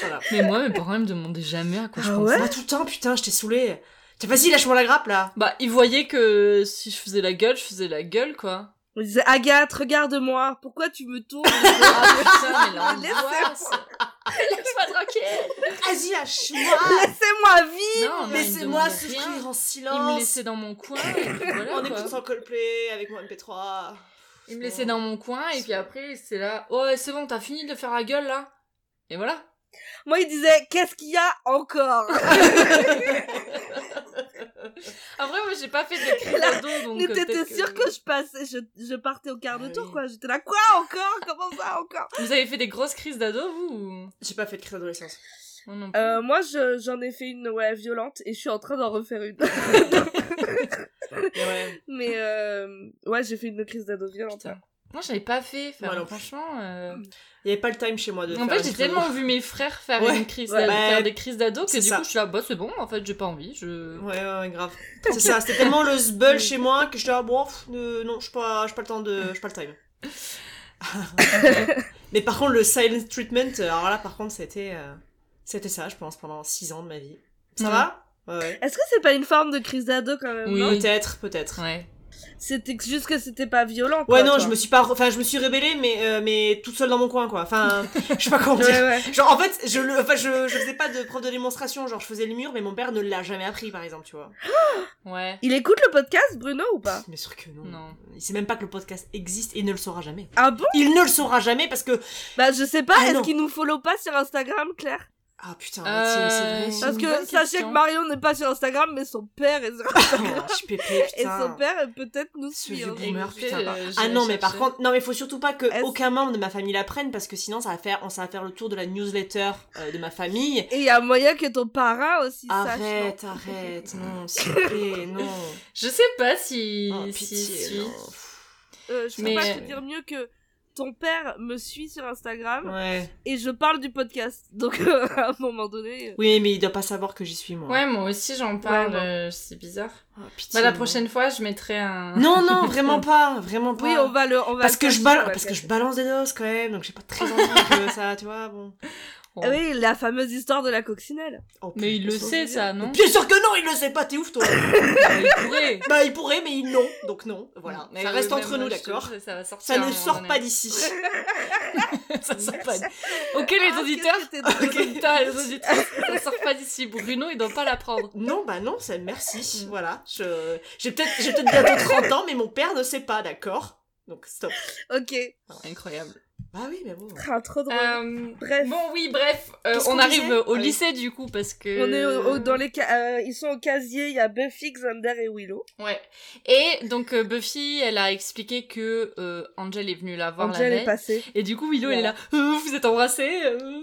S2: voilà.
S4: Mais moi, mes parents ils me demandaient jamais à quoi je
S3: Ah
S4: pensais.
S3: ouais
S2: Moi, tout le temps, putain, je t'ai saoulé. Tiens, Vas-y, lâche-moi la grappe là.
S4: Bah, ils voyaient que si je faisais la gueule, je faisais la gueule quoi.
S3: On disait, Agathe, regarde-moi, pourquoi tu me tournes?
S4: Ah putain, mais l'angoisse.
S3: Laissez-moi.
S4: Laisse-moi tranquille.
S2: Vas-y, lâche-moi.
S3: Laissez-moi vivre!
S4: Non, non, ils me
S2: Ah, Laissez-moi
S4: demandaient rien.
S2: souffrir en silence.
S4: Ils me laissaient dans mon coin. et puis voilà,
S2: On
S4: quoi.
S2: écoute sans Coldplay avec mon MP3.
S4: Ils me laissaient dans mon coin et puis après, c'est là. Oh, c'est bon, t'as fini de faire la gueule là. Et voilà.
S3: Moi, il disait, qu'est-ce qu'il y a encore?
S4: Après, moi, j'ai pas fait de crise
S3: Là,
S4: d'ado, donc.
S3: Mais
S4: euh,
S3: t'étais
S4: peut-être
S3: sûre que je passais, je, je partais au quart de
S2: Ah
S3: tour,
S2: oui.
S3: quoi. J'étais là, quoi encore Comment ça encore
S4: Vous avez fait des grosses crises d'ado, vous
S2: J'ai pas fait de crise d'adolescence.
S4: ou... Moi non plus.
S3: Euh, moi, je- j'en ai fait une, ouais, violente, et je suis en train d'en refaire une.
S2: Mais ouais.
S3: Mais, euh, ouais, j'ai fait une crise d'ado violente. hein.
S4: Putain. Moi, j'avais pas fait. Enfin,
S2: Moi non plus.
S4: franchement. euh,
S2: Il y avait pas le time chez moi de
S4: En
S2: faire
S4: fait,
S2: une
S4: j'ai
S2: crise
S4: tellement vu mes frères faire,
S2: Ouais,
S4: une crise
S2: ouais.
S4: d'ado-
S2: Bah,
S4: faire des crises d'ado que
S2: c'est
S4: du
S2: ça.
S4: coup, je suis là, bah, c'est bon, en fait, j'ai pas envie. Je...
S2: Ouais, ouais, ouais, grave. C'est ça, c'était tellement le zbeul chez moi que j'étais là, bon, pff, euh, non, j'ai pas, j'ai pas le temps de. j'ai pas le time. Mais par contre, le silent treatment, euh, alors là, par contre, c'était. euh, c'était ça, je pense, pendant 6 ans de ma vie. Ça
S4: Ouais.
S2: va Ouais, ouais.
S3: Est-ce que c'est pas une forme de crise d'ado, quand même
S4: Oui.
S3: non
S2: Peut-être, peut-être. Ouais,
S4: Ouais.
S3: C'était que- juste que c'était pas violent, quoi,
S2: non,
S3: toi.
S2: je me suis pas. re- Enfin, je me suis rébellée, mais, euh, mais toute seule dans mon coin, quoi. Enfin, je sais pas comment dire.
S3: Ouais, ouais.
S2: Genre, en fait, je, le, enfin, je, je faisais pas de preuve de démonstration, genre, je faisais le mur, mais mon père ne l'a jamais appris, par exemple, tu vois.
S4: Ouais.
S3: Il écoute le podcast, Bruno, ou pas
S2: Mais sûr que non.
S4: Non.
S2: Il sait même pas que le podcast existe et il ne le saura jamais.
S3: Ah bon
S2: Il ne le saura jamais parce que.
S3: Bah, je sais pas,
S2: Ah, non.
S3: est-ce qu'il nous follow pas sur Instagram, Claire
S2: Ah putain,
S4: Euh,
S2: c'est- c'est
S4: ça-
S2: vrai.
S3: Parce
S4: une
S3: que
S4: bonne
S3: sachez que
S4: question.
S3: Marion n'est pas sur Instagram, mais son père est sur
S2: Oh, je suis pépé,
S3: Et
S2: putain.
S3: son père euh, peut-être nous
S2: Ce
S3: suit.
S2: vieux
S3: hein.
S2: bouc. Boomer,
S4: Écoutez,
S2: putain.
S4: euh,
S2: Ah
S4: j'ai
S2: non, mais par
S4: cherché.
S2: contre, non, mais faut surtout pas que
S3: Est-ce-
S2: aucun membre de ma famille l'apprenne parce que sinon, ça va faire, on ça va faire le tour de la newsletter euh, de ma famille.
S3: Et il y a moyen que ton parrain aussi sache. non
S2: Arrête, arrête, non, s'il te plaît, non.
S4: Je sais pas si.
S2: Oh,
S4: si-
S2: pitié,
S4: si.
S2: non.
S3: Euh, je peux
S4: Mais-
S3: pas te dire mieux que ton père me suit sur Instagram
S2: Ouais.
S3: et je parle du podcast. Donc euh, à un moment donné. euh,
S2: Oui, mais il doit pas savoir que j'y suis, moi.
S4: Ouais, moi aussi, j'en parle.
S3: moi.
S4: euh, c'est bizarre.
S2: Oh, pitié,
S4: Bah, la
S2: non.
S4: prochaine fois, je mettrai un.
S2: Non, non, vraiment pas, vraiment pas.
S3: Oui, on va le. On va
S2: Parce
S3: le
S2: que, je
S3: cacher, on
S2: balance,
S3: va le
S2: parce que je
S3: cacher.
S2: balance des doses quand même, donc j'ai pas très envie que ça, tu vois, bon.
S4: Bon.
S3: Ah Oui, la fameuse histoire de la coccinelle.
S2: Oh,
S4: Mais il le
S2: putain.
S4: sait, ça, non
S2: Bien sûr que non, il le sait pas, t'es ouf toi
S4: Bah, Il pourrait.
S2: Bah il pourrait, mais il non, donc non, voilà.
S4: Mais
S2: ça
S4: euh,
S2: reste
S4: même
S2: entre
S4: moi,
S2: nous,
S4: je te
S2: d'accord
S4: jure, Ça, va sortir
S2: Ça
S4: à un
S2: ne
S4: moment
S2: sort
S4: donné.
S2: pas d'ici.
S4: ça sort pas d'ici. Ok, les
S3: Ah,
S4: auditeurs.
S3: qu'est-ce que t'es drôle.
S4: Les auditeurs, les auditrices, ça sort pas d'ici. Bruno, il doit pas l'apprendre.
S2: Non, bah non,
S4: Mm.
S2: ça, merci, voilà. Je... J'ai peut-être peut bientôt 30 ans, mais mon père ne sait pas, d'accord Donc stop.
S3: Ok.
S4: Incroyable.
S2: Bah oui, mais bon.
S3: Ah, trop drôle.
S4: Euh,
S3: Bref.
S4: Bon, oui, bref, euh,
S2: Qu'est-ce
S4: on
S2: qu'on
S4: arrive
S2: disait
S4: au
S2: Oui.
S4: lycée du coup parce que.
S3: On est au- au- dans les ca- euh, ils sont au casier, il y a Buffy, Xander et Willow.
S4: Ouais. Et donc euh, Buffy, elle a expliqué que euh, Angel est venue la voir la
S3: Angel
S4: veille.
S3: est passée.
S4: Et du coup, Willow, elle est là, Euh, vous êtes embrassés euh.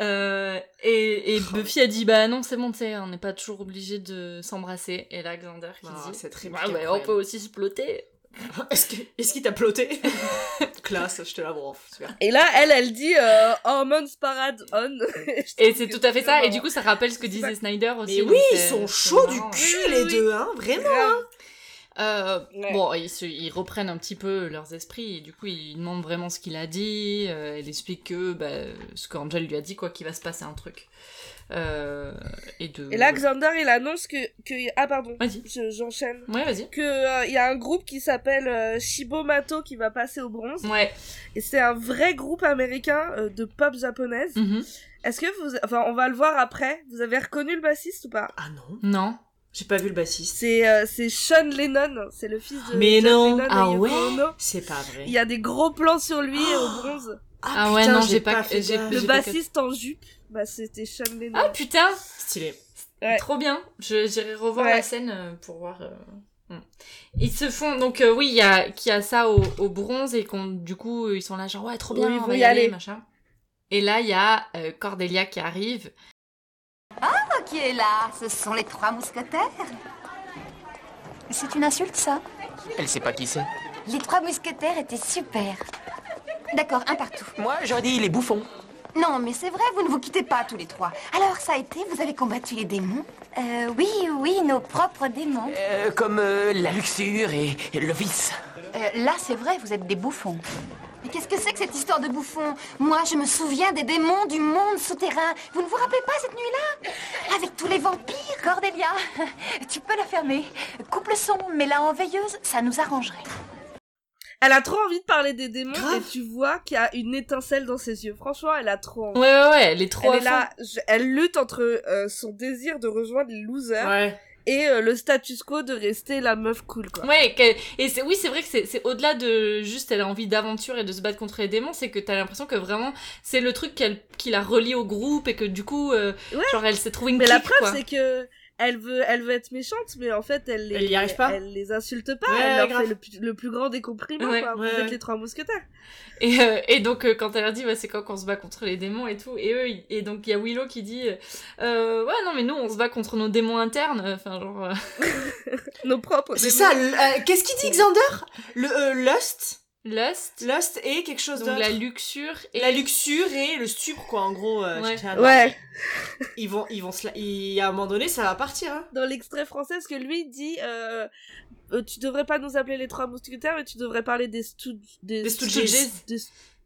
S4: Euh, Et, et Buffy a dit, bah non, c'est bon, tu sais, on n'est pas toujours obligé de s'embrasser. Et là, Xander qui
S2: Ah,
S4: dit,
S2: cette réplique
S4: bah, ouais, on
S2: incroyable.
S4: peut aussi se ploter.
S2: Est-ce que- est-ce qu'il t'a ploté Classe, je te la branche. super.
S3: Et là, elle, elle dit euh, Hormones Parade On. Je
S4: Et
S3: trouve
S4: c'est
S3: que
S4: tout à fait
S3: c'est
S4: ça. Et
S3: marrant.
S4: du coup, ça rappelle ce que
S3: Je sais pas.
S4: disait Snyder aussi.
S2: Mais
S4: donc
S2: oui, ils
S4: c'est-
S2: sont
S4: c'est
S2: chauds du
S4: marrant.
S2: cul
S3: Oui,
S2: les
S3: oui.
S2: deux, hein, vraiment.
S3: Grave.
S4: Euh,
S3: Ouais.
S4: Bon, ils, se- ils reprennent un petit peu leurs esprits et du coup ils demandent vraiment ce qu'il a dit. euh, elle explique que bah, ce qu'Angel lui a dit, quoi, qu'il va se passer un truc. Euh, et de.
S3: Et là, Xander, il annonce que. que... Ah, pardon.
S4: Vas-y.
S3: Je- J'enchaîne.
S4: Ouais, vas-y.
S3: que euh, il y a un groupe qui s'appelle euh, Shibomato qui va passer au bronze
S4: Ouais.
S3: et c'est un vrai groupe américain euh, de pop japonaise.
S4: Mhm.
S3: Est-ce que vous enfin on va le voir après, vous avez reconnu le bassiste ou pas
S2: Ah non,
S4: Non.
S2: j'ai pas vu le bassiste.
S3: C'est euh, c'est Sean Lennon, c'est le fils de
S2: Mais
S3: John
S2: non.
S3: Lennon et
S4: Ah
S3: Yoko
S4: ouais
S3: Ono.
S2: C'est pas vrai.
S3: Il y a des gros plans sur lui au bronze.
S4: Ah ouais, non, j'ai pas-
S2: fait
S4: j'ai-
S2: gaffe.
S3: Le
S4: j'ai-
S3: bassiste en jupe, bah c'était Sean Lennon.
S4: Ah putain
S2: Stylé.
S3: Ouais.
S4: Trop bien. Je- J'irai revoir
S3: Ouais.
S4: la scène euh, pour voir. euh, hmm. Ils se font donc euh, oui il y a qui a ça au, au bronze et qu'on du coup euh, ils sont là genre ouais trop bien
S3: Oui,
S4: on
S3: vous
S4: va
S3: y
S4: y aller
S3: allez.
S4: machin. Et là il y a euh, Cordelia qui arrive
S5: Qui est là Ce sont les trois mousquetaires. C'est une insulte, ça
S7: Elle sait pas qui c'est.
S5: Les trois mousquetaires étaient super. D'accord, un partout.
S7: Moi, j'aurais dit les bouffons.
S5: Non, mais c'est vrai, vous ne vous quittez pas tous les trois. Alors, ça a été Vous avez combattu les démons Euh, oui, oui, nos propres démons.
S7: Euh, comme euh, la luxure et, et le vice.
S5: Euh, là, c'est vrai, vous êtes des bouffons. Mais qu'est-ce que c'est que cette histoire de bouffons Moi, je me souviens des démons du monde souterrain. Vous ne vous rappelez pas cette nuit-là Avec tous les vampires Cordélia, tu peux la fermer. Coupe le son, mets-la en veilleuse, ça nous arrangerait.
S3: Elle a trop envie de parler des démons
S2: Grave.
S3: et tu vois qu'il y a une étincelle dans ses yeux. Franchement, elle a trop envie.
S4: ouais ouais ouais elle est trop
S3: Elle
S4: à
S3: est là, je- elle lutte entre euh, son désir de rejoindre les losers
S2: Ouais.
S3: et euh, le status quo de rester la meuf cool quoi.
S4: Ouais, qu'elle- et c'est oui, c'est vrai que c'est c'est au-delà de juste elle a envie d'aventure et de se battre contre les démons, c'est que t'as l'impression que vraiment c'est le truc qu'elle qui la relie au groupe et que du coup euh,
S3: Ouais.
S4: genre elle s'est trouvée une
S3: Mais la
S4: clique, quoi.
S3: preuve c'est que elle veut elle veut être méchante mais en fait elle les
S2: Elle y arrive pas.
S3: elle les insulte pas,
S2: Ouais,
S3: elle leur
S2: grave.
S3: fait le, pu- le plus grand des compliments
S4: Ouais,
S3: quoi. Vous
S2: ouais,
S3: êtes
S2: ouais.
S3: les trois mousquetaires.
S4: Et, euh, et donc euh, quand elle leur dit bah, c'est quand qu'on se bat contre les démons et tout et eux ils- et donc il y a Willow qui dit euh, Euh, ouais non mais nous on se bat contre nos démons internes enfin genre euh,
S3: Nos propres
S2: C'est
S3: démons.
S2: ça. l- euh, Qu'est-ce qu'il dit, Xander Le euh, lust,
S4: lust
S2: lust et quelque chose
S4: donc
S2: d'autre.
S4: la luxure et
S2: La luxure et le stupre quoi en gros euh,
S4: Ouais.
S2: j'étais là,
S3: Ouais,
S2: ils vont ils vont se la- il- à un moment donné ça va partir hein.
S3: dans l'extrait français ce que lui dit euh, euh, tu devrais pas nous appeler les trois mousquetaires mais tu devrais parler des Stoo- des
S2: Des Stooges.
S3: des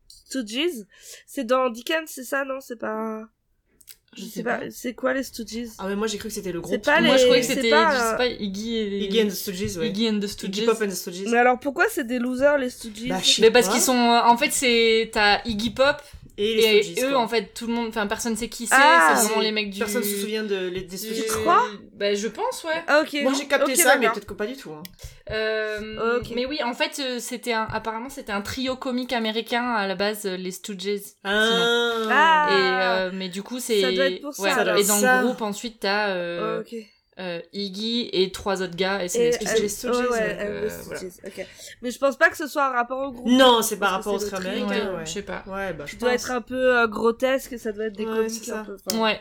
S3: Stooges. C'est dans Dickens, c'est ça non, c'est pas
S4: je sais
S3: pas,
S4: pas,
S3: c'est quoi les Stooges
S2: Ah mais moi j'ai cru que c'était le groupe.
S3: C'est pas
S4: moi je
S3: les-
S4: croyais que
S3: c'est
S4: c'était
S3: pas,
S4: je sais
S3: euh,
S4: pas Iggy et
S2: Iggy and the Stooges ouais.
S4: Iggy and the Stooges.
S2: Iggy Pop and the Stooges.
S3: Mais alors pourquoi c'est des losers les Stooges
S2: Bah, je sais
S4: mais parce
S2: pas.
S4: qu'ils sont euh, en fait c'est t'as Iggy Pop
S2: et les
S4: Et
S2: Stooges,
S4: eux,
S2: quoi.
S4: en fait, tout le monde, enfin, personne sait qui c'est,
S3: Ah,
S4: c'est vraiment
S2: C'est-
S4: les mecs du.
S2: Personne se souvient de les- des
S4: du-
S2: Stooges.
S3: Tu crois
S4: Bah, je pense, ouais.
S3: Ah, ok.
S2: Moi j'ai capté
S3: Ok,
S2: ça mais
S3: d'accord.
S2: peut-être que pas du tout hein.
S4: Euh,
S3: Ok.
S4: Mais oui, en fait, euh, c'était un, apparemment, c'était un trio comique américain à la base, euh, les Stooges. sinon.
S3: Ah.
S4: Et, euh, mais du coup, c'est.
S3: Ça doit être pour ça,
S4: ouais,
S2: alors.
S4: Et dans
S2: Ça.
S4: le groupe, ensuite, t'as euh,
S3: Ok.
S4: euh, Iggy et trois autres gars, et c'est
S3: Et
S4: les
S3: elle-
S4: Stooges.
S2: les Stooges,
S3: ouais, ouais,
S2: donc,
S3: elle
S4: euh,
S3: veut Stooges,
S4: voilà.
S3: ok. Mais je pense pas que ce soit un rapport au groupe.
S2: Non, c'est par
S3: Parce que
S2: rapport au
S3: c'est
S2: train
S3: le
S4: Ouais,
S3: truc,
S2: américain. Ouais,
S4: je sais pas.
S2: Ouais, bah je
S3: Ça doit
S2: pense.
S3: être un peu euh, grotesque, ça doit être des
S2: Ouais,
S3: comiques
S2: c'est ça.
S3: un peu. enfin,
S4: Ouais.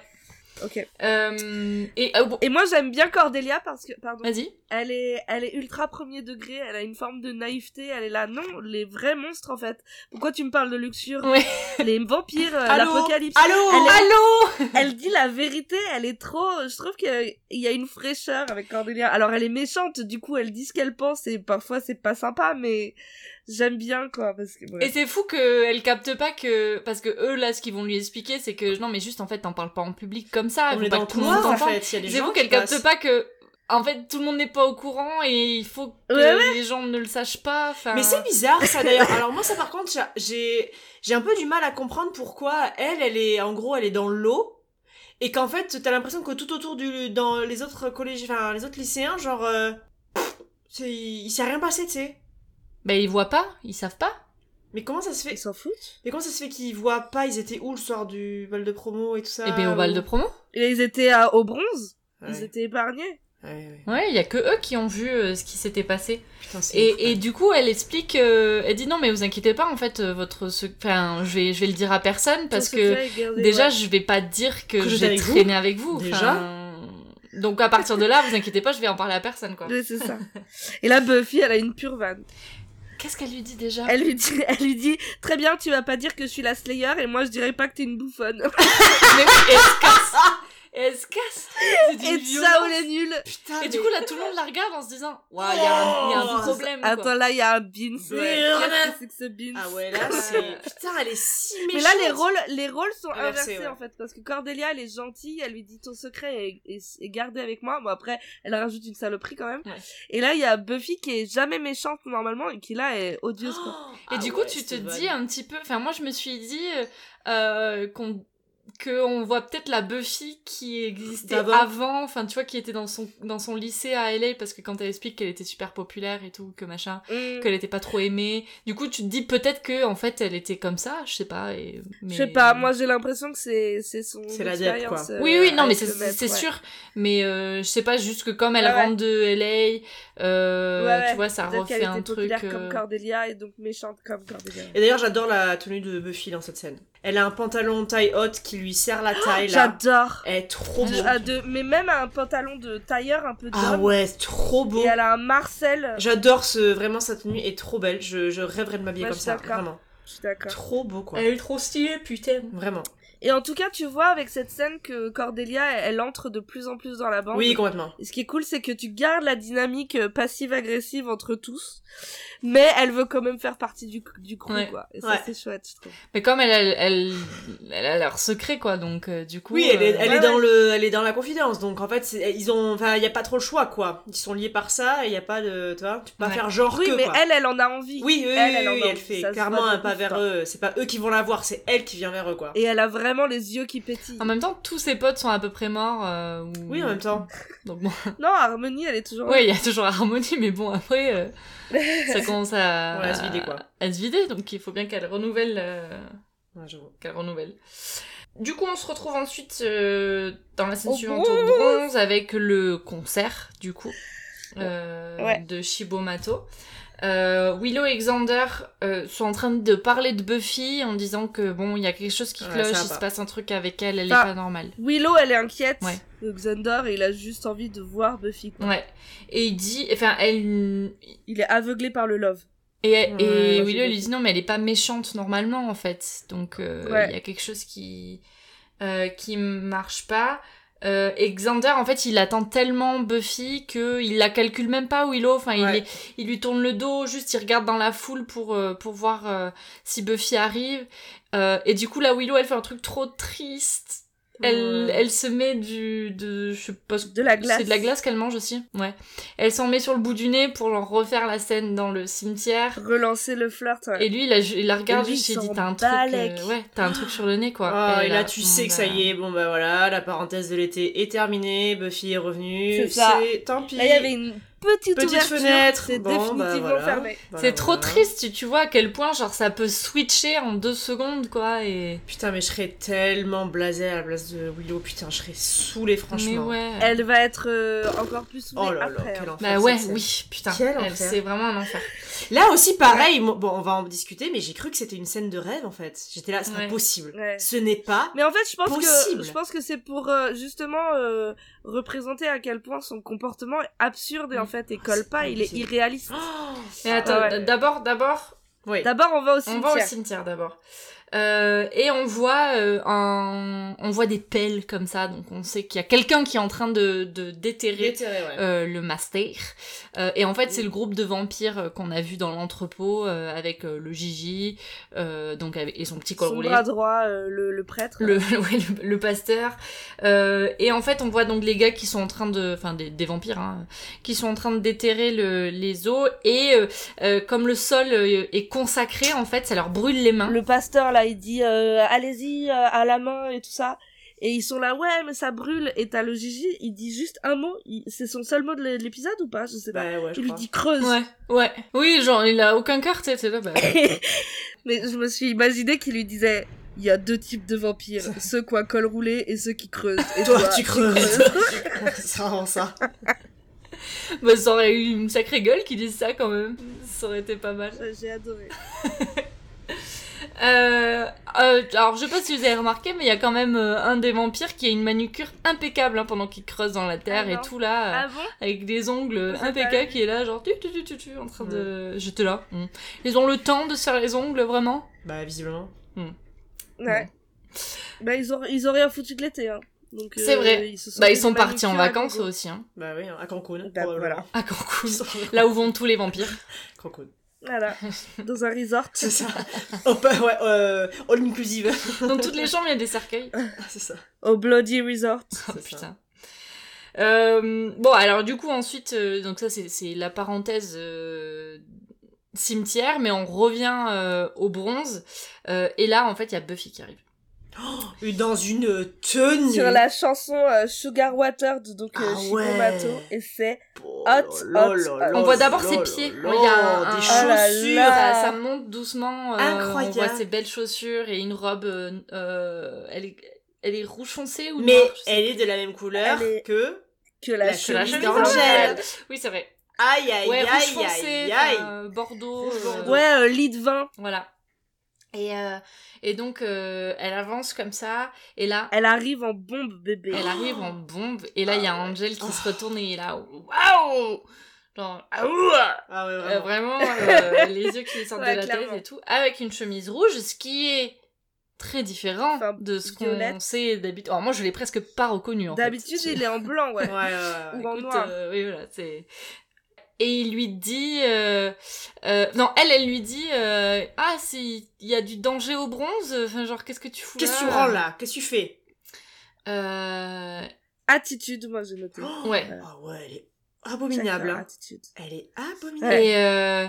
S3: Ok.
S4: Euh, et ah, bon,
S3: Et moi j'aime bien Cordelia parce que pardon,
S4: vas-y.
S3: elle est elle est ultra premier degré, elle a une forme de naïveté, elle est là non, les vrais monstres en fait. Pourquoi tu me parles de luxure
S4: Ouais.
S3: Les vampires, euh,
S2: Allô
S3: l'apocalypse.
S2: Allô
S4: Allô
S3: Elle dit la vérité, elle est trop je trouve qu'il y a une fraîcheur avec Cordelia. Alors elle est méchante, du coup elle dit ce qu'elle pense et parfois c'est pas sympa mais j'aime bien quoi parce que bref.
S4: Et c'est fou qu'elle capte pas que. Parce que eux, là, ce qu'ils vont lui expliquer, c'est que non, mais juste en fait, t'en parles pas en public comme ça.
S2: On
S4: faut
S2: est
S4: Ah, pas
S2: dans le
S4: que tout le monde
S2: couloir en
S4: t'entende.
S2: fait, il y a des
S4: C'est
S2: gens
S4: fou
S2: qui
S4: qu'elle capte
S2: passent.
S4: pas que. En fait, tout le monde n'est pas au courant et il faut que
S3: Ouais,
S4: les gens ne le sachent pas. enfin-
S2: Mais c'est bizarre ça d'ailleurs. Alors moi ça par contre j'a- j'ai j'ai un peu du mal à comprendre pourquoi elle elle est en gros elle est dans l'eau et qu'en fait t'as l'impression que tout autour du dans les autres collèges enfin les autres lycéens genre euh, pff, c'est- il s'est rien passé tu sais.
S4: Ben ils voient pas, ils savent pas.
S2: Mais comment ça se fait
S3: Ils s'en foutent.
S2: Mais comment ça se fait qu'ils voient pas Ils étaient où le soir du bal de promo et tout ça
S4: et ben au bal de promo.
S3: Et ils étaient à- au bronze. Ils
S2: Ouais,
S3: étaient épargnés.
S2: ouais, ouais.
S4: Ouais, il y a que eux qui ont vu euh, ce qui s'était passé.
S2: Putain, c'est ouf,
S4: Et,
S2: ouais.
S4: et du coup, elle explique, euh, elle dit non, mais vous inquiétez pas, en fait, euh, votre, sec- enfin, je vais, je vais le dire à personne parce
S3: Tout
S4: que
S3: secret est gardé,
S4: déjà,
S3: ouais.
S4: je vais pas dire que,
S2: Que j'étais
S4: j'ai
S2: avec vous,
S4: traîné avec vous.
S2: déjà.
S4: enfin, Donc à partir de là, vous inquiétez pas, je vais en parler à personne, quoi.
S3: Ouais, c'est ça. Et là, Buffy, elle a une pure vanne.
S4: Qu'est-ce qu'elle lui dit déjà
S3: Elle lui dit, elle lui dit, très bien, tu vas pas dire que je suis la Slayer et moi je dirais pas que t'es une bouffonne.
S4: Mais oui, et elle se casse. Et elle se casse. C'est d'une
S3: et ça, on
S4: violence.
S3: est nul.
S2: Putain,
S4: Et
S2: mais-
S4: du coup, là, tout le monde la regarde en se disant, waouh, il y, a un- il y a un problème. quoi.
S3: Oh Attends, là, il y a un Beans.
S2: Ouais.
S3: Ouais. Qu'est-ce que c'est que ce Beans
S2: Ah ouais, là, c'est. Putain, elle est si méchante.
S3: Mais là, les rôles, les rôles sont
S2: Inversés,
S3: inversés,
S2: ouais.
S3: en fait. Parce que Cordelia, elle est gentille, elle lui dit ton secret est, est- est gardé avec moi. Bon, après, elle rajoute une saloperie quand même.
S4: Ouais.
S3: Et là, il y a Buffy qui est jamais méchante normalement et qui là est odieuse. Quoi.
S4: Et
S2: Ah
S4: du coup, tu te dis un petit peu. Enfin, moi, je me suis dit euh, euh, qu'on qu'on voit peut-être la Buffy qui existait
S2: D'avant.
S4: avant, enfin tu vois, qui était dans son, dans son lycée à LA, parce que quand elle explique qu'elle était super populaire et tout, que machin,
S3: Mm.
S4: qu'elle était pas trop aimée, du coup tu te dis peut-être que en fait elle était comme ça, je sais pas. Et, mais...
S3: Je sais pas, moi j'ai l'impression que c'est c'est son
S2: C'est l'adepte,
S3: expérience, euh,
S4: Oui, oui, non, mais
S3: avec
S4: c'est
S3: le maître,
S4: c'est
S3: ouais.
S4: sûr. Mais euh, je sais pas, juste que comme elle
S3: Ouais, ouais.
S4: rentre de LA, euh,
S3: Ouais, ouais.
S4: tu vois, ça
S3: Peut-être qu'elle
S4: refait un
S3: était
S4: truc.
S3: populaire comme
S4: euh,
S3: Cordelia et donc méchante comme Cordelia.
S2: Et d'ailleurs, j'adore la tenue de Buffy dans cette scène. Elle a un pantalon taille haute qui lui serre la taille là.
S3: J'adore.
S2: Elle est trop beau.
S3: Je- à deux- mais même un pantalon de tailleur un peu
S2: Ah
S3: d'homme.
S2: ouais, c'est trop beau.
S3: Et elle a un Marcel.
S2: J'adore ce. Vraiment, sa tenue est trop belle. Je, je rêverais de m'habiller
S3: Ouais,
S2: comme
S3: je suis
S2: ça.
S3: d'accord.
S2: Vraiment.
S3: Je suis d'accord.
S2: Trop beau quoi.
S4: est trop stylée, putain.
S2: Vraiment.
S3: Et en tout cas, tu vois avec cette scène que Cordelia, elle, elle entre de plus en plus dans la bande.
S2: Oui, complètement.
S3: Et ce qui est cool, c'est que tu gardes la dynamique euh, passive-agressive entre tous, mais elle veut quand même faire partie du, du crew,
S4: Ouais.
S3: quoi. Et ça,
S2: Ouais.
S3: c'est chouette, je trouve.
S4: Mais comme elle, elle, elle, elle a leur secret, quoi, donc euh, du coup.
S2: Oui, elle est,
S4: euh,
S2: elle
S3: ouais,
S2: est dans
S3: ouais.
S2: le, elle est dans la confidence. Donc en fait, c'est- ils ont, enfin, il y a pas trop le choix quoi. Ils sont liés par ça et il y a pas de, tu vois, tu peux pas
S4: Ouais.
S2: faire genre
S3: Oui,
S2: que.
S3: mais
S2: quoi.
S3: elle, elle en a envie.
S2: oui, oui,
S3: elle,
S2: oui,
S3: elle en
S2: oui,
S3: a
S2: elle
S3: envie,
S2: fait
S3: ça se
S2: clairement
S3: voit
S2: un
S3: de
S2: pas
S3: ouf,
S2: vers
S3: quoi.
S2: eux. C'est pas eux qui vont la voir, c'est elle qui vient vers eux quoi.
S3: Et elle a vraiment les yeux qui pétillent.
S4: En
S2: Ah,
S4: même temps, tous ses potes sont à peu près morts. euh, ou-
S2: Oui, en même temps.
S4: Donc bon,
S3: Non, Harmony, elle est toujours.
S4: ouais, il y a toujours harmonie, mais bon, après, euh, ça commence à,
S2: Ouais, à se vider, quoi.
S4: à se vider, donc il faut bien qu'elle renouvelle. euh,
S2: Ouais, je vois.
S4: qu'elle renouvelle. Du coup, on se retrouve ensuite euh, dans la scène
S3: Au
S4: suivante au bronze avec le concert, du coup, euh,
S3: Ouais.
S4: de Shibomato. Euh, Willow et Xander euh, sont en train de parler de Buffy en disant que bon, il y a quelque chose qui
S2: Ouais,
S4: cloche,
S2: ça va
S4: il se
S2: pas.
S4: passe un truc avec elle, elle est
S3: Ah.
S4: pas normale.
S3: Willow, elle est inquiète.
S4: Ouais.
S3: de Xander, il a juste envie de voir Buffy. quoi.
S4: Ouais. Et il dit, enfin, elle.
S3: Il est aveuglé par le love.
S4: Et, et
S2: Ouais,
S4: Willow
S2: c'est
S4: lui dit non, mais elle est pas méchante normalement en fait. Donc euh, il
S3: Ouais.
S4: y a quelque chose qui euh, qui marche pas. Euh, et Xander en fait il attend tellement Buffy que il la calcule même pas Willow. Enfin il
S2: Ouais.
S4: est- il lui tourne le dos, juste il regarde dans la foule pour euh, pour voir euh, si Buffy arrive. Euh, et du coup la Willow elle fait un truc trop triste. Elle,
S2: Ouais.
S4: elle se met du de je sais pas ce-
S3: De la glace.
S4: c'est de la glace qu'elle mange aussi ouais elle s'en met sur le bout du nez pour genre refaire la scène dans le cimetière
S3: Relancer le flirt. ouais.
S4: et lui, il, a, ju- il la regarde
S3: Et lui,
S4: juste,
S3: il
S4: il dit
S3: s'en
S4: T'as un truc.
S3: bat
S4: euh,
S3: les-
S4: ouais, t'as un truc sur le nez, quoi.
S2: Ah,
S4: Et
S2: et là, tu
S4: bon,
S2: sais que
S4: bah,
S2: ça y est, bon bah voilà, la parenthèse de l'été est terminée, Buffy est revenue,
S3: C'est ça.
S2: tant pis.
S3: Là, il y avait une petite,
S2: Petite
S3: ouverture,
S2: fenêtre,
S3: C'est
S2: bon, bah,
S3: définitivement
S2: voilà.
S3: fermé.
S2: Voilà,
S4: C'est trop
S2: voilà.
S4: triste, tu, tu vois à quel point, genre, ça peut switcher en deux secondes, quoi. Et...
S2: Putain, mais je serais tellement blasée à la place de Willow, putain, je serais saoulée
S4: Mais
S2: franchement.
S4: ouais.
S3: Elle va être euh, encore plus soudée
S2: Oh là là,
S3: après.
S2: quel
S3: hein.
S2: enfer.
S4: Bah ouais,
S2: cette scène.
S4: oui, putain.
S2: Quel
S4: elle,
S2: enfer.
S4: C'est vraiment un enfer.
S2: Là aussi, pareil, moi- bon, on va en discuter, mais j'ai cru que c'était une scène de rêve en fait. J'étais là, c'est
S4: Ouais.
S2: impossible.
S3: Ouais.
S2: Ce n'est pas.
S3: Mais en fait, je pense
S2: Possible.
S3: que je pense que c'est pour euh, justement euh, représenter à quel point son comportement est absurde et en fait, il colle
S2: c'est
S3: pas, il est
S2: impossible.
S3: irréaliste.
S4: Mais attends,
S3: ouais.
S4: d'abord, d'abord,
S2: Oui.
S3: D'abord, on va au
S4: On
S3: cimetière.
S4: va au cimetière d'abord. Euh, et on voit euh, un... on voit des pelles comme ça, donc on sait qu'il y a quelqu'un qui est en train de, de déterrer euh, le master. Euh, et en fait, c'est le groupe de vampires euh, qu'on a vu dans l'entrepôt euh, avec euh, le Gigi, euh, donc avec, et son petit col
S3: Son
S4: roulé.
S3: bras droit, euh, le, le prêtre.
S4: Le, ouais, le, le pasteur. Euh, et en fait, on voit donc les gars qui sont en train de. Enfin, des, des vampires, hein, qui sont en train de déterrer le- les os. Et euh, euh, comme le sol euh, est consacré, en fait, ça leur brûle les mains.
S3: Le pasteur là, il dit euh, allez-y euh, à la main et tout ça. Et ils sont là, ouais, mais ça brûle. Et t'as le Gigi, il dit juste un mot. Il- C'est son seul mot de l'é- de l'épisode ou pas Je sais pas.
S2: Bah ouais, je
S3: il lui
S2: crois.
S3: dit creuse.
S4: Ouais, ouais. Oui, genre, il a aucun cœur, tu sais, t'es là, bah...
S3: Mais je me suis imaginé qu'il lui disait il y a deux types de vampires, ceux qui ont un col roulé et ceux qui creusent. Et
S2: Toi, tu creuses. C'est vraiment ça.
S4: bah, ça aurait eu une sacrée gueule qu'ils disent ça, quand même. Ça aurait été pas mal.
S3: J'ai adoré.
S4: Euh, euh, alors, je sais pas si vous avez remarqué, mais il y a quand même euh, un des vampires qui a une manucure impeccable hein, pendant qu'il creuse dans la terre
S3: Ah
S4: et
S3: non.
S4: tout là, euh,
S3: Ah bon
S4: avec des ongles
S3: Vous avez pas
S4: impeccables
S3: vu
S4: qui est là, genre tu tu tu tu tu en train de. J'étais là. mm. Ils ont le temps de se faire les ongles vraiment.
S2: Bah, visiblement.
S3: Ouais. Bah, ils ont, ils ont rien foutu de l'été. Hein. Donc, euh,
S4: C'est vrai.
S3: se
S4: Bah, ils
S3: fait
S4: sont
S3: une
S4: partis en
S3: manucure à
S4: vacances
S3: gogo.
S4: aussi. Hein.
S2: Bah oui, à Cancun.
S3: Bah,
S2: probablement.
S4: À Cancun.
S2: Ils sont à
S4: Là où vont tous les vampires.
S2: Cancun.
S3: Voilà. Dans un resort.
S2: C'est ça. Oh, bah, ouais, euh, all inclusive.
S4: Dans toutes les chambres, il y a des cercueils.
S2: C'est ça.
S3: Au Bloody Resort.
S4: Oh,
S2: C'est ça.
S4: putain. Euh, bon, alors du coup, ensuite, euh, donc ça, c'est c'est la parenthèse euh, cimetière, mais on revient euh, au bronze. Euh, et là, en fait, il y a Buffy qui arrive.
S2: Et Dans une tenue.
S3: Sur la chanson euh, Sugar Water de donc, euh,
S2: Ah
S3: Chico
S2: ouais.
S3: Mato. Et c'est.
S2: Oh
S3: Hot,
S2: là là
S3: hot, hot.
S2: là
S4: on voit
S2: là
S4: d'abord
S2: là
S4: ses
S2: là
S4: pieds.
S2: là.
S4: Il y a un-
S2: des
S3: Ah là
S2: chaussures.
S3: là.
S4: Ça, ça monte doucement. euh, On
S2: Incroyable.
S4: voit ses belles chaussures et une robe. euh, euh, elle, est, elle est rouge foncé ou
S2: Mais
S4: noire, je sais
S2: elle
S4: plus.
S2: est de la même couleur
S3: Elle est-
S2: que
S3: Que la,
S4: Bah,
S2: La
S3: chemise
S2: chemise
S3: d'Angèle.
S4: hein.
S2: d'Angèle.
S4: Oui, c'est vrai.
S2: Aïe aïe
S4: Ouais, rouge
S2: aïe
S4: foncé,
S2: aïe aïe.
S4: enfin, Bordeaux.
S2: Rouge
S4: euh,
S2: Bordeaux.
S3: Ouais, euh, lit de vin.
S4: Voilà. Et, euh, et donc, euh, elle avance comme ça, et là,
S3: Elle arrive en bombe bébé.
S4: elle arrive en bombe, et là, il y a
S2: Ah ouais.
S4: Angel qui
S2: Oh.
S4: se retourne et il est là, waouh Genre, ah ouah
S2: Ah ouais,
S4: Euh,
S2: vraiment.
S4: Vraiment, euh, les yeux qui lui sortent
S3: Ouais,
S4: de la
S3: clairement.
S4: tête et tout, avec une chemise rouge, ce qui est très différent
S3: Enfin,
S4: de ce qu'on
S3: violette.
S4: sait d'habitude. Alors, moi, je l'ai presque pas reconnu, en fait.
S3: D'habitude, il est en blanc, ouais.
S2: Ouais, ouais, ouais.
S3: Ou en
S4: Écoute,
S3: noir.
S4: euh, oui, voilà, c'est... Et il lui dit... euh, euh, non, elle, elle lui dit... euh, ah, c'est- il y a du danger au bronze Enfin, genre, qu'est-ce que tu fous
S2: Qu'est-ce que tu
S4: là
S2: rends là Qu'est-ce que tu fais
S4: Euh,
S3: Attitude, moi j'ai noté.
S2: Oh,
S4: Ouais.
S2: Ah ouais, elle est
S3: Chacun
S2: abominable. hein.
S3: Attitude.
S2: Elle est abominable.
S3: Ouais.
S4: Et... euh,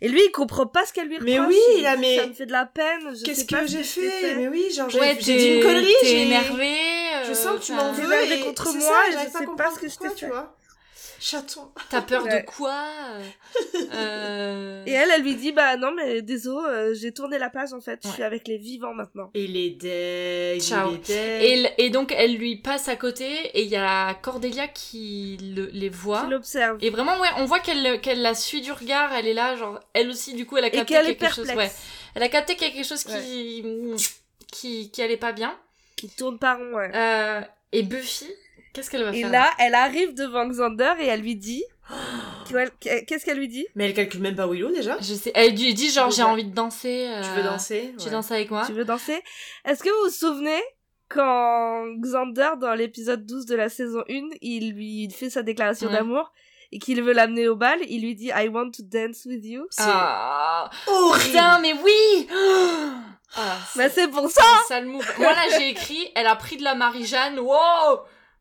S3: Et lui, il comprend pas ce qu'elle lui reproche.
S2: Mais oui,
S3: il
S2: là,
S3: dit,
S2: mais-
S3: Ça me fait de la peine. je
S2: Qu'est-ce
S3: sais pas
S2: que
S3: ce
S2: j'ai
S3: je
S2: fait
S3: t'ai
S2: Mais oui, genre j'ai
S4: ouais,
S2: j'ai
S4: t'es-
S2: dit une connerie.
S4: T'es
S2: j'ai-
S4: énervée. euh,
S2: Je sens que tu
S4: enfin,
S2: m'en
S3: T'es
S2: veux.
S3: énervée
S2: et-
S3: contre
S2: c'est
S3: moi
S2: ça,
S3: et
S2: j'arrive
S3: je sais pas
S2: comprendre
S3: ce que je t'ai
S2: pourquoi, tu
S3: fait.
S2: vois. Chaton.
S4: T'as peur
S3: Ouais.
S4: de quoi euh,
S3: Et elle, elle lui dit, bah non, mais désolé, euh, j'ai tourné la page en fait. Je suis avec les vivants maintenant.
S2: Il est dead.
S4: Ciao.
S2: Il est dead.
S4: Et, l- et donc, elle lui passe à côté, et il y a Cordelia qui le- les voit.
S3: Tu l'observes.
S4: Et vraiment, ouais, on voit qu'elle qu'elle la suit du regard, elle est là, genre, elle aussi, du coup, elle a
S3: Et,
S4: capté
S3: qu'elle est
S4: quelque chose.
S3: perplexe.
S4: Ouais, elle a capté qu'il y a quelque chose qui, qui, qui allait pas bien.
S3: Qui tourne par rond, ouais.
S4: Euh, et Buffy, qu'est-ce qu'elle va
S3: Et
S4: faire
S3: là, elle arrive devant Xander et elle lui dit. qu'elle- Qu'est-ce qu'elle lui dit
S2: Mais elle calcule même pas Willow déjà.
S4: Je sais, elle lui dit genre,
S2: Tu veux
S4: j'ai
S2: dan-
S4: envie de danser. euh,
S2: Tu veux danser
S4: Tu
S2: Ouais.
S4: danses avec moi
S3: Tu veux danser Est-ce que vous vous souvenez quand Xander, dans l'épisode 12 de la saison 1, il lui fait sa déclaration
S4: Ouais.
S3: d'amour et qu'il veut l'amener au bal, il lui dit I want to dance with you.
S2: C'est
S4: Ah,
S2: horrible.
S4: putain, mais oui ah,
S3: Bah c'est pour ça
S4: un sale move. Moi là, j'ai écrit, elle a pris de la Marie-Jeanne, wow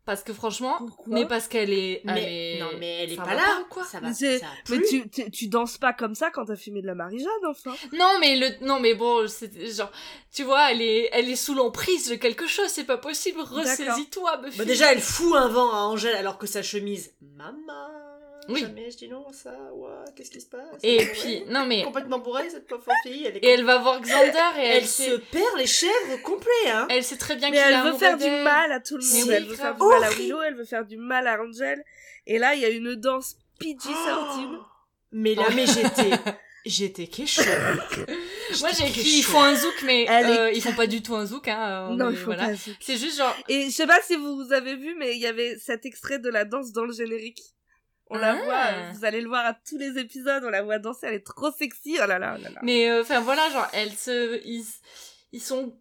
S4: Parce que franchement,
S3: Pourquoi
S4: mais parce qu'elle est, elle
S2: Ah, Mais
S4: est-
S2: non, mais elle est
S4: ça
S2: pas
S4: va
S2: là.
S4: ou quoi
S2: Ça va.
S3: Mais c'est-
S2: ça a
S3: Mais
S2: plu.
S3: tu, tu, tu danses pas comme ça quand t'as fumé de la marijuana, enfin.
S4: Non mais le non mais bon c'est genre tu vois elle est elle est sous l'emprise de quelque chose c'est pas possible ressaisis-toi Buffy.
S2: Bah déjà, elle fout un vent à Angèle alors que sa chemise. Maman
S4: Oui.
S2: Jamais je dis non à ça, ouah, qu'est-ce qui se passe
S4: et
S2: Elle est
S4: puis
S2: bourrée.
S4: non mais
S2: Complètement bourrée cette pauvre fille, elle est.
S4: et elle va voir Xander et
S2: elle,
S4: elle,
S2: se
S4: sait
S2: perd les chèvres au complet, hein
S4: elle sait très bien
S3: Mais
S4: qu'il est
S3: elle veut
S4: amoureux
S3: faire du
S4: d'elle.
S3: mal à tout le
S2: Mais
S3: monde.
S2: oui,
S3: elle veut faire du
S2: grave.
S3: mal à
S2: Horrible.
S3: Willow, elle veut faire du mal à Angel. Et là, il y a une danse PG sortie.
S2: Oh Mais là, mais j'étais. J'étais kéchou.
S4: Moi j'ai
S2: J'étais
S4: écrit ils
S2: chaud.
S4: font un zouk mais
S3: Elle est-
S4: euh, ils font pas du tout un zouk hein euh,
S3: Non,
S4: mais
S3: il faut
S4: voilà.
S3: pas. se-
S4: C'est juste genre
S3: Et je sais pas si vous avez vu, mais il y avait cet extrait de la danse dans le générique. On la
S4: Ah.
S3: voit, euh, vous allez le voir à tous les épisodes, on la voit danser, elle est trop sexy, oh là là, oh là là.
S4: mais euh, enfin voilà genre elle se ils ils sont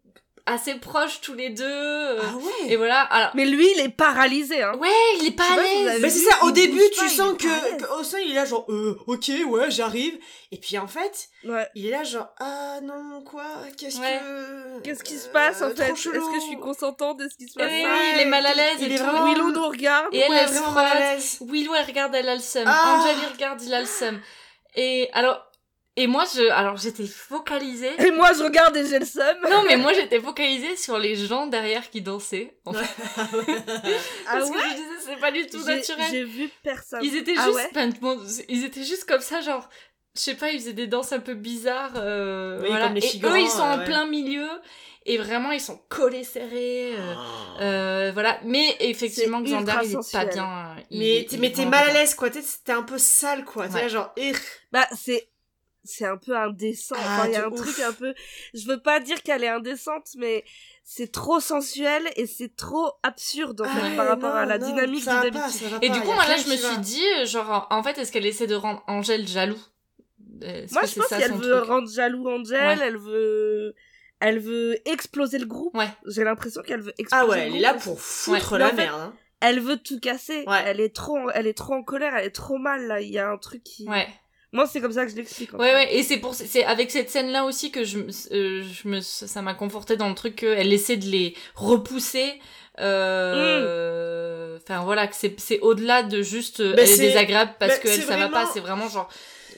S4: assez proches tous les deux euh,
S2: Ah ouais
S4: et voilà alors
S3: Mais lui, il est paralysé, hein.
S4: ouais il est pas
S3: Je sais
S4: à
S3: pas si vous
S4: l'aise
S3: avez
S2: Mais
S3: vu,
S2: c'est ça, au
S3: il
S2: début,
S3: bouge
S2: tu
S3: pas, il
S2: sens
S3: est pas à
S2: que,
S3: l'aise.
S2: que Olsen, il est là, genre, euh, ok, ouais, j'arrive. Et puis en fait,
S3: Ouais.
S2: il est là, genre, ah non, quoi, qu'est-ce
S4: Ouais.
S2: que.
S3: Qu'est-ce qui se passe, en
S2: Euh,
S3: fait
S2: trop
S3: Est-ce
S2: chelou.
S3: que je suis consentante de ce qui se
S4: Oui,
S3: passe
S4: oui,
S3: là
S4: il est mal à l'aise
S2: Il
S4: et
S2: est
S4: tout.
S2: vraiment-
S3: Willow nous regarde.
S4: Et elle,
S2: Ouais,
S4: elle se
S2: vraiment
S4: frotte.
S2: mal à l'aise.
S4: Willow, elle regarde, elle a le seum.
S2: Ah.
S4: Angel, il regarde, il a le seum. Et alors, Et moi, je, alors j'étais focalisée.
S3: Et moi, je regarde et j'ai le seum.
S4: Non, mais moi j'étais focalisée sur les gens derrière qui dansaient. En fait. Parce que je disais, c'est pas du tout
S3: J'ai-
S4: naturel.
S3: J'ai vu personne.
S4: Ils étaient
S3: Ah
S4: juste,
S3: ouais
S4: enfin, bon, ils étaient juste comme ça, genre, je sais pas, ils faisaient des danses un peu bizarres. euh,
S2: Oui,
S4: voilà.
S2: comme les
S4: et
S2: figurants,
S4: eux, ils sont
S2: euh,
S4: en
S2: ouais.
S4: plein milieu. Et vraiment, ils sont collés, serrés. euh,
S2: Ah.
S4: euh, voilà. Mais effectivement,
S3: C'est
S4: Xandar,
S3: ultra
S4: il est pas
S3: sensuel.
S4: bien. euh, il-
S2: Mais t'es
S4: il-
S2: mais t'es
S4: vraiment
S2: mal
S4: pas
S2: à l'aise, quoi. T'es t'es un peu sale, quoi. T'es
S4: Ouais.
S2: là, genre, eh,
S3: Bah, c'est c'est un peu indécent.
S2: Ah,
S3: enfin, il y
S2: de
S3: a un
S2: ouf.
S3: truc un peu. Je veux pas dire qu'elle est indécente, mais c'est trop sensuel et c'est trop absurde en
S2: ah
S3: fait
S2: ouais,
S3: par rapport à la
S2: non, non,
S3: dynamique
S2: ça
S3: de
S2: va pas,
S3: d'habitude.
S2: ça va
S4: Et
S2: pas,
S4: du
S2: y
S4: coup,
S2: a
S4: moi, là,
S2: rien
S4: je me
S2: qui va.
S4: suis dit, euh, genre, en fait, est-ce qu'elle essaie de rendre Angèle jaloux Euh, est-ce
S3: Moi,
S4: que
S3: je
S4: c'est
S3: pense
S4: ça
S3: qu'elle
S4: son
S3: veut
S4: truc
S3: rendre jaloux Angel.
S4: Ouais.
S3: Elle veut, elle veut exploser le groupe.
S4: Ouais.
S3: J'ai l'impression qu'elle veut exploser.
S2: Ah ouais,
S3: le
S2: elle est
S3: groupe.
S2: là pour foutre
S3: Ouais,
S2: la
S3: mais en fait-
S2: merde. hein.
S3: Elle veut tout casser.
S2: Ouais.
S3: Elle est trop, elle est trop en colère. Elle est trop mal là. Il y a un truc qui.
S4: Ouais,
S3: Moi, c'est comme ça que je l'explique. en
S4: ouais,
S3: fait.
S4: ouais. Et c'est pour, c'est avec cette scène-là aussi que je, me- euh, je me, ça m'a conforté dans le truc qu'elle essaie de les repousser. euh, Enfin voilà, que c'est, c'est au-delà de juste, euh,
S2: Bah,
S4: elle est
S2: c'est-
S4: désagréable parce
S2: bah,
S4: qu'elle
S2: c'est
S4: ça va pas.
S2: vraiment-
S4: C'est vraiment genre,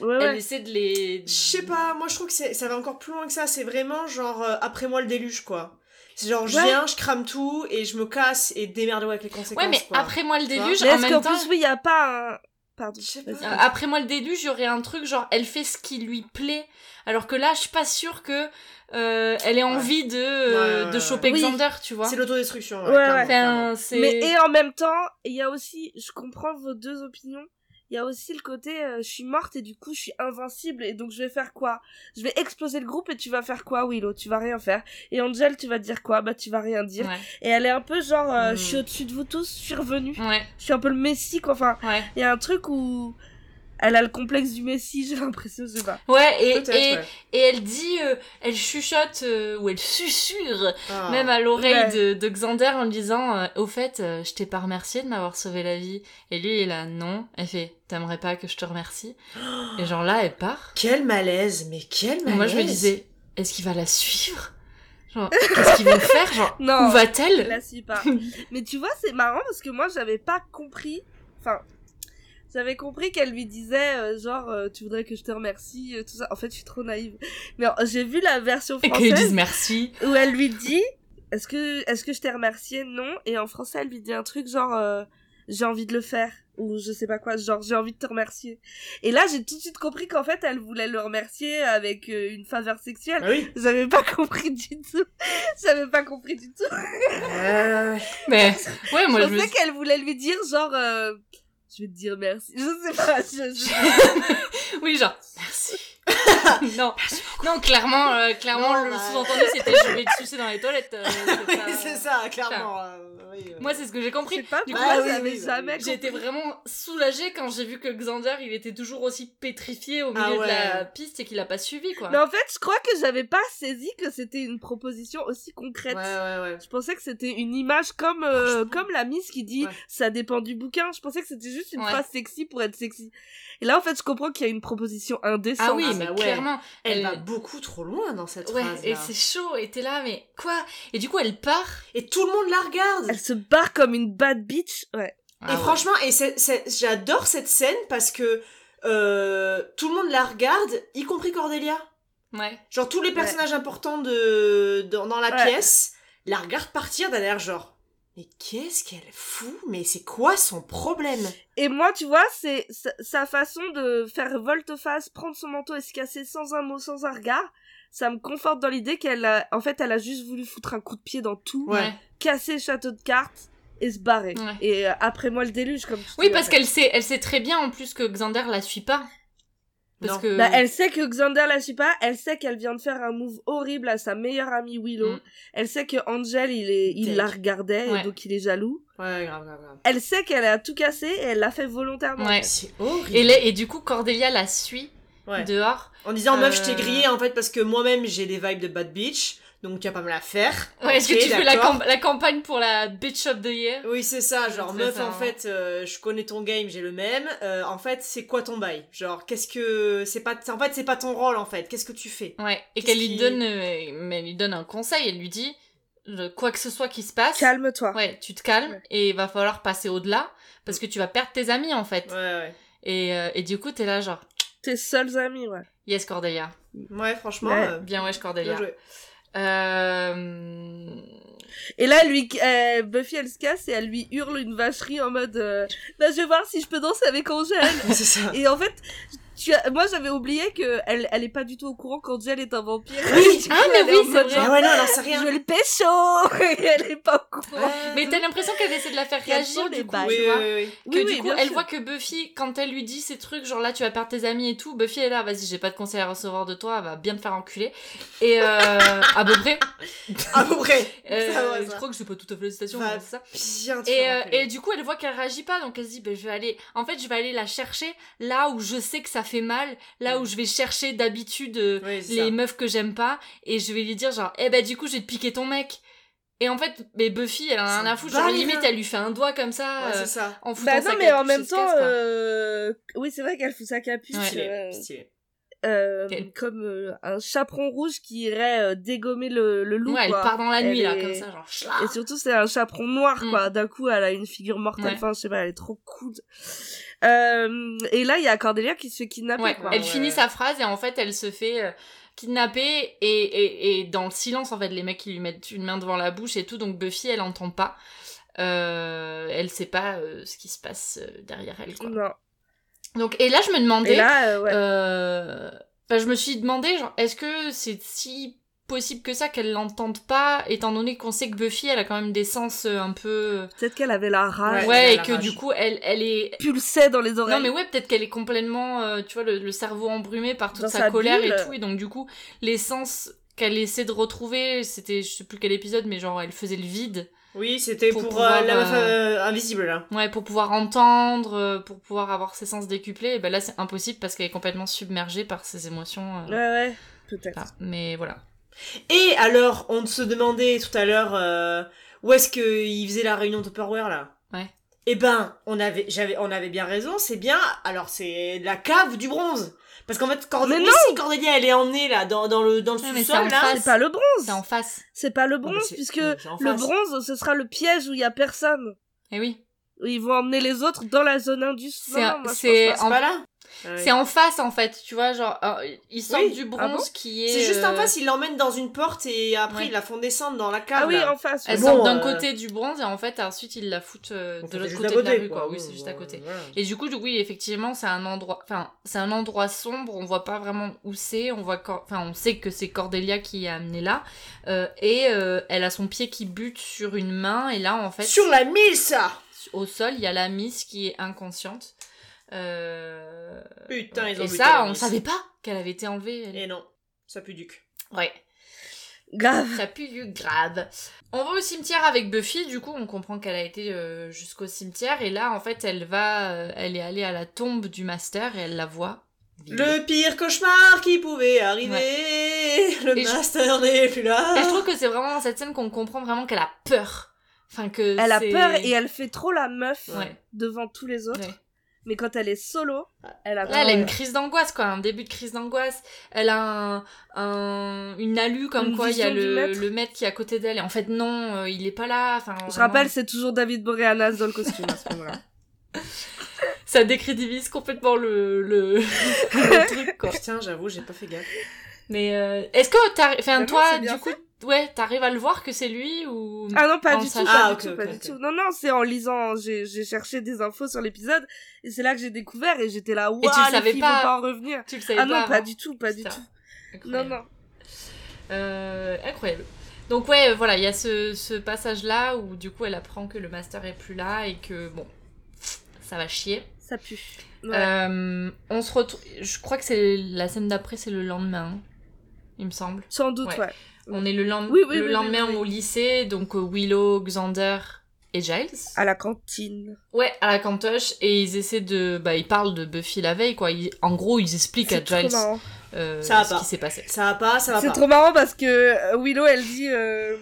S3: Ouais, ouais.
S4: elle essaie de les.
S2: Je sais pas, moi je trouve que c'est- ça va encore plus loin que ça. C'est vraiment genre euh, après moi le déluge quoi. C'est genre je
S3: Ouais.
S2: viens, je crame tout et je me casse et démerde avec les conséquences.
S4: Ouais, mais
S2: quoi.
S4: après moi le
S2: Tu vois
S4: déluge,
S3: Mais
S4: en
S3: est-ce qu'en
S4: même temps.
S3: plus, oui, il y a pas un. Pardon.
S2: Je sais
S3: Vas-y.
S2: pas.
S4: Euh, Après moi le déluge, il y aurait un truc genre elle fait ce qui lui plaît, alors que là je suis pas sûre que euh, elle ait envie de euh,
S2: Ouais, ouais,
S4: de
S2: ouais.
S4: choper
S3: Oui.
S4: Xander, tu vois.
S2: C'est l'autodestruction.
S3: Ouais,
S2: clairement,
S3: ouais.
S2: clairement.
S4: Enfin, c'est
S3: Mais et en même temps, il y a aussi, je comprends vos deux opinions. Il y a aussi le côté, euh, je suis morte et du coup je suis invincible et donc je vais faire quoi Je vais exploser le groupe et tu vas faire quoi Willow Tu vas rien faire. Et Angel, tu vas dire quoi Bah tu vas rien dire.
S4: Ouais,
S3: Et elle est un peu genre, euh,
S2: Hmm.
S3: je suis au-dessus de vous tous, je suis revenue.
S4: ouais,
S3: Je suis un peu le messie quoi. Enfin,
S4: ouais.
S3: il y a un truc où elle a le complexe du messie, j'ai l'impression, je sais pas.
S4: Ouais, et,
S2: Peut-être,
S4: et,
S2: ouais.
S4: et elle dit, euh, elle chuchote euh, ou elle susurre
S2: Ah.
S4: même à l'oreille
S3: Ouais.
S4: de, de Xander en lui disant euh, Au fait, euh, je t'ai pas remercié de m'avoir sauvé la vie. Et lui, il est là, non. Elle fait T'aimerais pas que je te remercie Et genre là, elle part.
S2: Quel malaise, mais quel malaise.
S4: Moi, je me disais, est-ce qu'il va la suivre Genre, qu'est-ce qu'ils vont faire Genre,
S3: Non.
S4: où
S3: Je
S4: va-t-elle
S3: la suis pas. Mais tu vois, c'est marrant parce que moi, j'avais pas compris. Enfin, j'avais compris qu'elle lui disait euh, genre, euh, tu voudrais que je te remercie, euh, tout ça. En fait, je suis trop naïve. Mais euh, j'ai vu la version
S4: Et qu'ils
S3: française
S4: disent merci.
S3: où elle lui dit, est-ce que, est-ce que je t'ai remercié Non. Et en français, elle lui dit un truc genre, euh, j'ai envie de le faire ou je sais pas quoi, genre j'ai envie de te remercier. Et là, j'ai tout de suite compris qu'en fait, elle voulait le remercier avec euh, une faveur sexuelle.
S2: Ah oui.
S3: J'avais pas compris du tout. J'avais pas compris du tout.
S2: Euh,
S4: Mais, ouais, moi, je
S3: je
S4: me
S3: pensais
S4: suis...
S3: qu'elle voulait lui dire genre euh, je vais te dire merci. Je sais pas. Je, je-
S4: Oui, genre, merci.
S2: Bah,
S4: non. non, clairement, euh, clairement
S2: Non,
S4: le
S2: bah-
S4: sous-entendu, c'était je vais te sucer dans les toilettes. euh, c'est pas-
S2: c'est ça, clairement. euh, oui, euh.
S4: Moi, c'est ce que j'ai
S3: je sais
S4: compris.
S3: pas. Du
S4: Du coup,
S3: coup,
S2: bah oui,
S3: j'avais
S2: oui, bah
S3: jamais.
S2: oui.
S4: J'étais vraiment soulagée quand j'ai vu que Xander, il était toujours aussi pétrifié au milieu
S2: Ah
S4: de la
S2: ouais.
S4: piste et qu'il a pas suivi, quoi.
S3: compris. Mais en fait, je crois que j'avais pas saisi que c'était une proposition aussi concrète.
S2: Ouais, ouais, ouais.
S3: Je pensais que c'était une image comme euh, comme la Miss qui dit
S2: Ouais.
S3: ça dépend du bouquin. Je pensais que c'était juste une
S4: Ouais.
S3: phrase sexy pour être sexy. Et là, en fait, je comprends qu'il y a une proposition indécente.
S4: Ah oui,
S2: Ah,
S4: mais
S2: bah ouais.
S4: clairement.
S2: Elle,
S4: Elle-
S2: va beaucoup trop loin dans cette
S4: Ouais,
S2: phrase.
S4: et c'est chaud, et t'es là, mais quoi Et du coup, elle part.
S2: Et tout le monde la regarde.
S3: Elle se barre comme une bad bitch. Ouais.
S4: Ah
S2: et
S4: ouais.
S2: franchement, et c'est- c'est- j'adore cette scène parce que euh, tout le monde la regarde, y compris Cordelia.
S4: Ouais.
S2: Genre tous les personnages importants de, dans, dans la
S3: Ouais.
S2: pièce la regardent partir d'un air genre mais qu'est-ce qu'elle fout Mais c'est quoi son problème
S3: Et moi, tu vois, c'est sa, sa façon de faire volte-face, prendre son manteau et se casser sans un mot, sans un regard. Ça me conforte dans l'idée qu'elle a, en fait, elle a juste voulu foutre un coup de pied dans tout,
S2: Ouais.
S3: casser le château de cartes et se barrer.
S4: Ouais.
S3: Et euh, après moi, le déluge, comme tu
S4: Oui,
S3: dis,
S4: parce
S3: en fait.
S4: qu'elle sait, elle sait très bien en plus que Xander la suit pas. Parce
S2: Non.
S4: que.
S3: Bah, elle sait que Xander la suit pas, elle sait qu'elle vient de faire un move horrible à sa meilleure amie Willow,
S4: Mm.
S3: elle sait que Angel, il, est, il
S2: Dead.
S3: la regardait,
S4: Ouais.
S3: et donc il est jaloux.
S2: Ouais, grave, grave, grave.
S3: Elle sait qu'elle a tout cassé, et elle l'a fait volontairement.
S4: Ouais.
S2: C'est horrible.
S4: Et, là- et du coup, Cordelia la suit
S2: Ouais.
S4: dehors.
S2: En disant meuf, je
S4: Euh.
S2: t'ai grillé en fait parce que moi-même j'ai des vibes de bad bitch, donc tu vas pas me la faire.
S4: Ouais, est-ce que
S2: Ok,
S4: tu fais la,
S2: d'accord.
S4: camp- la campagne pour la Bitch of the Year
S2: Oui, c'est ça, genre
S4: C'est
S2: meuf,
S4: ça,
S2: en
S4: hein.
S2: fait, euh, je connais ton game, j'ai le même. Euh, en fait, c'est quoi ton bail Genre, qu'est-ce que c'est pas En fait, c'est pas ton rôle en fait. Qu'est-ce que tu fais
S4: Ouais. Et
S2: Qu'est-ce
S4: qu'elle lui
S2: qui-
S4: donne, euh, mais elle lui donne un conseil. Elle lui dit, le- quoi que ce soit qui se passe,
S3: Calme-toi.
S4: ouais, tu te calmes
S3: Ouais.
S4: et il va falloir passer au-delà parce que tu vas perdre tes amis en fait.
S2: Ouais, ouais.
S4: Et, euh, et du coup, t'es là genre,
S3: tes seuls amis, ouais.
S4: Yes, Cordelia.
S2: Ouais, franchement,
S3: Ouais.
S2: euh,
S4: Bien, wesh,
S2: bien
S4: Cordelia.
S2: joué.
S4: Euh...
S3: Et là, lui, euh, Buffy, elle se casse et elle lui hurle une vacherie en mode euh, Là, je vais voir si je peux danser avec Angèle.
S2: C'est ça.
S3: et en fait, tu as- moi, j'avais oublié que elle, elle est pas du tout au courant qu'Angèle est un vampire.
S2: Oui.
S3: Du coup,
S4: Ah, mais
S3: elle est
S4: oui,
S3: en
S4: c'est
S3: mode
S4: vrai.
S3: genre,
S2: Ah ouais, non, elle en sait rien.
S3: Je le pécho Et elle est pas au courant.
S4: Mais hein. t'as l'impression qu'elle essaie de la faire
S3: Quels
S4: réagir,
S3: sont les
S4: du coup,
S3: bails
S2: Oui,
S4: tu
S2: oui,
S4: vois
S2: oui, oui.
S4: que
S3: Oui,
S4: du
S3: oui,
S4: coup,
S3: bien
S4: elle
S3: sûr.
S4: voit que Buffy, quand elle lui dit ces trucs, genre là, tu vas perdre tes amis et tout, Buffy est là, vas-y, j'ai pas de conseils à recevoir de toi, elle va bien te faire enculer. Et euh, à peu près.
S2: À peu près.
S4: Euh,
S2: Ça va,
S4: je
S2: ça.
S4: crois que je sais pas tout à fait la citation,
S2: Va
S4: mais c'est ça.
S2: Bien te
S4: Et,
S2: faire
S4: euh,
S2: enculer.
S4: et du coup, elle voit qu'elle réagit pas, donc elle se dit, ben, je vais aller, en fait, je vais aller la chercher là où je sais que ça fait mal, là
S2: Mm.
S4: où je vais chercher d'habitude euh,
S2: Oui, c'est
S4: les
S2: ça.
S4: meufs que j'aime pas, et je vais lui dire genre, eh ben du coup, je vais te piquer ton mec. Et en fait, mais Buffy, elle en a
S2: Ça
S4: rien à foutre,
S2: va,
S4: genre
S2: les
S4: limite,
S2: gars.
S4: elle lui fait un doigt comme ça,
S2: Ouais,
S4: euh,
S2: c'est ça.
S4: en foutant
S3: Bah
S4: sa
S3: non, mais en
S4: capuche,
S3: même
S4: elle se casse,
S3: temps,
S4: quoi.
S3: euh, oui, c'est vrai qu'elle fout sa capuche.
S4: Ouais.
S2: Stylé,
S3: euh,
S2: stylé.
S3: euh,
S4: Quel-
S3: Comme euh, un chaperon rouge qui irait euh, dégommer le, le loup.
S4: Ouais, elle
S3: quoi.
S4: part dans la
S3: Elle
S4: nuit, là,
S3: est-
S4: comme ça, genre, chla.
S3: Et surtout, c'est un chaperon noir,
S4: Mm.
S3: quoi. D'un coup, elle a une figure mortelle.
S4: Ouais.
S3: Enfin, je sais pas, elle est trop cool. Euh, et là, il y a Cordelia qui se fait kidnapper,
S4: Ouais,
S3: quoi.
S4: elle
S2: ouais,
S4: finit
S2: ouais.
S4: sa phrase et en fait elle se fait euh, kidnapper et, et, et dans le silence en fait les mecs qui lui mettent une main devant la bouche et tout donc Buffy elle entend pas euh, elle sait pas euh, ce qui se passe euh, derrière elle quoi.
S3: Non.
S4: donc et là je me demandais
S3: Et là, euh, ouais.
S4: euh, enfin, je me suis demandé genre est-ce que c'est si possible que ça qu'elle l'entende pas étant donné qu'on sait que Buffy elle a quand même des sens euh, un peu
S3: Peut-être qu'elle avait la
S4: ouais,
S3: rage.
S2: elle a
S4: et
S2: la
S4: que
S2: rage.
S4: du coup elle elle est
S3: Pulsait dans les oreilles.
S4: non mais ouais, peut-être qu'elle est complètement, euh, tu vois, le, le cerveau embrumé par toute
S3: Dans
S4: sa,
S3: sa
S4: colère
S3: bulle.
S4: et tout, et donc du coup, l'essence qu'elle essaie de retrouver, c'était, je sais plus quel épisode, mais genre elle faisait le vide,
S2: Oui, c'était
S4: Pour
S2: pour,
S4: pouvoir,
S2: euh, la meuf
S4: euh,
S2: euh, invisible, là.
S4: ouais, pour pouvoir entendre, euh, pour pouvoir avoir ses sens décuplés, et ben là c'est impossible parce qu'elle est complètement submergée par ses émotions. euh,
S3: Ouais, ouais. Peut-être.
S4: là. Mais voilà.
S2: Et alors, on se demandait tout à l'heure euh, où est-ce qu'ils faisaient la réunion de Tupperware, là
S4: Ouais.
S2: Eh ben, on avait, j'avais, on avait bien raison, c'est bien. Alors, c'est la cave du bronze. Parce qu'en fait, Cordelia,
S3: Mais
S2: mais si, Cordelia, elle est emmenée, là, dans, dans le, dans le
S4: Ouais, mais c'est en
S2: sous-sol, là.
S4: face.
S3: C'est pas le
S4: Ah. C'est en
S3: bronze.
S4: face.
S3: C'est pas le
S2: Ah,
S3: bronze,
S2: bah, c'est-
S3: puisque
S2: euh, c'est en
S3: le
S2: face.
S3: bronze, ce sera le piège où il y a personne.
S4: Et Eh oui.
S3: Où Ils vont emmener les autres dans la zone industrielle.
S4: C'est un-
S3: moi, je pense
S4: c'est
S3: pas.
S2: C'est
S4: en-
S2: pas là Ouais.
S4: C'est en face en fait, tu vois, genre euh, ils sortent
S2: Oui.
S4: du bronze
S3: Ah bon
S4: qui est.
S2: C'est juste en
S4: euh,
S2: face, ils l'emmènent dans une porte et après,
S4: Ouais.
S2: ils la font descendre dans la cave.
S3: Ah oui,
S2: là.
S3: en face.
S4: Elle
S3: ouais.
S2: Bon,
S4: sort d'un
S2: euh,
S4: côté du bronze et en fait ensuite ils la foutent euh,
S2: Donc,
S4: de l'autre
S2: c'est
S4: côté
S2: juste à
S4: de la rue
S2: quoi.
S4: quoi. Oui, c'est juste à côté. Et du coup, du- oui, effectivement, c'est un endroit, enfin, c'est un endroit sombre. On voit pas vraiment où c'est. On voit, Cor- enfin, on sait que c'est Cordelia qui est amenée là, Euh, et euh, elle a son pied qui bute sur une main. Et là, en fait,
S2: Sur la mille, ça
S4: au sol, il y a la Miss qui est inconsciente. Euh,
S2: Putain, ils ont
S4: et
S2: buté
S4: ça,
S2: la
S4: on
S2: Miss.
S4: savait pas qu'elle avait été enlevée. elle.
S2: Et non, ça pue duc.
S4: Ouais.
S3: Grave.
S4: Ça pue du grave. On va au cimetière avec Buffy, du coup on comprend qu'elle a été euh, jusqu'au cimetière et là en fait elle va, euh, elle est allée à la tombe du master et elle la voit. vide.
S2: Le pire cauchemar qui pouvait arriver. Le
S4: Et je-
S2: master n'est plus là.
S4: Et
S3: Ah.
S4: je trouve que c'est vraiment dans cette scène qu'on comprend vraiment qu'elle a peur. Enfin que
S3: Elle a
S4: c'est-
S3: peur et elle fait trop la meuf
S4: Ouais.
S3: devant tous les autres.
S4: Ouais.
S3: Mais quand elle est solo, elle a
S4: Là, elle a une crise d'angoisse, quoi, un début de crise d'angoisse. Elle a un, un- une alu comme
S3: Une
S4: quoi il y a
S3: vision du
S4: le
S3: maître.
S4: le maître qui est à côté d'elle. Et en fait, non, euh, il est pas là. Enfin,
S3: Je
S4: vraiment,
S3: rappelle, c'est toujours David Boreanaz dans le costume à ce moment-là.
S4: ça décrédibilise complètement le, le, le truc, quoi.
S2: Putain, j'avoue, j'ai pas fait gaffe.
S4: Mais euh, est-ce que t'arrives,
S3: Mais
S4: enfin
S3: non,
S4: toi,
S3: c'est bien
S4: du coup, ouais, t'arrives à le voir que c'est lui ou
S3: Ah non, pas
S4: On
S3: du
S4: s'en-
S3: tout,
S2: Ah,
S3: pas du
S2: ok,
S3: tout,
S2: ok,
S3: pas du
S2: ok.
S3: tout. Non, non, c'est en lisant, j'ai j'ai cherché des infos sur l'épisode, et c'est là que j'ai découvert, et j'étais là,
S4: tu le
S3: waouh,
S4: savais
S3: les filles
S4: pas
S3: vont pas en revenir.
S4: tu le savais
S3: Ah non,
S4: avant
S3: pas du tout, pas du
S4: Putain,
S3: tout. Non,
S4: incroyable.
S3: non.
S4: Euh, incroyable. Donc ouais, euh, voilà, il y a ce, ce passage là où du coup elle apprend que le master est plus là et que bon, ça va chier.
S3: Ça pue.
S4: Euh, on se retrouve, je crois que c'est la scène d'après, c'est le lendemain, hein, il me semble.
S3: Sans doute,
S4: ouais.
S3: ouais.
S4: On est le, lend-
S3: Oui, oui,
S4: le
S3: oui,
S4: lendemain
S3: oui, oui, oui.
S4: au lycée, donc euh, Willow, Xander et Giles.
S3: À la cantine.
S4: Ouais, à la cantoche, et ils essaient de. Bah, ils parlent de Buffy la veille, quoi. Ils- En gros, ils expliquent à
S3: C'est trop
S4: Giles
S3: marrant.
S4: euh,
S2: Ça va
S4: ce
S2: pas.
S4: qui s'est passé.
S2: Ça va pas, ça va
S3: C'est
S2: pas.
S3: trop marrant parce que euh, Willow, elle dit... euh,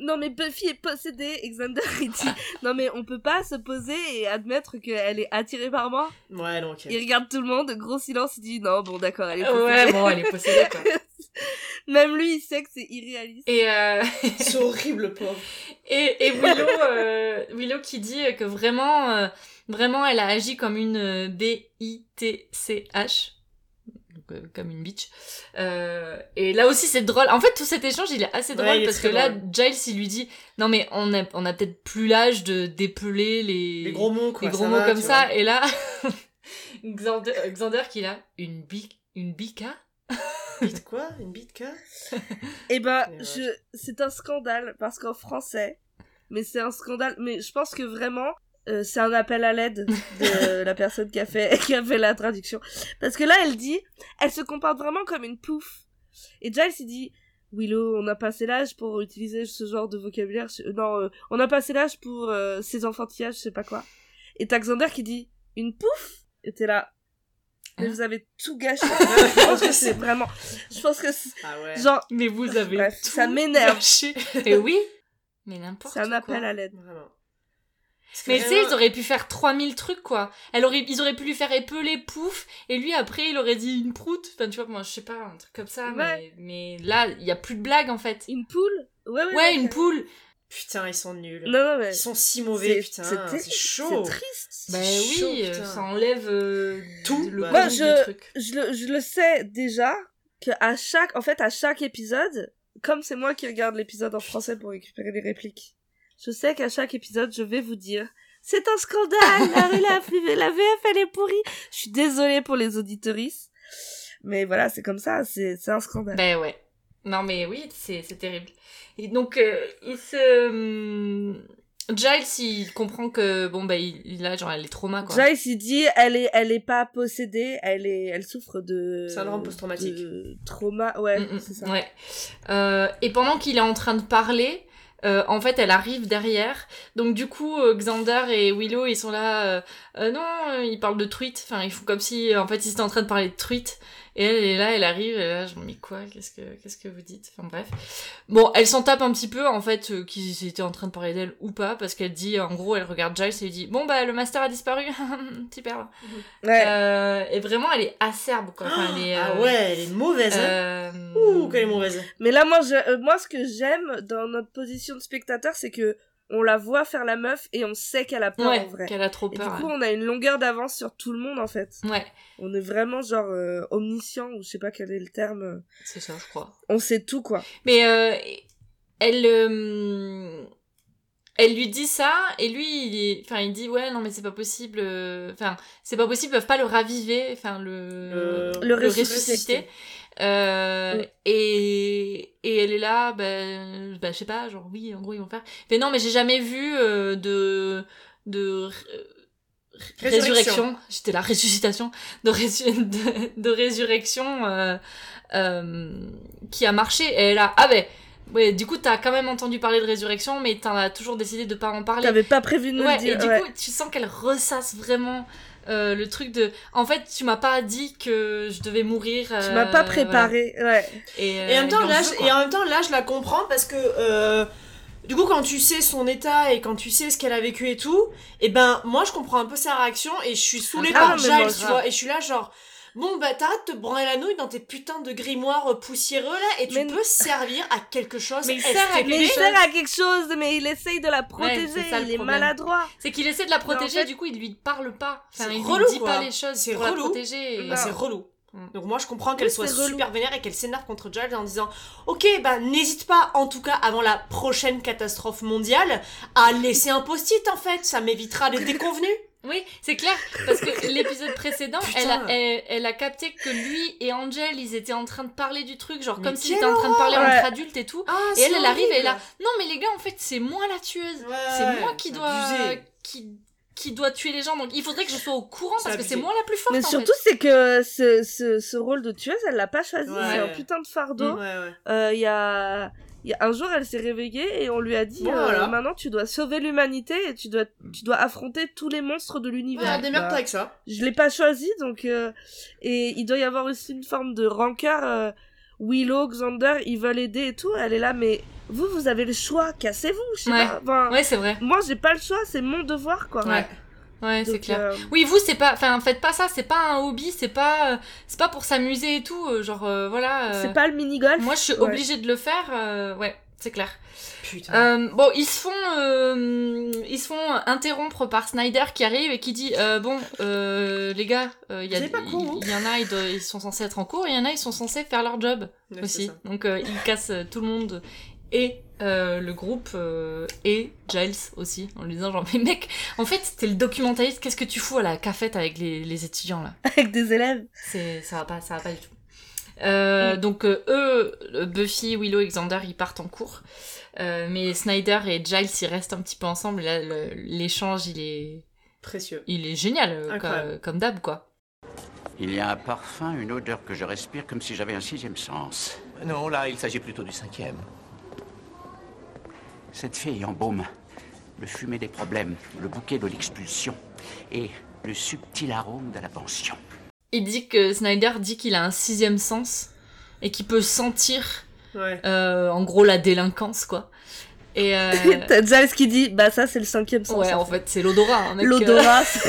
S3: Non mais Buffy est possédée, et Xander il dit non mais on peut pas se poser et admettre qu'elle est attirée par moi.
S2: Ouais, donc.
S3: Il regarde tout le monde, gros silence, il dit non bon d'accord elle est possédée.
S4: Ouais, bon, elle est possédée, quoi.
S3: Même lui, il sait que c'est irréaliste.
S4: Et, euh,
S2: C'est horrible, pauvre.
S4: et, et Willow, euh, Willow qui dit que vraiment, euh, vraiment, elle a agi comme une euh, B-I-T-C-H. que- comme une bitch. Euh, et là aussi, c'est drôle. En fait, tout cet échange, il est assez drôle
S2: Ouais, il est
S4: parce que
S2: très
S4: là,
S2: drôle.
S4: Giles, il lui dit Non, mais on a, on a peut-être plus l'âge de dépeler les,
S2: Les gros mots, quoi.
S4: les gros
S2: ça
S4: mots
S2: va,
S4: comme
S2: tu
S4: ça.
S2: vois.
S4: Et là, Xander, euh, Xander qu'il a une, bi, une bica
S2: Une bite quoi Une bite quoi
S3: Eh ben,
S2: Mais ouais.
S3: je... c'est un scandale parce qu'en français, mais c'est un scandale. Mais je pense que vraiment, euh, c'est un appel à l'aide de la personne qui a fait qui a fait la traduction. Parce que là, elle dit, elle se comporte vraiment comme une pouffe. Et Giles il dit, Willow, on a passé l'âge pour utiliser ce genre de vocabulaire. Je- euh, Non, euh, on a passé l'âge pour euh, ces enfantillages, je sais pas quoi. Et t'as Xander qui dit, une pouffe. Et t'es là. Mais
S4: Hein
S3: vous avez tout gâché. je pense que c'est vraiment. Je pense que c'est-
S2: Ah ouais.
S3: genre
S4: Mais vous avez
S3: Bref,
S4: tout
S3: ça m'énerve.
S4: gâché. Et oui, mais n'importe
S3: C'est
S4: quoi.
S3: un appel à l'aide.
S2: Vraiment. Parce que
S4: Mais tu sais,
S2: vraiment-
S4: ils auraient pu faire 3000 trucs, quoi. Elle aurait, ils auraient pu lui faire épeler, pouf, et lui, après, il aurait dit une proute. Enfin, tu vois, moi, je sais pas, un truc comme ça.
S3: Ouais.
S4: Mais, mais là, il y a plus de blague, en fait.
S3: Une poule Ouais, ouais.
S4: Ouais, une poule.
S2: Putain, ils sont nuls.
S3: Non, non, mais.
S2: Ils sont si mauvais,
S3: c'est-
S2: putain.
S3: c'est terrible,
S2: C'est chaud.
S3: C'est triste.
S4: Bah
S2: chaud,
S4: oui, euh,
S2: putain.
S4: ça enlève euh,
S2: Tout,
S4: le
S2: bah,
S4: goût
S3: Moi,
S4: du
S3: je-
S4: truc.
S3: Je le, je le sais déjà que à chaque, en fait, à chaque épisode, comme c'est moi qui regarde l'épisode en français pour récupérer les répliques, je sais qu'à chaque épisode, je vais vous dire. C'est un scandale, la, la, la VF elle est pourrie. Je suis désolée pour les auditorices, mais voilà, c'est comme ça, c'est c'est un scandale.
S4: Ben ouais. Non mais oui, c'est c'est terrible. Et donc, euh, il se... hum, Giles, il comprend que, bon, bah, il, il a, genre, les traumas, quoi.
S3: Joyce, il dit, elle est, elle est pas possédée, elle est, elle souffre de
S2: Syndrome post-traumatique.
S3: de Trauma, ouais,
S4: Mm, mm,
S3: c'est ça.
S4: ouais. Euh, et pendant qu'il est en train de parler, euh, en fait, elle arrive derrière. Donc du coup, euh, Xander et Willow, ils sont là. euh, Euh, non, euh, ils parlent de truite. Enfin, ils font comme si, euh, en fait, ils étaient en train de parler de truite. Et elle est là, elle arrive. Et là, genre, mais quoi Qu'est-ce que qu'est-ce que vous dites Enfin bref. Bon, elle s'en tape un petit peu, en fait, euh, qu'ils étaient en train de parler d'elle ou pas, parce qu'elle dit, en gros, elle regarde Giles et lui dit, bon bah, le master a disparu. Super.
S3: Ouais.
S4: Euh, et vraiment, elle est acerbe, quoi. Enfin, elle est,
S2: Ah
S4: euh,
S2: ouais, elle est mauvaise. hein.
S4: euh,
S2: Ouh, qu'elle est mauvaise.
S3: Mais là, moi, je, euh, moi, ce que j'aime dans notre position de spectateur, c'est que on la voit faire la meuf et on sait qu'elle a peur en
S4: Ouais,
S3: vrai.
S4: qu'elle a trop
S3: Et
S4: peur.
S3: du coup, on a une longueur d'avance sur tout le monde en fait.
S4: ouais. Ouais,
S3: On est vraiment genre euh, omniscient ou je sais pas quel est le terme.
S4: c'est ça, je crois.
S3: On sait tout quoi.
S4: Mais euh, elle, euh, elle lui dit ça, et lui, il, est- enfin, il dit ouais, non mais c'est pas possible, euh, enfin, c'est pas possible, ils peuvent pas le raviver, enfin le,
S2: Le-
S3: le
S2: ressusciter.
S4: Euh,
S3: Mm.
S4: et, et elle est là, ben, ben, je sais pas, genre oui, en gros ils vont faire. Mais non, mais j'ai jamais vu euh, de de r- résurrection. J'étais là, ressuscitation de, résu- de, de résurrection euh, euh, qui a marché. Et là, ah ben, ouais, du coup, t'as quand même entendu parler de résurrection, mais t'en as toujours décidé de pas en parler.
S3: T'avais pas prévu de nous
S4: Ouais,
S3: le
S4: et
S3: dire.
S4: du
S3: ouais.
S4: coup, tu sens qu'elle ressasse vraiment euh, le truc de. En fait, tu m'as pas dit que je devais mourir.
S3: tu
S4: euh,
S3: m'as pas préparé. Ouais.
S4: voilà. Et, euh,
S2: Et en, même temps, là,
S4: l'âge
S2: je, et en même temps, là, je la comprends parce que euh, du coup, quand tu sais son état et quand tu sais ce qu'elle a vécu et tout, et ben moi, je comprends un peu sa réaction et je suis saoulée
S4: Ah,
S2: par
S3: mais
S2: Giles,
S3: moi,
S2: tu
S4: grave.
S2: vois. Et je suis là, genre, bon, bah t'arrêtes de te branler la nouille dans tes putains de grimoires euh, poussiéreux là et tu
S3: Mais-
S2: peux servir à quelque chose.
S4: Mais il
S2: Est-ce
S4: sert à
S2: que-
S4: quelque
S3: Mais il
S4: chose.
S3: sert à quelque chose, mais il essaye de la protéger.
S4: c'est ça, le
S3: il est
S4: problème.
S3: maladroit.
S4: C'est qu'il essaie de la
S3: Mais en
S4: protéger,
S3: fait-
S4: du coup, il lui parle pas. Enfin,
S2: C'est
S4: il
S2: relou,
S4: lui dit
S2: quoi.
S4: pas les choses
S2: C'est
S4: pour la
S2: relou.
S4: protéger.
S2: Bah,
S4: Et-
S2: c'est relou.
S4: Mm.
S2: Donc moi je comprends qu'elle
S3: Oui,
S2: soit
S3: c'est relou.
S2: super vénère et qu'elle s'énerve contre Giles en disant Ok bah n'hésite pas en tout cas avant la prochaine catastrophe mondiale à laisser un post-it en fait ça m'évitera les déconvenus
S4: Oui, c'est clair, parce que l'épisode précédent,
S2: Putain.
S4: elle a, elle, elle a capté que lui et Angel, ils étaient en train de parler du truc, genre
S2: Mais
S4: comme s'ils
S2: quelle
S4: étaient en train de parler
S3: horreur.
S4: entre adultes et tout.
S2: Ah,
S4: Et elle, elle arrive et elle a, non mais les gars, en fait, c'est moi la tueuse. c'est moi qui dois, qui, qui doit tuer les gens, donc il faudrait que je sois au courant
S2: C'est
S4: parce que c'est
S2: abusé.
S4: moi la plus forte.
S3: Mais
S4: en
S3: surtout,
S4: fait.
S3: c'est que ce, ce, ce rôle de tueuse, elle l'a pas choisi.
S2: Ouais.
S3: C'est un putain de fardeau.
S2: Mm, Ouais, ouais.
S3: Euh, Il y, a... il y a un jour, elle s'est réveillée et on lui a dit
S2: Bon,
S3: euh,
S2: voilà.
S3: maintenant tu dois sauver l'humanité et tu dois tu dois affronter tous les monstres de l'univers. Bah,
S2: avec ça.
S3: je l'ai pas choisi donc euh, et il doit y avoir aussi une forme de rancœur. euh, Willow, Xander, ils veulent aider et tout. Elle est là, mais vous, vous avez le choix. Cassez-vous, je sais
S4: Ouais.
S3: pas. Enfin,
S4: Ouais, c'est vrai.
S3: Moi, j'ai pas le choix. C'est mon devoir, quoi.
S4: Ouais, ouais, c'est
S3: Donc,
S4: clair.
S3: euh,
S4: Oui, vous, c'est pas, enfin, faites pas ça, c'est pas un hobby, c'est pas, euh, c'est pas pour s'amuser et tout, euh, genre, euh, voilà. euh,
S3: C'est pas le mini golf.
S4: Moi, je suis
S3: Ouais.
S4: obligée de le faire, euh, ouais, c'est clair.
S2: Putain.
S4: Euh, bon, ils se font, euh, ils se font interrompre par Snyder qui arrive et qui dit euh, bon euh, les gars, euh, il y, a-
S2: Vous avez pas hein. cours, vous
S4: il y en a ils, do- ils sont censés être en cours, et il y en a ils sont censés faire leur job
S2: Ouais, c'est
S4: aussi.
S2: ça.
S4: Donc euh, ils cassent euh, tout le monde et euh, le groupe euh, et Giles aussi en lui disant genre mais mec, en fait t'es le documentaliste, qu'est-ce que tu fous à la cafette avec les, les étudiants là
S3: avec des élèves.
S4: c'est ça va pas, ça va pas du tout.
S3: Mm.
S4: Euh, Donc euh, eux, euh, Buffy, Willow et Xander, ils partent en cours. Euh, mais Snyder et Giles, ils restent un petit peu ensemble. Et Là, le- l'échange, il est,
S2: Précieux.
S4: il est génial, euh,
S2: Incroyable.
S4: comme, comme d'hab, quoi.
S6: Il y a un parfum, une odeur que je respire comme si j'avais un sixième sens.
S7: Non, là, il s'agit plutôt du cinquième.
S6: Cette fille embaume le fumet des problèmes, le bouquet de l'expulsion et le subtil arôme de la pension.
S4: Il dit que Snyder dit qu'il a un sixième sens et qu'il peut sentir,
S2: Ouais.
S4: euh, en gros, la délinquance, quoi. Et euh,
S3: T'as déjà ce qui dit, bah ça c'est le cinquième sens.
S4: ouais, en fait, c'est l'odorat. hein, mec.
S3: L'odorat, c'est-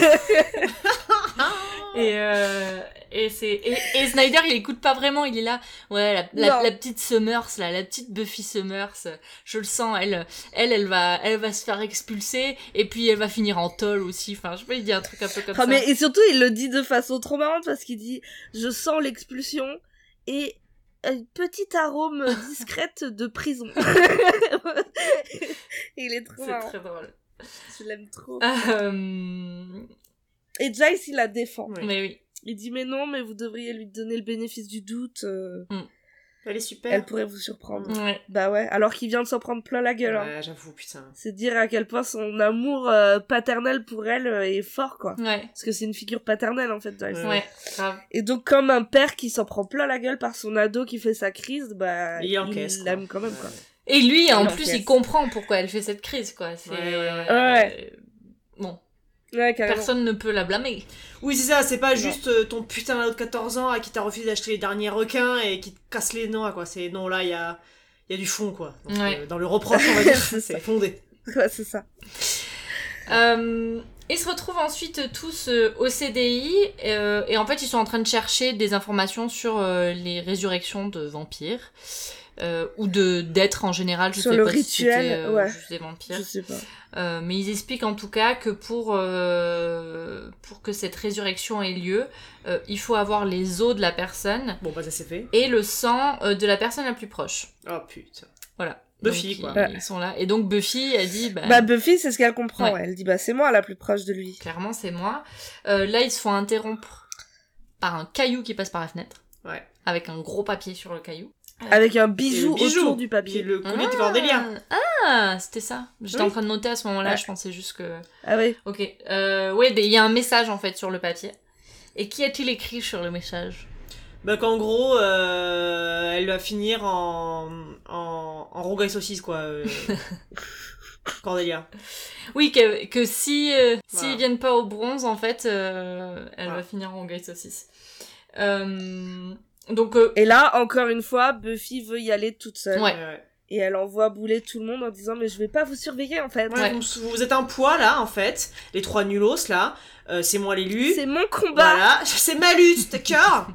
S4: Et, euh, et, c'est, et, et Snyder, il écoute pas vraiment, il est là. Ouais, la, la,
S3: Non.
S4: la petite Summers, là, la petite Buffy Summers, euh, je le sens, elle, elle, elle va, elle va se faire expulser, et puis elle va finir en tôle aussi. Enfin, je sais pas, il dit un truc un peu comme
S3: Ah,
S4: ça.
S3: mais, et surtout il le dit de façon trop marrante parce qu'il dit je sens l'expulsion et un petit arôme discrète de prison. il est trop
S4: C'est
S3: marrant,
S4: très Ah. drôle.
S3: je l'aime trop.
S4: Euh,
S3: Et Jace il la défend.
S2: Ouais.
S4: mais oui.
S3: Il dit mais non mais vous devriez lui donner le bénéfice du doute, euh,
S2: Elle est super.
S3: elle pourrait vous surprendre.
S4: Ouais.
S3: Bah ouais, alors qu'il vient de s'en prendre plein la gueule. hein.
S2: Ouais, j'avoue, putain.
S3: C'est dire à quel point son amour euh, paternel pour elle euh, est fort, quoi.
S4: Ouais.
S3: Parce que c'est une figure paternelle, en fait, Giles.
S2: Ouais.
S4: Ouais, grave.
S3: Et donc, comme un père qui s'en prend plein la gueule par son ado qui fait sa crise, bah,
S2: Il encaisse, quoi.
S3: l'aime quand même, quoi.
S4: Et lui, en
S3: Alors,
S4: plus,
S3: yes.
S4: il comprend pourquoi elle fait cette crise, quoi. C'est,
S2: Ouais, ouais, ouais.
S4: euh,
S3: Ouais.
S4: Bon,
S3: Ouais, carrément.
S4: personne ne peut la blâmer.
S2: Oui, c'est ça, c'est pas
S3: Non.
S2: juste euh, ton putain d'ado de 14 ans à qui t'a refusé d'acheter les derniers requins et qui te casse les noix, quoi. C'est non, là, il y a, il y a du fond, quoi. Donc,
S4: Ouais.
S2: euh, dans le reproche, on va dire,
S3: C'est
S2: c'est
S3: ça.
S2: fondé.
S3: Ouais, c'est ça.
S4: Euh, ils se retrouvent ensuite tous euh, au CDI euh, et en fait ils sont en train de chercher des informations sur euh, les résurrections de vampires euh, ou de d'êtres en général. Je
S3: Sur
S4: sais
S3: le
S4: pas
S3: rituel,
S4: si c'était, euh,
S3: ouais.
S4: juste des vampires.
S3: Je sais pas.
S4: Euh, mais ils expliquent en tout cas que pour euh, pour que cette résurrection ait lieu, euh, il faut avoir les os de la personne
S2: Bon, bah, ça c'est fait.
S4: et le sang euh, de la personne la plus proche.
S2: Oh putain.
S4: Voilà.
S2: Buffy,
S4: Donc,
S2: quoi.
S4: Ils, ils sont là et donc Buffy a dit bah,
S3: Bah, Buffy, c'est ce qu'elle comprend.
S4: Ouais.
S3: ouais. Elle dit, bah, c'est moi la plus proche de lui.
S4: clairement c'est moi. Euh, là, ils se font interrompre par un caillou qui passe par la fenêtre,
S2: Ouais.
S4: avec un gros papier sur le caillou.
S3: Avec un
S2: Et le
S3: bijou, autour du
S2: qui est
S3: papier.
S2: le collier de Cordelia.
S4: Ah, ah, c'était ça. J'étais
S2: Oui.
S4: en train de noter à ce moment-là,
S3: Ouais.
S4: je pensais juste que...
S3: Ah ouais.
S4: Ok, euh, ouais, il y a un message en fait sur le papier. Et qu'y a-t-il écrit sur le message
S2: Bah qu'en gros, euh, elle va finir en, en, en rougaille saucisse, quoi. euh, Cordelia.
S4: Oui, que, que si euh, s'ils
S2: Voilà.
S4: viennent pas au bronze, en fait, euh, elle
S2: Voilà.
S4: va finir en gay saucisse. Euh, donc, euh,
S3: Et là, encore une fois, Buffy veut y aller toute seule.
S4: Ouais.
S3: Et elle envoie bouler tout le monde en disant, mais je vais pas vous surveiller, en fait.
S2: Ouais, donc, vous êtes un poids, là, en fait. Les trois nullos, là. Euh, c'est moi l'élu.
S3: C'est mon combat.
S2: Voilà. C'est ma lutte, d'accord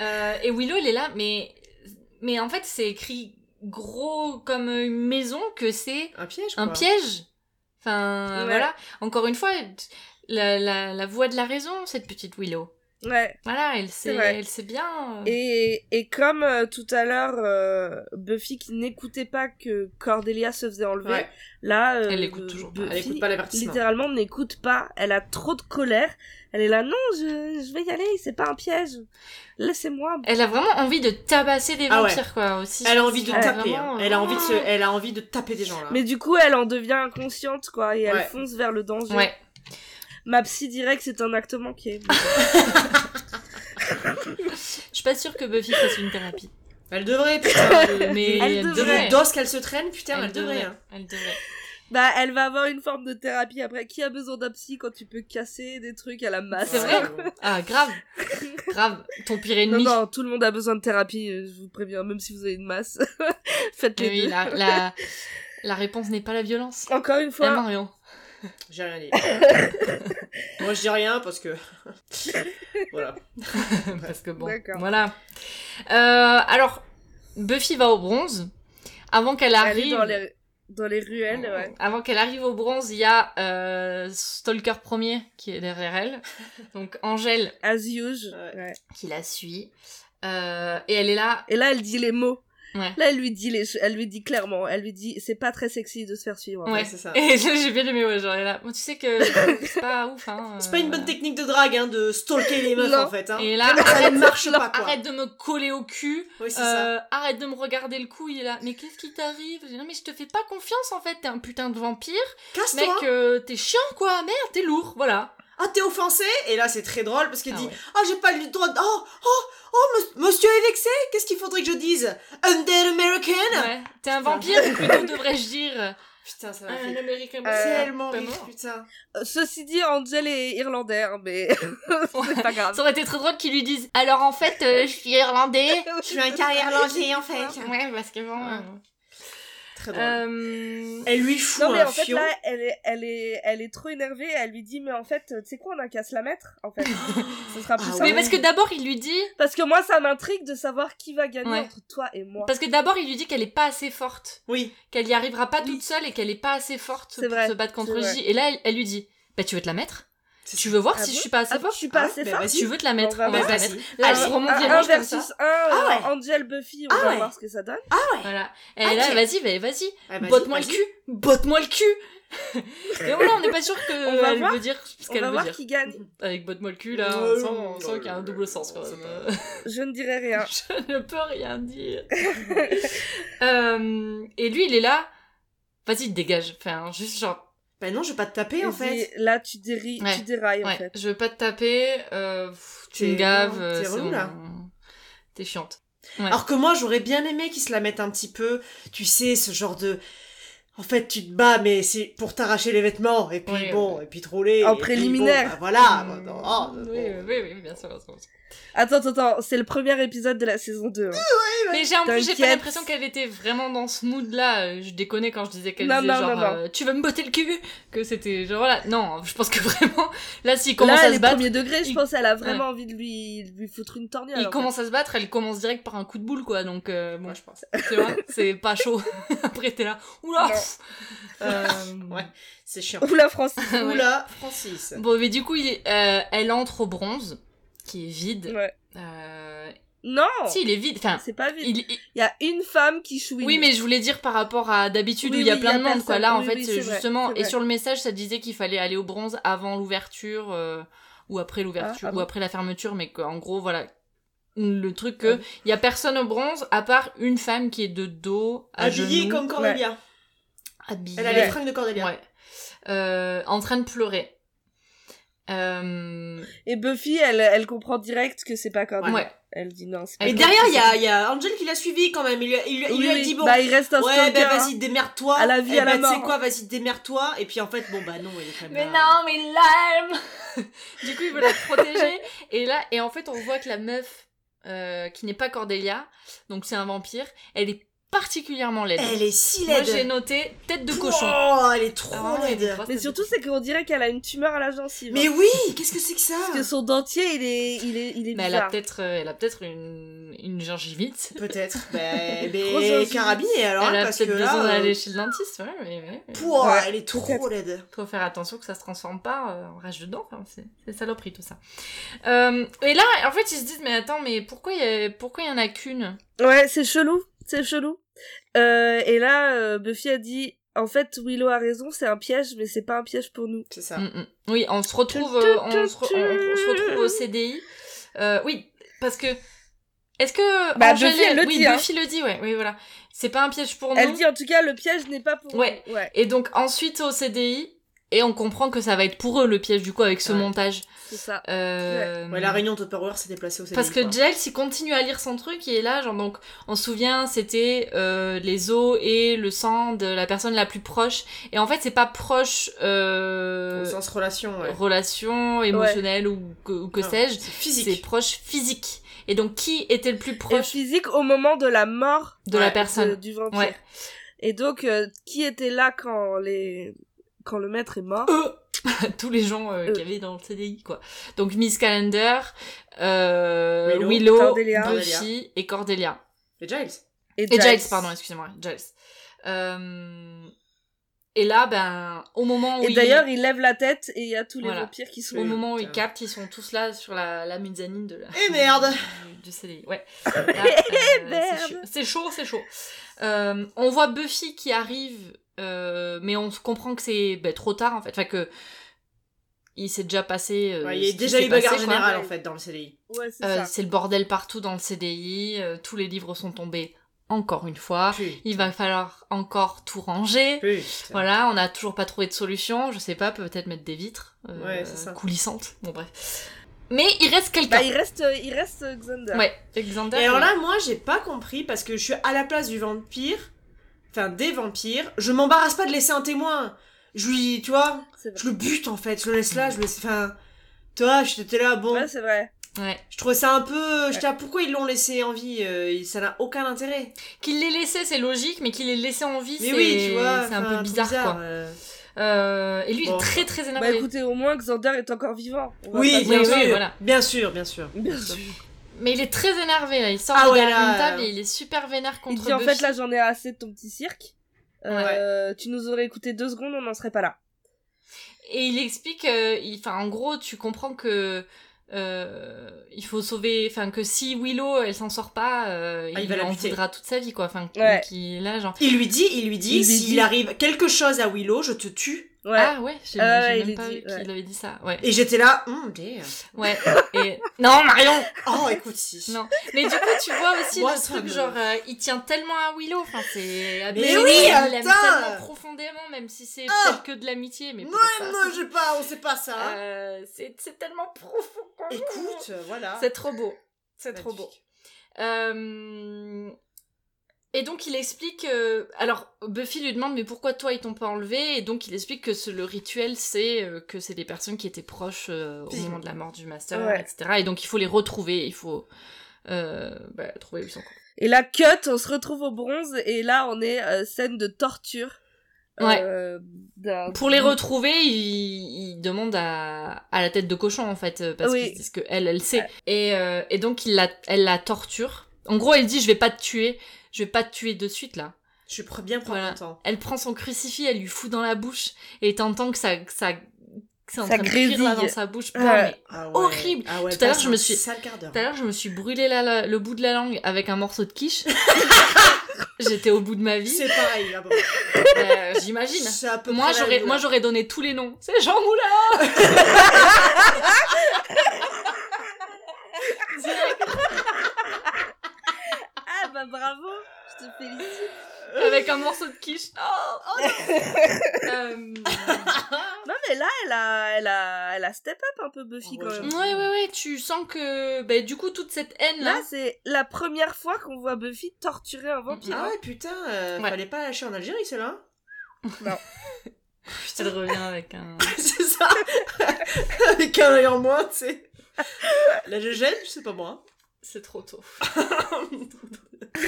S4: Euh, et Willow, il est là, mais, mais en fait, c'est écrit gros comme une maison que c'est
S2: Un piège, quoi.
S4: un piège. Enfin,
S3: Ouais.
S4: voilà. Encore une fois, la, la, la voix de la raison, cette petite Willow.
S3: Ouais.
S4: Voilà, elle sait,
S3: C'est vrai.
S4: elle sait bien. euh,
S3: Et, et comme euh, tout à l'heure, euh, Buffy qui n'écoutait pas que Cordelia se faisait enlever,
S2: Ouais.
S3: là, euh,
S4: Elle l'écoute
S3: Bu-
S4: toujours pas.
S3: Buffy,
S2: Elle écoute pas l'avertissement.
S3: littéralement n'écoute pas. Elle a trop de colère. Elle est là, non, je, je vais y aller, c'est pas un piège. Laissez-moi.
S4: Elle a vraiment envie de tabasser des
S2: Ah ouais.
S4: vampires, quoi, aussi.
S2: Elle a envie de
S4: Ouais.
S2: taper. hein.
S4: Vraiment,
S2: Elle a envie de se-
S4: euh,
S2: elle a envie de taper des gens, là.
S3: Mais du coup, elle en devient inconsciente, quoi, et elle
S2: Ouais.
S3: fonce vers le danger.
S4: Ouais.
S3: Ma psy dirait que c'est un acte manqué.
S4: Je suis pas sûre que Buffy fasse une thérapie. Euh,
S2: Elle devrait, putain.
S4: Mais
S3: Elle
S2: de-
S3: devrait.
S2: de- D'os qu'elle se traîne, putain, elle, devrait. hein.
S4: Elle devrait.
S3: bah, elle va avoir une forme de thérapie après. Qui a besoin d'un psy quand tu peux casser des trucs à la masse
S4: C'est vrai. Ah, grave. grave. Ton pire
S3: Non,
S4: ennemi.
S3: non, tout le monde a besoin de thérapie, euh, je vous préviens, même si vous avez une masse. Faites les
S4: Oui,
S3: deux.
S4: la, la, la réponse n'est pas la violence.
S3: Encore une
S4: La
S3: fois,
S4: Marion.
S2: J'ai rien dit. Moi, je dis rien parce que. voilà.
S4: Parce que bon,
S3: D'accord.
S4: voilà. Euh, alors, Buffy va au bronze. Avant qu'elle
S3: Aller
S4: arrive. Oh.
S3: dans les, dans les ruelles, ouais.
S4: Avant qu'elle arrive au bronze, il y a euh, Stalker premier qui est derrière elle. Donc Angèle
S3: As usual. ouais.
S4: qui la suit. Euh, et elle est là.
S3: Et là, elle dit les mots.
S4: Ouais.
S3: Là, elle lui dit les, elle lui dit clairement, elle lui dit, c'est pas très sexy de se faire suivre.
S4: Ouais.
S2: c'est ça.
S4: Et là, j'ai bien aimé, ouais, genre elle est là. Bon, tu sais que c'est pas ouf, hein.
S2: C'est pas une bonne
S4: euh,
S2: technique de drague, hein, de stalker les meufs
S3: Non.
S2: en fait. Hein.
S4: Et là,
S2: ça ne marche pas quoi.
S4: Arrête de me coller au cul.
S2: Oui, c'est ça.
S4: Euh, arrête de me regarder le cou, il est là. Mais qu'est-ce qui t'arrive J'ai dit, Non, mais je te fais pas confiance en fait, t'es un putain de vampire.
S2: Casse-toi.
S4: Mec, euh, t'es chiant quoi, merde, t'es lourd, voilà.
S2: Ah, t'es offensé Et là, c'est très drôle parce qu'il
S4: Ah
S2: dit
S4: ouais.
S2: Ah, j'ai pas le droit de. Oh, oh, oh, mos- monsieur est vexé Qu'est-ce qu'il faudrait que je dise Undead American
S4: Ouais, T'es un vampire, ou plutôt devrais-je dire.
S2: Putain, ça m'a
S4: Un
S2: fait
S4: américain
S2: Euh, tellement
S4: pas
S2: rire,
S4: mort.
S2: putain.
S3: Euh, Ceci dit, Angel est irlandais, hein, mais c'est pas grave.
S4: Ça aurait été très drôle qu'ils lui disent Alors en fait, euh, je suis irlandais.
S2: Je suis un carrière langer en fait.
S4: ouais, parce que bon. euh,
S2: Très drôle.
S4: euh,
S2: Elle lui fout
S3: Non mais
S2: un
S3: en fait
S2: fion.
S3: là, elle est, elle est, elle est trop énervée. Elle lui dit mais en fait, tu sais quoi, on a qu'à se la mettre. En fait, ce sera plus
S2: Ah
S3: simple.
S4: Mais Euh, parce que d'abord, il lui dit.
S3: Parce que moi, ça m'intrigue de savoir qui va gagner
S4: Ouais.
S3: entre toi et moi.
S4: Parce que d'abord, il lui dit qu'elle est pas assez forte.
S2: Oui.
S4: qu'elle y arrivera pas toute seule et qu'elle est pas assez forte
S3: C'est
S4: pour
S3: vrai,
S4: se battre contre
S3: c'est vrai.
S4: J. Et là, elle, elle lui dit Bah, tu veux te la mettre
S2: C'est
S4: Tu veux voir
S3: Ah
S4: si
S3: bon
S4: je suis pas assez
S3: Ah bon,
S4: forte
S3: je suis pas
S2: Ah,
S3: assez
S2: ben
S3: forte.
S2: vas-y.
S4: Tu veux te la mettre
S3: va
S4: On va
S3: voir.
S4: te la mettre.
S2: vas-y.
S4: bah Allez,
S3: Alors,
S4: remonte
S3: un-
S4: les
S3: un
S4: manches comme
S3: versus
S4: ça.
S3: 1, euh,
S2: Ah ouais.
S3: Angel Buffy, on
S2: Ah
S3: va
S2: ouais.
S3: voir ce que ça donne.
S4: Voilà. Et
S2: Ok.
S4: là, vas-y, bah, vas-y.
S2: Ah, vas-y,
S4: Botte-moi le
S2: vas-y.
S4: cul Botte-moi le cul Et voilà, on n'est pas sûr
S3: On va
S4: qu'elle
S3: voir.
S4: veut dire ce
S3: On
S4: qu'elle
S3: va
S4: veut
S3: voir
S4: dire.
S3: qui gagne.
S4: Avec botte-moi le cul, là,
S2: Ouais,
S4: on sent, on
S2: ouais,
S4: sent qu'il y a un double sens quand
S2: ouais,
S4: même.
S2: ouais.
S3: Je ne dirai rien.
S4: Je ne peux rien dire. Euh, et lui, il est là. Vas-y, dégage. Enfin, juste genre.
S2: Bah non, je vais pas te taper en
S3: Il dit,
S2: fait.
S3: Là, tu, déri-
S4: Ouais.
S3: tu dérailles en
S4: Ouais,
S3: fait.
S4: je veux pas te taper, euh, pff, tu me
S2: T'es-
S4: gaves,
S2: non,
S4: euh,
S2: t'es
S4: c'est
S2: relou,
S4: bon,
S2: là.
S4: T'es chiante.
S2: Alors que moi, j'aurais bien aimé qu'ils se la mettent un petit peu. Tu sais, ce genre de. En fait, tu te bats, mais c'est pour t'arracher les vêtements, et puis
S4: Oui,
S2: bon, et puis troller.
S3: En
S2: et puis,
S3: préliminaire.
S2: bon, bah, voilà.
S4: Mmh.
S2: Bon,
S3: ah,
S2: oh,
S3: bah,
S4: oui,
S2: bon.
S4: oui, oui, oui, bien sûr. bien sûr, bien sûr.
S3: Attends, attends, attends, c'est le premier épisode de la saison 2. hein.
S4: Mais j'ai en plus, j'ai pas
S3: T'inquiète.
S4: l'impression qu'elle était vraiment dans ce mood-là. euh, Je déconnais quand je disais qu'elle
S3: Non,
S4: disait
S3: non,
S4: genre,
S3: non, non.
S4: euh, tu vas me botter le cul, que c'était genre voilà. Non, je pense que vraiment, là, s'il commence
S3: là,
S4: à
S3: elle
S4: se
S3: est
S4: battre,
S3: premier degré, je
S4: il-
S3: pense qu'elle a vraiment envie de lui, lui foutre une torgnole.
S4: il
S3: en
S4: commence à se battre, elle commence direct par un coup de boule, quoi. Donc euh, bon, je pense. Tu vois, c'est pas chaud. Après, t'es là, oula.
S3: Non.
S4: pff. Euh,
S2: Ouais. C'est chiant.
S3: fait. Oula, France.
S4: ouais.
S2: Oula, Francis.
S4: Bon, mais du coup, il est- euh, elle entre au bronze, qui est vide.
S3: Ouais.
S4: Euh,
S3: Non
S4: Si, il est vide. Enfin,
S3: C'est pas vite.
S4: il, il-
S3: Il y a une femme qui chouine.
S4: Oui, mais je voulais dire par rapport à d'habitude
S3: Oui,
S4: où il y a
S3: oui,
S4: plein
S3: il y a
S4: de monde, quoi.
S3: personne.
S4: Là, en
S3: Oui,
S4: fait, euh,
S3: oui, c'est vrai,
S4: justement,
S3: c'est
S4: et
S3: vrai.
S4: sur le message, ça disait qu'il fallait aller au bronze avant l'ouverture euh, ou après l'ouverture
S3: Ah, ah
S4: ou
S3: bon
S4: après la fermeture, mais qu'en gros, voilà. Le truc que il y a personne au bronze à part une femme qui est de dos à
S2: Habillée
S4: genoux,
S2: comme Cordelia.
S4: habillée.
S2: Elle a les fringues de Cordelia.
S4: Ouais. Euh, en train de pleurer. Euh,
S3: Et Buffy, elle, elle comprend direct que c'est pas Cordelia.
S4: ouais.
S3: Elle dit non, c'est pas
S2: Et
S4: Elle
S2: derrière, il y a,
S3: Cordelia.
S2: il y a Angel qui l'a suivi quand même. Il lui a, il lui a- il
S3: Oui,
S2: lui a
S3: oui.
S2: dit bon.
S3: Bah, il reste un
S2: Ouais,
S3: stalker,
S2: bah
S3: hein.
S2: vas-y, démerde-toi.
S3: À la vie,
S2: Eh
S3: à la
S2: bah, Tu sais
S3: mort.
S2: quoi, vas-y, démerde-toi. Et puis en fait, bon, bah non, il est quand même.
S4: Mais
S2: là.
S4: non, mais l'âme Du coup, il veut la protéger. Et là, et en fait, on voit que la meuf, euh, qui n'est pas Cordelia, donc c'est un vampire, elle est particulièrement laide.
S2: Elle est si
S4: Moi,
S2: laide.
S4: j'ai noté tête de
S2: Pouah,
S4: cochon.
S2: elle est trop
S4: Ah, elle est
S2: laide.
S4: grosse
S3: Mais
S4: tête de
S3: surtout,
S4: cochon.
S3: c'est qu'on dirait qu'elle a une tumeur à la gencive. hein.
S4: Hein.
S2: Mais oui, qu'est-ce que c'est que ça
S3: Parce que son dentier, il est, il est, il est
S4: Mais elle a
S3: bizarre.
S4: peut-être euh, elle a peut-être une, une gingivite.
S2: Peut-être. Ben,
S3: Grosse
S2: Mais
S3: angine.
S2: carabinée alors,
S4: elle
S2: hein,
S4: a
S2: parce que
S4: peut-être
S2: là.
S4: besoin d'aller
S2: euh,
S4: chez le dentiste. Ouais, mais, ouais, mais-
S2: pouah,
S3: Ouais,
S2: elle est trop
S3: peut-être.
S2: laide.
S4: faut faire attention que ça se transforme pas euh, en rage de dents. Enfin, c'est c'est saloperie tout ça. Euh, et là, en fait, ils se disent mais attends, mais pourquoi il y a- pourquoi il y en a qu'une
S3: Ouais, c'est chelou, c'est chelou. Euh, et là, euh, Buffy a dit, en fait, Willow a raison, c'est un piège, mais c'est pas un piège pour nous.
S2: C'est ça.
S4: Mm, mm. Oui, on se retrouve,
S3: Tu,
S4: euh,
S3: tu,
S4: on, se re-
S3: tu.
S4: on- on se retrouve au CDI. Euh, oui, parce que. Est-ce que.
S3: Bah,
S4: Angèle-
S3: Buffy, elle le
S4: oui,
S3: dit, hein.
S4: Buffy le dit, ouais, oui, voilà. C'est pas un piège pour nous.
S3: Elle dit, en tout cas, le piège n'est pas pour
S4: Ouais.
S3: nous. Ouais,
S4: Et donc, ensuite, au CDI, et on comprend que ça va être pour eux le piège, du coup, avec ce
S2: Ouais.
S4: montage.
S3: c'est ça.
S4: Euh,
S2: Ouais, la réunion Tupperware s'est déplacée au CDI.
S4: Parce que
S2: quoi.
S4: Giles, il continue à lire son truc, il est là, genre, donc, on se souvient, c'était euh, les os et le sang de la personne la plus proche. Et en fait, c'est pas proche euh,
S2: Au sens relation, ouais.
S4: relation émotionnelle ou que, ou que
S2: Non,
S4: sais-je.
S2: c'est
S4: C'est
S2: Physique.
S4: proche physique. Et donc, qui était le plus
S3: Et
S4: proche
S3: physique au moment de la mort
S4: de
S2: ouais,
S4: la
S2: de-
S3: de-
S4: personne
S3: du vampire.
S4: Ouais.
S3: Et donc, euh, qui était là quand les, quand le maître est mort?
S4: Eux Tous les gens euh,
S3: Eux.
S4: qu'il y avait dans le CDI, quoi. Donc, Miss Calendar, euh,
S2: Willow,
S4: Willow,
S3: Cordelia.
S4: Buffy et Cordelia.
S2: Et Giles.
S3: Et
S4: Et Giles, pardon, excusez-moi, Giles. Euh, Et là, ben, au moment où
S3: Et
S4: il-
S3: d'ailleurs, il lève la tête et il y a tous les
S4: Voilà.
S3: vampires qui sont.
S4: Au moment où ils
S3: Putain.
S4: captent, ils sont tous là sur la, la mezzanine de la.
S2: Eh merde Eh,
S4: du, du CDI. Ouais. Là, euh,
S3: merde.
S4: c'est chaud- C'est chaud, c'est chaud. Euh, on voit Buffy qui arrive, euh, mais on se comprend que c'est ben, trop tard en fait. Enfin que il s'est déjà passé. euh,
S2: Ouais, il y
S4: ce
S2: a
S4: qui
S2: déjà
S4: s'est
S2: eu bagarre
S4: passé, quoi.
S2: générale en fait dans le CDI.
S3: Ouais, c'est
S4: Euh,
S3: ça.
S4: c'est le bordel partout dans le CDI. euh, tous les livres sont tombés encore une fois.
S2: Putain.
S4: Il va falloir encore tout ranger.
S2: Putain.
S4: Voilà, on n'a toujours pas trouvé de solution. Je sais pas, peut-être mettre des vitres euh,
S2: Ouais, c'est ça.
S4: coulissantes. Bon, bref. Mais il reste quelqu'un.
S3: Bah, il reste, euh, il reste euh, Xander.
S4: Ouais, Xander.
S2: Et alors là, moi, j'ai pas compris parce que je suis à la place du vampire, enfin des vampires. Je m'embarrasse pas de laisser un témoin. Je lui, tu vois,
S3: C'est vrai.
S2: je le bute en fait. Je le laisse là, je le laisse. Enfin, toi, j'étais là, bon.
S3: Ouais, c'est vrai.
S4: Ouais.
S2: Je trouvais ça un peu. J'étais là, pourquoi ils l'ont laissé en vie euh, Ça n'a aucun intérêt.
S4: Qu'il l'ait laissé, c'est logique, mais qu'il l'ait laissé en vie,
S2: Mais
S4: c'est
S2: oui, tu vois,
S4: c'est un
S2: enfin,
S4: peu bizarre, quoi.
S2: euh.
S4: Euh, et lui, il
S2: Bon.
S4: est très très
S3: Bah,
S4: énervé.
S3: écoutez, au moins Xander est encore vivant. On va
S2: Oui,
S3: pas
S4: oui,
S2: bien
S3: dire-
S4: oui,
S2: sûr,
S4: voilà.
S2: bien sûr, bien sûr.
S3: Bien sûr.
S4: Mais il est très énervé, là. Il sort
S2: Ah
S4: de
S2: ouais,
S4: derrière
S2: là,
S4: une table
S2: euh.
S4: et il est super vénère
S3: Il
S4: contre
S3: dit en
S4: Buffy.
S3: fait, là, j'en ai assez de ton petit cirque. Euh, Tu nous aurais écouté deux secondes, on n'en serait pas là.
S4: Et il explique, euh, il- enfin, en gros, tu comprends que euh, il faut sauver, enfin, que si Willow elle s'en sort pas, euh,
S2: Ah, il
S4: il,
S2: va la
S4: en
S2: buter.
S4: voudra toute sa vie, quoi. Enfin,
S3: Ouais.
S4: qui là, genre.
S2: Il lui dit, il lui
S3: Il
S2: dit,
S3: lui
S2: s'il
S3: dit.
S2: arrive quelque chose à Willow, je te tue.
S3: Ouais.
S4: Ah ouais, j'ai
S3: Ah ouais,
S4: j'ai
S3: il
S4: même
S3: est
S4: pas
S3: dit,
S4: vu qu'il
S3: ouais.
S4: avait dit ça. Ouais.
S2: Et j'étais là,
S4: Oh,
S2: Hum, damn.
S4: Ouais. Et... non, Marion.
S2: Oh, écoute, si.
S4: Non. Mais du coup, tu vois aussi
S2: Moi,
S4: le
S2: ça
S4: truc
S2: me-
S4: genre, euh, il tient tellement à Willow. Enfin, c'est.
S2: Mais
S4: Abby,
S2: oui,
S4: il l'aime
S2: attends.
S4: tellement profondément, même si c'est
S2: Ah.
S4: peut-être que de l'amitié, mais.
S2: Non,
S4: peut-être
S2: non,
S4: pas.
S2: je pas, on sait pas ça.
S4: Euh, c'est c'est tellement profond. Bah, quoi.
S2: Écoute, euh, voilà.
S4: C'est trop beau. C'est
S2: Magnifique.
S4: trop beau. Euh, Et donc il explique. euh, Alors Buffy lui demande mais pourquoi toi ils t'ont pas enlevé Et donc il explique que ce- le rituel c'est euh, que c'est des personnes qui étaient proches euh, au
S2: Physiquement.
S4: moment de la mort du master,
S3: Ouais.
S4: etc. Et donc il faut les retrouver. Il faut euh, bah, trouver où ils sont. quoi.
S3: Et là, cut, on se retrouve au bronze, et là, on est euh, scène de torture. Euh, d'un-
S4: Pour les retrouver, il, il demande à, à la tête de cochon en fait euh, parce
S3: Oui.
S4: qu'ils disent que elle, elle sait. Et, euh, et donc il la, elle la torture. En gros, elle dit je vais pas te tuer, je vais pas te tuer de suite là.
S2: Je prends bien prendre
S4: Voilà.
S2: mon temps.
S4: Elle prend son crucifix, elle lui fout dans la bouche et t'entends que ça, que ça, que c'est en
S3: Ça
S4: train de cuire là,
S3: grésille.
S4: dans sa bouche.
S3: Ouais.
S4: Bon, mais
S2: Ah ouais.
S4: Horrible.
S2: Ah ouais,
S4: Tout à l'heure,
S2: passe
S4: je me
S2: un
S4: suis-
S2: Sale quart d'heure.
S4: tout à l'heure, je me suis brûlé la- la- le bout de la langue avec un morceau de quiche. J'étais au bout de ma vie.
S2: C'est pareil, là-bas.
S4: Euh, J'imagine.
S2: C'est à peu
S4: Moi
S2: près la
S4: j'aurais,
S2: même
S4: moi
S2: chose.
S4: j'aurais donné tous les noms. C'est Jean Moulin. Direct,
S3: Ah, bah bravo, je te félicite.
S4: avec un morceau de quiche. Oh, oh non. Euh,
S3: Non, mais là, elle a, elle a, elle a step up un peu, Buffy,
S2: Oh,
S3: quand
S2: ouais,
S3: même.
S4: Ouais, ouais, ouais, tu sens que, bah, du coup, toute cette haine là.
S3: Là, c'est la première fois qu'on voit Buffy torturer un vampire.
S2: Ah ouais, putain, euh,
S4: hein. Ouais.
S2: fallait pas la lâcher en Algérie, celle-là. hein.
S4: Putain, elle revient avec un.
S2: c'est ça. Avec un œil en moins, tu sais. La gêne, je sais pas moi.
S4: C'est trop tôt.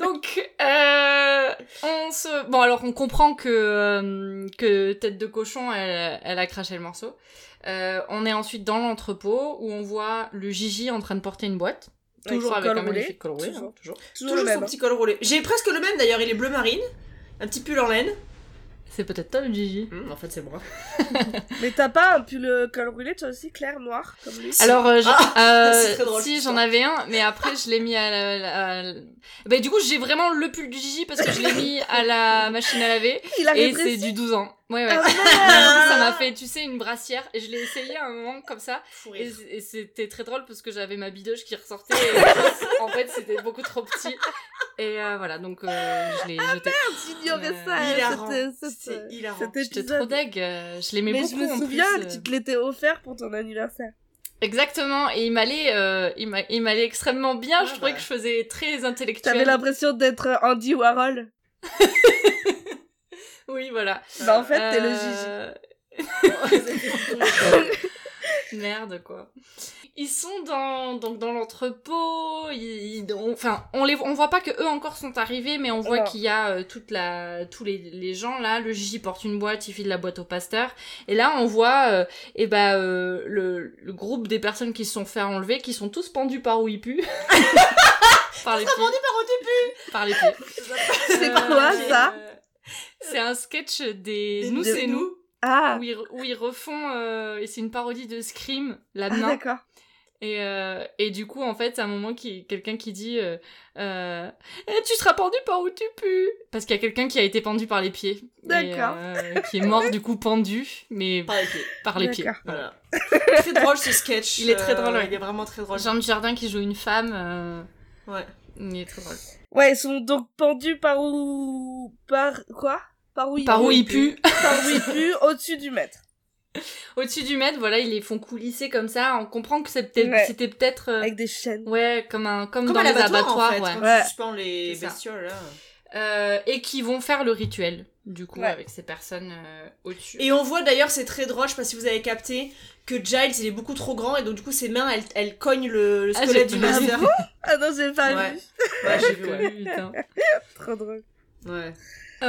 S4: Donc, euh, on se. Bon, alors, on comprend que, euh, que Tête de Cochon, elle, elle a craché le morceau. Euh, on est ensuite dans l'entrepôt où on voit le Gigi en train de porter une boîte.
S3: Avec
S4: Toujours
S3: son
S4: avec,
S3: col
S4: un
S3: roulé.
S4: magnifique col roulé. hein,
S3: Toujours.
S4: toujours.
S3: Toujours,
S2: Toujours
S3: le
S2: son
S3: même.
S2: petit col roulé. J'ai presque le même d'ailleurs, il est bleu marine. Un petit pull en laine.
S4: C'est peut-être toi le Gigi.
S2: Hum, en fait, c'est moi.
S3: hein. Mais t'as pas un pull euh, col roulé, toi aussi, clair, noir, comme lui
S4: Alors, euh, je-
S2: c'est
S3: Ah,
S4: euh,
S2: très drôle,
S4: si
S2: putain.
S4: j'en avais un, mais après je l'ai mis à la. la- la- Bah, du coup, j'ai vraiment le pull du Gigi parce que je l'ai mis à la machine à laver
S3: Il a
S4: et
S3: rétréci.
S4: c'est du 12 ans. Ouais, ouais.
S3: Ah,
S4: ça m'a fait, tu sais, une brassière. Et je l'ai essayé à un moment comme ça. Et,
S2: Pourri.
S4: et c'était très drôle parce que j'avais ma bidoche qui ressortait. et en fait, c'était beaucoup trop petit. Et euh, voilà, donc euh, je l'ai
S3: Ah,
S4: jeté.
S3: J'ignorais ça,
S4: Ah,
S2: Il
S3: hein,
S2: a
S3: c'était-
S2: C'est
S3: c'était-
S2: Ah, hilarant.
S3: cet
S4: J'étais trop
S3: épisode.
S4: deg. euh, Je l'aimais
S3: Mais
S4: beaucoup.
S3: je me
S4: en
S3: souviens
S4: plus,
S3: que
S4: euh.
S3: tu te l'étais offert pour ton anniversaire.
S4: Exactement. Et il m'allait, euh, il m'a- il m'allait extrêmement bien.
S2: Ah,
S4: je trouvais
S2: bah.
S4: que je faisais très intellectuel.
S3: T'avais l'impression d'être Andy Warhol.
S4: Oui, voilà.
S3: Bah en fait, t'es le Gigi.
S4: Euh, Merde, quoi. Ils sont dans, donc dans l'entrepôt. ils- ils- on- Enfin, on, les, on voit pas que eux encore sont arrivés, mais on voit
S3: Non.
S4: qu'il y a euh, toute la, tous les, les gens là. Le Gigi porte une boîte, il file la boîte au pasteur. Et là, on voit euh, eh ben, euh, le, le groupe des personnes qui se sont fait enlever, qui sont tous pendus par où ils puent. par les pieds.
S2: Répondez par au début
S4: Par les pieds. Euh,
S3: C'est quoi, ça
S4: C'est un sketch des,
S3: Des-
S4: Nous,
S3: des-
S4: c'est nous,
S3: Ah,
S4: où ils, où ils refont, euh, et c'est une parodie de Scream, la
S3: ah,
S4: main.
S3: d'accord.
S4: Et, euh, et du coup, en fait, à un moment, qui, quelqu'un qui dit euh, euh, Eh, Tu seras pendu par où tu pues Parce qu'il y a quelqu'un qui a été pendu par les pieds. Et,
S3: D'accord.
S4: euh, qui est mort, du coup, pendu, mais
S2: Par les pieds.
S4: par les pieds.
S3: D'accord.
S2: Voilà. très drôle ce sketch. Euh,
S4: Il est très drôle, ouais.
S2: Il est vraiment très drôle.
S4: Jean Jardin qui joue une femme. euh,
S2: Ouais.
S4: Il est trop drôle.
S3: Ouais, ils sont donc pendus par où... Par quoi Par où ils
S4: Par où il pue
S3: Par où ils puent, au-dessus du mètre.
S4: Au-dessus du mètre, voilà, ils les font coulisser comme ça. On comprend que c'était
S3: Ouais.
S4: c'était peut-être. euh,
S3: Avec des chaînes.
S4: Ouais, comme, un, comme,
S2: Comme
S4: dans
S2: à
S4: les
S2: l'abattoir, en
S4: abattoirs,
S2: fait.
S4: ouais.
S2: Quand
S3: Ouais.
S2: tu suspends les
S4: C'est ça.
S2: bestioles, là.
S4: Euh, et qui vont faire le rituel, du coup,
S3: Ouais.
S4: avec ces personnes euh, au-dessus.
S2: Et on voit d'ailleurs, c'est très drôle, je sais pas si vous avez capté, que Giles, il est beaucoup trop grand et donc du coup, ses mains, elles, elles cognent le, le
S4: Ah,
S2: squelette
S4: j'ai
S2: du
S4: pas
S2: master.
S4: vu.
S3: Ah non, j'ai pas
S2: Ouais.
S3: vu.
S2: Ouais, j'ai vu, ouais.
S4: Putain.
S3: Trop drôle.
S2: Ouais.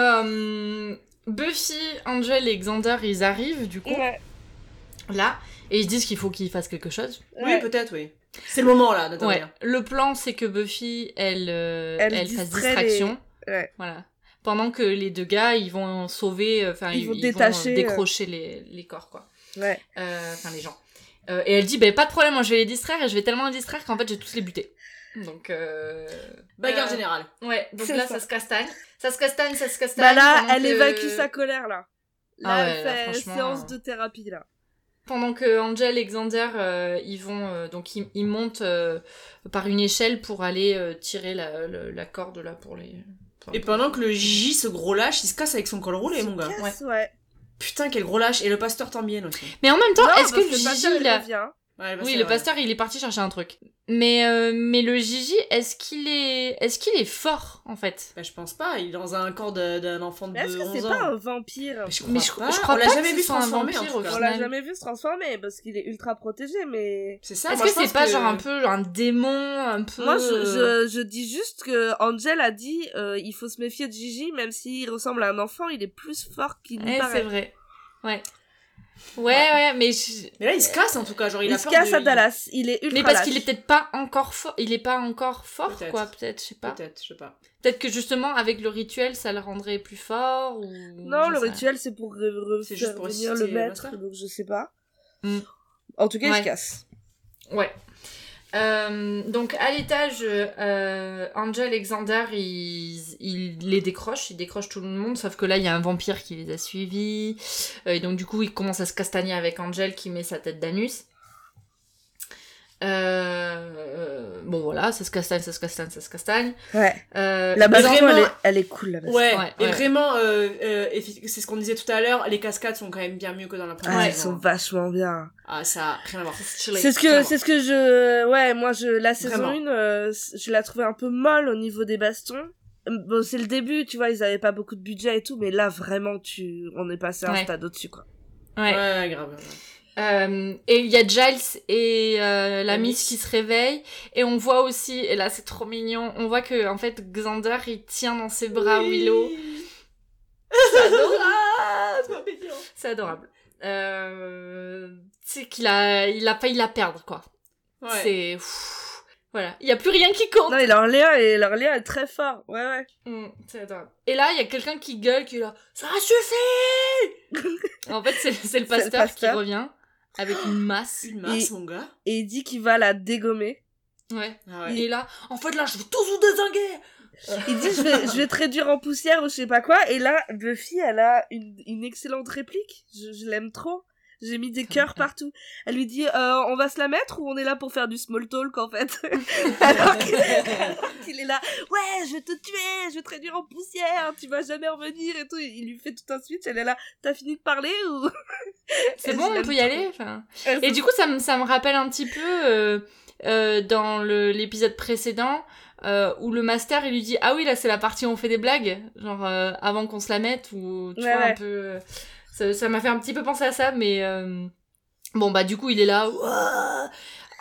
S4: Euh, Buffy, Angel et Xander, ils arrivent, du coup,
S3: Ouais.
S4: là, et ils disent qu'il faut qu'ils fassent quelque chose.
S2: Oui, peut-être, oui. C'est le moment, là,
S4: Ouais.
S2: d'intervenir.
S4: Le plan, c'est que Buffy, elle, euh,
S3: Elle
S4: elle, fasse
S3: distrait
S4: distraction.
S3: les- ouais.
S4: Voilà. Pendant que les deux gars, ils vont sauver, euh, enfin,
S3: Ils vont
S4: euh,
S3: détacher, euh,
S4: décrocher les, les corps, quoi.
S3: Ouais.
S4: Euh, Enfin, les gens. Euh, et elle dit, ben, pas de problème, moi, je vais les distraire, et je vais tellement les distraire qu'en fait, je vais tous les buter. Donc, euh...
S2: Bagarre
S4: euh,
S2: générale.
S4: Ouais, donc
S3: C'est
S4: là,
S3: ça.
S4: ça. se castagne. Ça se castagne, ça se castagne.
S3: Bah là,
S4: pendant
S3: elle
S4: que-
S3: évacue sa colère, là. Là,
S4: Ah ouais,
S3: elle
S4: là,
S3: fait
S4: franchement,
S3: séance
S4: euh,
S3: de thérapie, là.
S4: Pendant que Angel et Xander, euh, ils vont euh, donc ils, ils montent euh, par une échelle pour aller euh, tirer la, le- la corde là pour les. pour-
S2: Et pendant que le Gigi, ce gros lâche, il se casse avec son col roulé, mon gars.
S3: Casse, ouais.
S2: Putain, quel gros lâche. Et le pasteur Tambien aussi.
S4: Mais en même temps,
S3: Non,
S4: est-ce que
S3: parce
S4: le
S3: pasteur,
S4: Gigi
S3: il
S4: là
S3: revient.
S2: Ouais,
S4: Oui, le
S2: ouais.
S4: pasteur, il est parti chercher un truc. Mais euh, mais le Gigi, est-ce qu'il est est-ce qu'il est fort en fait
S2: Bah, je pense pas. Il est dans un corps de- d'un enfant de
S3: Mais est-ce que
S2: 11
S3: c'est
S2: ans.
S3: pas un vampire
S2: Mais je crois
S4: Mais je-
S2: pas.
S4: je crois
S2: on l'a
S4: pas
S2: jamais
S4: que
S2: vu
S4: ce soit un
S2: transformer
S4: vampire,
S2: en
S4: au
S2: tout cas.
S3: On
S4: final.
S3: l'a
S4: Final.
S3: jamais vu se transformer parce qu'il est ultra protégé, mais.
S2: C'est ça.
S4: Est-ce
S2: moi,
S4: que
S2: je pense
S4: c'est pas genre un peu genre un démon un peu euh,
S3: Moi, je, je, je dis juste que Angel a dit euh, il faut se méfier de Gigi, même s'il ressemble à un enfant, il est plus fort qu'il
S4: Ouais,
S3: n'y
S4: Eh, c'est
S3: paraît.
S4: vrai. Ouais. Ouais ouais, mais je-
S2: Mais là, il se casse en tout cas. Genre, il,
S3: Il,
S2: a
S3: se
S2: peur
S3: casse
S2: de-
S3: à Dallas, il est ultra.
S4: mais parce
S3: lâche.
S4: qu'il est peut-être pas encore fort, il est pas encore fort
S2: Peut-être.
S4: quoi, peut-être, je sais pas.
S2: Peut-être, je sais pas.
S4: Peut-être que justement avec le rituel ça le rendrait plus fort ou
S3: Non,
S4: je
S3: le
S4: sais
S3: rituel, c'est pour re- re-
S2: C'est
S3: faire
S2: juste pour
S3: revenir le
S2: exciter
S3: maître,
S2: Master.
S3: donc je sais pas.
S4: Hmm.
S3: En tout cas, il
S4: Ouais.
S3: se casse.
S4: rien. Ouais. Euh, donc à l'étage, euh, Angel et Xander, ils, ils les décrochent, ils décrochent tout le monde, sauf que là il y a un vampire qui les a suivis, Euh, et donc du coup il commence à se castagner avec Angel qui met sa tête d'anus. Euh, euh, bon voilà, ça se castagne, ça se castagne, ça se castagne.
S3: Ouais.
S4: Euh,
S3: La
S2: mais
S3: baston, elle,
S2: vraiment-
S3: est, elle est cool, la baston.
S2: Ouais,
S4: Ouais,
S2: et
S4: ouais.
S2: vraiment, euh, euh, effi- c'est ce qu'on disait tout à l'heure, les cascades sont quand même bien mieux que dans la première
S3: Ah, elles
S2: saison.
S3: sont vachement bien.
S2: Ah, ça a rien à voir.
S3: C'est ce que, c'est ce que je, ouais, moi je, la saison
S2: Vraiment.
S3: 1, je la trouvais un peu molle au niveau des bastons. Euh, Bon, c'est le début, tu vois, ils avaient pas beaucoup de budget et tout, mais là vraiment, tu, on est passé à un
S4: Ouais.
S3: stade au-dessus, quoi.
S4: Ouais.
S2: Ouais, grave, grave.
S4: Euh, et il y a Giles et euh, la
S2: La
S4: Miss
S2: Miss.
S4: qui se réveillent. Et on voit aussi, et là c'est trop mignon, on voit que en fait Xander il tient dans ses bras Willow. C'est
S2: Ah,
S4: adorable. C'est adorable. Euh, c'est qu'il a, il a failli la perdre quoi.
S2: Ouais.
S4: C'est. pff, Voilà. Il y a plus rien qui compte.
S3: Non, et leur lien, et leur lien est très fort. Ouais, ouais.
S4: Mm, c'est adorable. Et là il y a quelqu'un qui gueule qui est là. Ça suffit. en fait c'est, c'est le
S3: C'est le
S4: pasteur qui
S3: pasteur.
S4: revient avec une masse.
S2: Une masse,
S3: Et-
S2: mon gars.
S3: Et il dit qu'il va la dégommer.
S4: Ouais.
S2: Ah
S4: Il
S2: ouais.
S4: est là, en fait là je vais tous vous désinguer
S3: Il dit, je vais, je vais te réduire en poussière ou je sais pas quoi. Et là, Buffy, elle a une, une excellente réplique. Je, je l'aime trop. J'ai mis des cœurs partout. Elle lui dit, euh, on va se la mettre ou on est là pour faire du small talk en fait Alors qu'il alors qu'il est là, ouais, je vais te tuer, je vais te réduire en poussière, tu vas jamais revenir et tout. Il lui fait tout un switch. Elle est là, t'as fini de parler ou
S4: C'est
S3: Et
S4: bon,
S3: je
S4: on
S3: l'aime
S4: peut y
S3: trop.
S4: aller enfin. Et du coup, ça me, ça me rappelle un petit peu euh, euh, dans le- l'épisode précédent euh, où le master il lui dit Ah oui, là c'est la partie où on fait des blagues, genre euh, avant qu'on se la mette, ou tu
S3: Ouais,
S4: vois un
S3: ouais.
S4: peu. euh, ça ça m'a fait un petit peu penser à ça, mais euh, bon, bah du coup, il est là. Ouah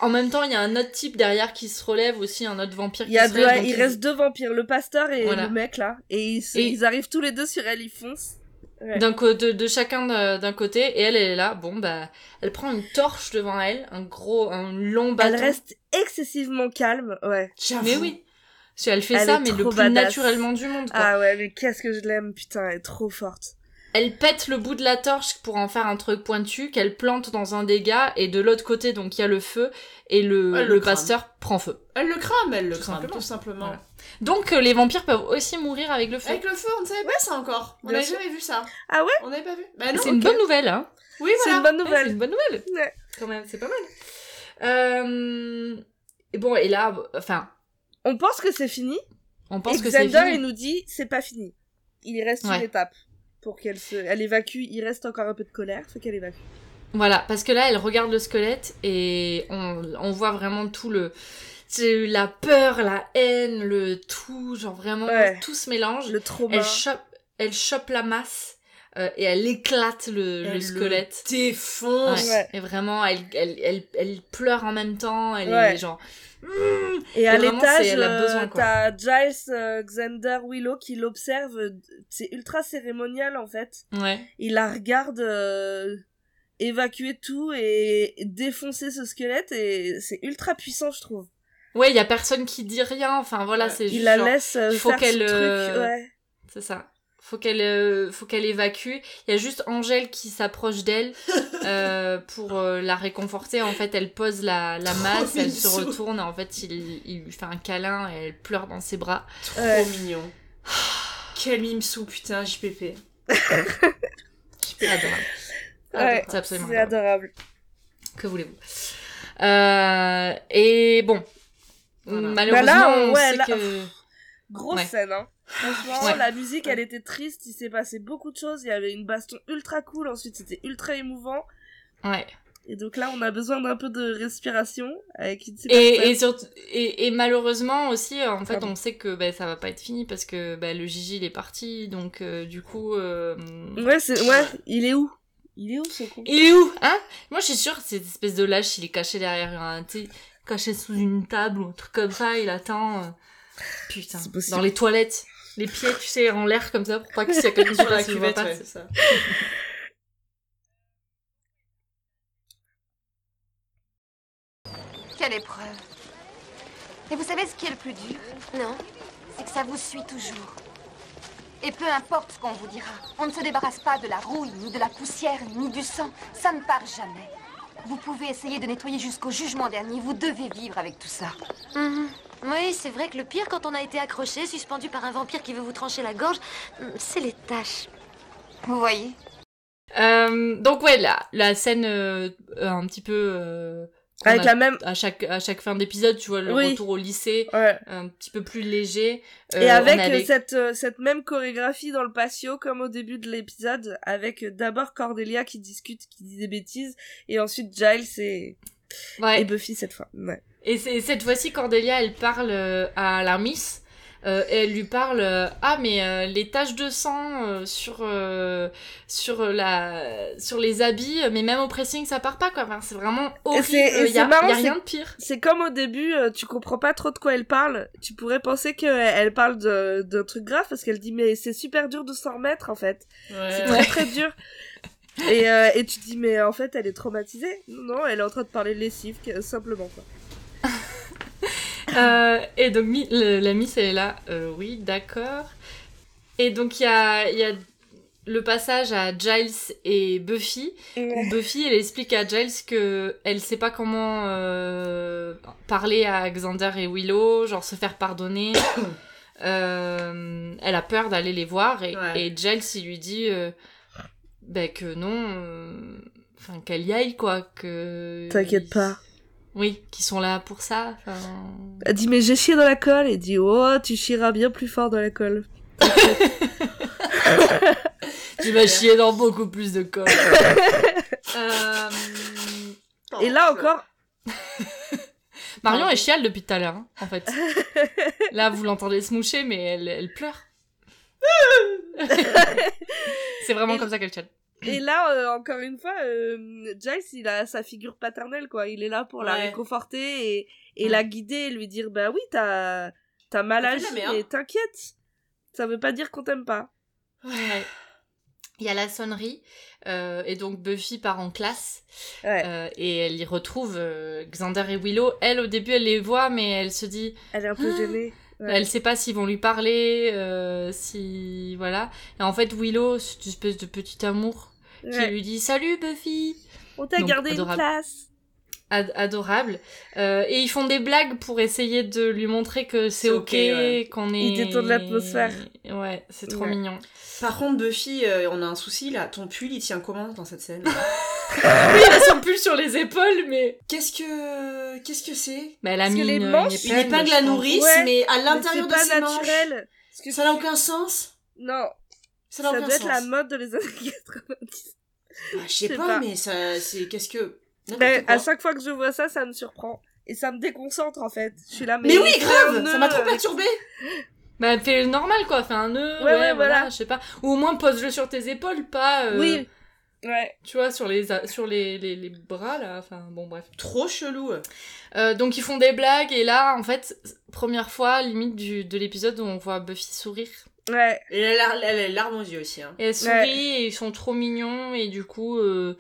S4: en même temps, il y a un autre type derrière qui se relève aussi, un autre vampire
S3: Il, y a
S4: qui se
S3: deux-
S4: relève. donc
S3: il
S4: ils-
S3: reste deux vampires, le pasteur et
S4: Voilà.
S3: le mec là. Et ils, se-
S4: Et-
S3: ils arrivent tous les deux sur elle, ils foncent. Ouais.
S4: d'un co- de, de chacun de- d'un côté et elle elle est là bon bah elle prend une torche devant elle un gros un long bâton
S3: Elle reste excessivement calme, ouais.
S2: J'avoue.
S4: mais oui Parce qu'elle fait
S3: Elle
S4: ça,
S3: est
S4: mais le
S3: trop
S4: plus
S3: badass.
S4: naturellement du monde. Quoi.
S3: Ah ouais, mais qu'est-ce que je l'aime, putain, elle est trop forte.
S4: Elle pète le bout de la torche pour en faire un truc pointu qu'elle plante dans un dégât et de l'autre côté donc il y a le feu et le,
S2: Elle le
S4: le,
S2: crame.
S4: pasteur prend feu.
S2: Elle le crame, elle le
S4: Tout
S2: crame,
S4: simplement.
S2: tout simplement.
S4: Voilà. Donc euh, les vampires peuvent aussi mourir avec le feu.
S2: Avec le feu, on ne savait pas ça encore. On
S3: Bien
S2: n'avait
S3: sûr.
S2: jamais vu ça.
S3: Ah ouais
S2: On n'avait pas vu. Bah
S4: C'est
S2: non.
S4: une bonne nouvelle hein.
S2: Oui,
S3: C'est
S2: voilà.
S3: une bonne
S4: Ouais, c'est
S3: nouvelle.
S4: une bonne nouvelle.
S3: Ouais.
S4: Quand même, c'est pas mal. Euh, et bon et là enfin
S3: On pense que c'est fini.
S4: on pense
S3: et
S4: que c'est
S3: Xander, il
S4: fini.
S3: nous dit, c'est pas fini. Il reste
S4: Ouais.
S3: une étape pour qu'elle se... Elle évacue, il reste encore un peu de colère, faut qu'elle évacue.
S4: Voilà parce que là elle regarde le squelette et on, on voit vraiment tout le c'est la peur, la haine, le tout, genre vraiment
S3: Ouais.
S4: tout se mélange.
S3: Le trauma.
S4: Elle chope, elle chope la masse euh, et elle éclate le, le
S2: Elle
S4: squelette.
S2: le défonce.
S4: Ouais.
S3: Ouais.
S4: Et vraiment, elle, elle, elle, elle pleure en même temps. Elle
S3: Ouais.
S4: est genre. Mmh.
S3: Et à
S4: vraiment, c'est-
S3: l'étage,
S4: elle a
S3: euh,
S4: besoin, quoi.
S3: t'as Giles, euh, Xander, Willow qui l'observe. C'est ultra cérémonial, en fait.
S4: Ouais.
S3: Il la regarde euh, évacuer tout et défoncer ce squelette. Et c'est ultra puissant, je trouve.
S4: Ouais, il y a personne qui dit rien. Enfin, voilà,
S2: Ouais.
S4: c'est juste.
S3: Il la
S4: genre-
S3: laisse euh,
S4: faut
S3: faire
S4: qu'elle,
S3: ce truc.
S4: euh,
S3: Ouais.
S4: C'est ça. Faut qu'elle euh, faut qu'elle évacue. Il y a juste Angèle qui s'approche d'elle euh, pour euh, la réconforter. En fait, elle pose la, la
S2: Trop
S4: masse, elle se
S2: mignon.
S4: retourne. En fait, il, il lui fait un câlin et elle pleure dans ses bras.
S2: Trop
S3: Ouais.
S2: mignon. Quel mimsou, putain, JPP.
S4: C'est adorable.
S3: Ouais,
S4: C'est absolument
S3: C'est
S4: adorable.
S3: adorable.
S4: Que voulez-vous Euh, Et bon.
S2: Voilà.
S4: Malheureusement,
S3: Bah là,
S4: on
S3: ouais,
S4: sait
S3: là-
S4: que...
S3: Grosse
S4: Ouais.
S3: scène, hein. Franchement,
S4: Ouais.
S3: la musique, elle était triste. Il s'est passé beaucoup de choses. Il y avait une baston ultra cool. Ensuite, c'était ultra émouvant.
S4: Ouais.
S3: Et donc là, on a besoin d'un peu de respiration avec une super
S4: Et,
S3: scène.
S4: et, surtout- et, et malheureusement aussi, en fait,
S3: Pardon.
S4: on sait que bah, ça va pas être fini parce que bah, le Gigi il est parti, donc euh, du coup. euh,
S3: Ouais, c'est... ouais, il est où Il est où ce con
S4: Il est où Hein Moi, je suis sûre que cette espèce de lâche, il est caché derrière un. tu sais, caché sous une table ou un truc comme ça, il attend. euh, Putain,
S3: C'est possible.
S4: dans les toilettes. Les pieds, tu sais, en l'air comme ça pour pas que s'il y a quelqu'un qui
S2: Sur la
S4: passe, il le voit
S2: cuvette,
S4: pas.
S2: ouais,
S4: c'est-
S2: c'est ça.
S5: Quelle épreuve. Et vous savez ce qui est le plus dur Non. C'est que ça vous suit toujours. Et peu importe ce qu'on vous dira, on ne se débarrasse pas de la rouille, ni de la poussière, ni du sang. Ça ne part jamais. Vous pouvez essayer de nettoyer jusqu'au jugement dernier. Vous devez vivre avec tout ça.
S8: Mhm. Oui, c'est vrai que le pire quand on a été accroché, suspendu par un vampire qui veut vous trancher la gorge, c'est les taches.
S5: Vous voyez
S4: Euh, donc ouais, la, la scène euh, euh, un petit peu euh, qu'on
S3: Avec
S4: a-
S3: la même.
S4: à chaque à chaque fin d'épisode, tu vois le
S3: Oui.
S4: retour au lycée,
S3: Ouais.
S4: un petit peu plus léger. Euh,
S3: Et avec
S4: on
S3: euh, cette, euh, cette même chorégraphie dans le patio, comme au début de l'épisode, avec euh, d'abord Cordelia qui discute, qui dit des bêtises, et ensuite Giles et,
S4: ouais.
S3: et Buffy cette fois. Ouais.
S4: Et, c'est- cette fois-ci, Cordelia, elle parle euh, à la Miss. euh, et elle lui parle euh, ah mais euh, les taches de sang euh, sur euh, sur la sur les habits euh, mais même au pressing ça part pas quoi Enfin, c'est vraiment
S3: Et
S4: horrible
S3: c'est- et
S4: il
S3: c'est
S4: y a,
S3: marrant,
S4: y a
S3: c'est-
S4: rien de pire
S3: C'est comme au début, euh, tu comprends pas trop de quoi elle parle. Tu pourrais penser qu'elle parle de- d'un truc grave parce qu'elle dit mais c'est super dur de s'en remettre en fait. C'est
S4: Euh.
S2: Ouais.
S3: très très dur. Et, euh, et tu te dis mais en fait elle est traumatisée. Non, elle est en train de parler de lessive que- simplement quoi.
S4: Euh, et donc mi- le- la Miss elle est là, Euh, oui, d'accord. Et donc il y a, il y a le passage à Giles et Buffy. où Buffy elle explique à Giles que elle sait pas comment euh, parler à Xander et Willow, genre se faire pardonner. Euh, elle a peur d'aller les voir et,
S2: Ouais.
S4: et Giles il lui dit euh, ben, que non, euh, enfin qu'elle y aille quoi, que
S3: T'inquiète pas.
S4: Oui, qui sont là pour ça. enfin.
S3: Elle dit mais j'ai chié dans la colle. Et dit oh tu chieras bien plus fort dans la colle.
S4: Tu vas chier dans beaucoup plus de colle. Euh,
S3: et
S2: Oh,
S3: là encore,
S4: Marion, elle chiale depuis tout à l'heure, hein, en fait. Là, vous l'entendez se moucher, mais elle, elle pleure. C'est vraiment comme ça qu'elle chiale.
S3: et là euh, encore une fois, euh, Giles il a sa figure paternelle quoi. Il est là pour la
S2: Ouais.
S3: réconforter et, et
S4: Ouais.
S3: la guider, et lui dire bah oui t'as t'as mal
S2: T'as fait
S3: agi
S2: de la merde.
S3: et t'inquiète. Ça veut pas dire qu'on t'aime pas.
S4: Ouais. Il y a la sonnerie, euh, et donc Buffy part en classe,
S3: Ouais.
S4: euh, et elle y retrouve euh, Xander et Willow. Elle, au début, elle les voit, mais elle se dit
S2: Ah.
S3: Elle est un peu gênée. Ouais.
S4: Elle sait pas s'ils vont lui parler, euh, si voilà. Et en fait, Willow, c'est une espèce de petit amour qui
S3: Ouais.
S4: lui dit salut Buffy,
S3: On t'a
S4: Donc,
S3: gardé une
S4: adorable.
S3: place.
S4: Ad- adorable. Euh, et ils font des blagues pour essayer de lui montrer que c'est
S2: C'est
S4: ok,
S2: ok, ouais.
S4: qu'on est.
S3: Ils détournent l'atmosphère.
S4: Ouais, c'est trop
S3: Ouais.
S4: mignon.
S2: Par contre, Buffy, euh, on a un souci là. Ton pull, il tient comment dans cette scène
S4: Oui, elle a son pull sur les épaules, mais.
S2: Qu'est-ce que qu'est-ce que c'est
S4: Mais Bah, elle a
S3: Parce
S4: mis
S3: que les
S4: une, une
S3: manches,
S2: Une
S4: épingle,
S2: épingle
S4: je
S2: à
S4: pense.
S2: nourrice,
S3: Ouais,
S2: mais à
S3: Mais
S2: l'intérieur
S3: c'est
S2: de
S3: pas
S2: ses manches.
S3: naturel. Parce que
S2: Ça n'a aucun sens.
S3: Non,
S2: Ça
S3: ça
S2: n'a
S3: doit
S2: aucun
S3: être
S2: sens.
S3: la mode de les années 90.
S2: Bah, je sais
S3: je sais
S2: pas,
S3: pas.
S2: mais ça, c'est qu'est-ce que. n'importe
S3: Ben,
S2: quoi.
S3: à chaque fois que je vois ça, ça me surprend. Et ça me déconcentre en fait. Je suis là, mais.
S2: Mais oui, grave,
S3: ferme-le
S2: ça m'a trop
S3: avec-
S2: perturbé.
S4: Bah, fais le normal, quoi. Fais un nœud.
S3: Ouais,
S4: Ouais,
S3: ouais,
S4: voilà.
S3: voilà.
S4: Je sais pas. Ou au moins pose-le sur tes épaules, pas. euh,
S3: Oui. Ouais.
S4: Tu vois, sur les, a- sur les, les, les bras, là. Enfin, bon, bref.
S2: Trop chelou.
S4: Euh, donc, ils font des blagues. Et là, en fait, première fois, limite du, de l'épisode où on voit Buffy sourire.
S3: Ouais.
S2: Et elle a, elle a les larmes aux yeux aussi. Hein.
S4: Et elle sourit,
S3: Ouais.
S4: et ils sont trop mignons. Et du coup. euh,